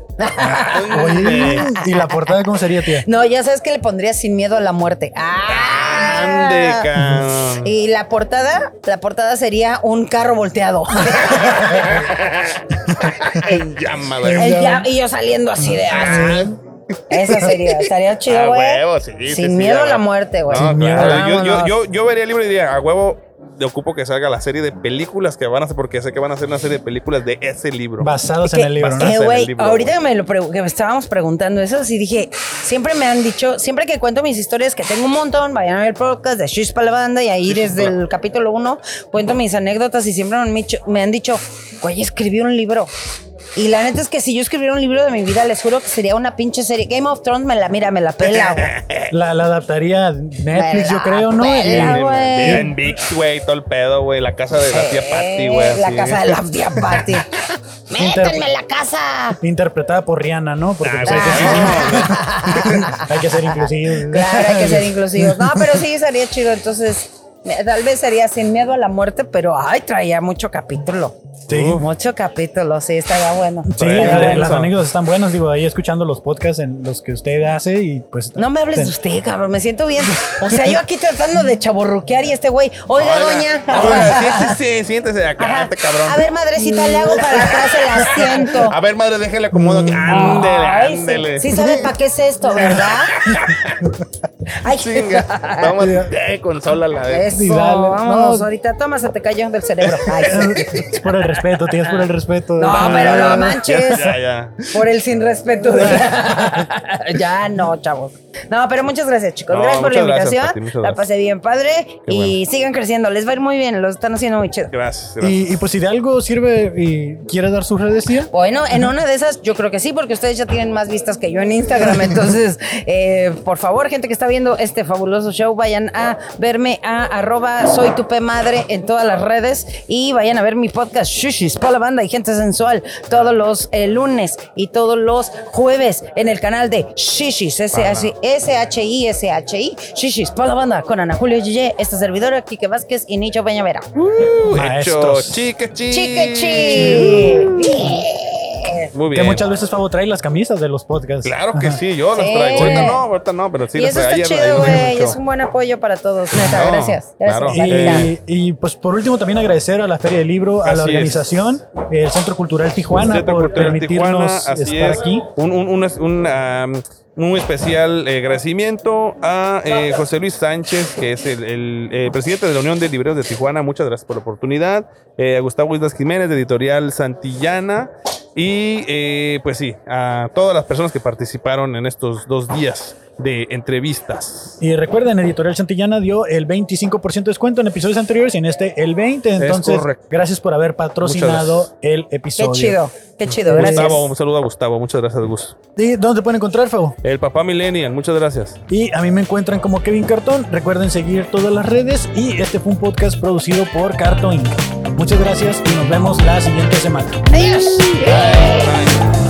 B: Oye, ¿y la portada cómo sería, tía?
C: No, ya sabes que le pondría sin miedo a la muerte.
A: Ande,
C: ¡Ah!
A: cabrón.
C: Y la portada, la portada sería un carro volteado.
A: En llama, güey.
C: El ya- y yo saliendo así de así. Esa sería, estaría
A: A
C: chido, güey.
A: Ah. huevo, sí, sí,
C: eh? sin
A: sí,
C: miedo a la
A: huevo.
C: muerte, güey.
A: No,
B: Sin miedo.
A: claro, yo, yo,
C: pues, Vámonos.
A: yo, yo vería el libro y diría, a huevo, le ocupo que salga la serie de películas que van a hacer, porque sé que van a hacer una serie de películas de ese libro.
B: Basados
C: Que-
B: en el libro, ¿no?
A: Basados.
C: eh,
A: en el
C: güey,
A: libro,
C: ahorita
A: güey.
C: que me lo pregu- que me estábamos preguntando eso, sí dije, siempre me han dicho, siempre que cuento mis historias, que tengo un montón, vayan a ver podcast de Shish para la banda y ahí desde el capítulo 1 cuento mis anécdotas y siempre me han dicho, me han dicho, güey, escribí un libro. Y la neta es que si yo escribiera un libro de mi vida, les juro que sería una pinche serie. Game of Thrones me la mira, me la pela, güey.
B: La, la adaptaría a Netflix,
C: Me
B: yo
C: la
B: creo, ¿no?
A: pues.
C: pela,
B: Y-
C: güey.
A: Bien, Vix, güey, todo el pedo, güey. La casa de la tía Patty, güey.
C: La
A: así.
C: casa de la tía Patty. ¡Métanme a la casa!
B: Interpretada por Rihanna, ¿no? Porque
A: Ah,
B: pues, hay, que ser, hay que ser inclusivos.
C: Claro, hay que ser inclusivos. No, pero sí sería chido. Entonces, me- tal vez sería sin miedo a la muerte, pero ay, traía mucho capítulo. Uh,
B: Sí.
C: Mucho capítulo, sí, estaría bueno.
B: Sí,
A: Trae
B: la-
A: bueno.
B: las anécdotas están buenas, digo, ahí escuchando los podcasts en los que usted hace y pues...
C: No me hables de usted, cabrón, me siento bien. O sea, yo aquí tratando de chaborruquear y este güey, oiga, doña.
A: Oiga, siéntese, siéntese acá,
C: Ajá.
A: este cabrón.
C: A ver, madrecita, le hago para atrás el asiento.
A: A ver, madre, déjele acomodo. aquí. Ándele,
C: Mm. Ay, sí.
A: ándele.
C: Sí, sabe para qué es esto, ¿verdad? Ay,
A: Chinga. Vamos, eh, consólala. eh.
C: Eso,
B: Y dale.
C: vámonos.
B: No.
C: Ahorita toma, se te cayó del cerebro. Ay, sí.
B: Es por el respeto, tío, es por el respeto. Ah,
C: No, pero no
A: Ah, Ya,
C: manches.
A: Ya, ya.
C: Por el sin respeto. de- ya no, chavos. No, pero muchas gracias, chicos.
A: No,
C: gracias por la
A: muchas gracias,
C: invitación.
A: Pati, muchas
C: la
A: gracias.
C: pasé bien, padre.
A: Qué
C: y sigan creciendo. Les va a ir muy bien. Lo están haciendo muy chido.
A: Gracias, gracias.
B: Y, y pues si de algo sirve y quieres dar sus redes, tía.
C: Bueno, en una de esas yo creo que sí, porque ustedes ya tienen más vistas que yo en Instagram. Entonces, eh, por favor, gente que está viendo este fabuloso show, vayan a verme a arroba soy tu P madre en todas las redes y vayan a ver mi podcast Shushis, Pola Banda y Gente Sensual todos los eh, lunes y todos los jueves en el canal de Shishis, S-H-I-S-H-I, Shishis, Pola Banda con Ana Julio Gille, esta servidora Kike Vázquez y Nicho Peñavera.
A: Uh, hecho,
B: Maestros.
A: chica, chica.
C: Chique chi.
A: Muy bien.
B: Que muchas veces Fabo trae las camisas de los podcasts.
A: Claro que sí, yo las
C: Sí.
A: traigo. Ahorita no, ahorita no, pero sí
C: y
A: las
C: eso está
A: traigo. Ayer-
C: chido,
A: ayer me
C: güey.
A: escuchó.
C: Es un buen apoyo para todos, neta.
A: No,
C: gracias.
A: claro.
C: Gracias.
B: Y,
C: Lalita.
B: y, pues por último también agradecer a la Feria del Libro, a la
A: Así es.
B: organización, el Centro Cultural Tijuana
A: Centro
B: por
A: Cultural
B: permitirnos
A: Tijuana, así
B: estar
A: es.
B: aquí.
A: Un, un, un, un, am, un especial eh, agradecimiento a eh, José Luis Sánchez, que es el, el, eh, presidente de la Unión de Libreros de Tijuana. Muchas gracias por la oportunidad. Eh, a Gustavo Islas Jiménez, de Editorial Santillana. Y eh, pues sí, a todas las personas que participaron en estos dos días de entrevistas.
B: Y recuerden, Editorial Santillana dio el 25% de descuento en episodios anteriores y en este el 20%. Entonces,
A: correcto.
B: gracias por haber patrocinado
A: Muchas
B: el
C: Qué
B: episodio.
C: chido. Qué chido. Gracias.
A: Gustavo, un saludo a Gustavo. Muchas gracias, Gus.
B: ¿Y dónde te pueden encontrar, Fabo?
A: El papá Millennial, muchas gracias.
B: Y a mí me encuentran como Kevin Cartón. Recuerden seguir todas las redes. Y este fue un podcast producido por Cartón Inc. Muchas gracias y nos vemos la siguiente semana.
C: Adiós.
A: Bye.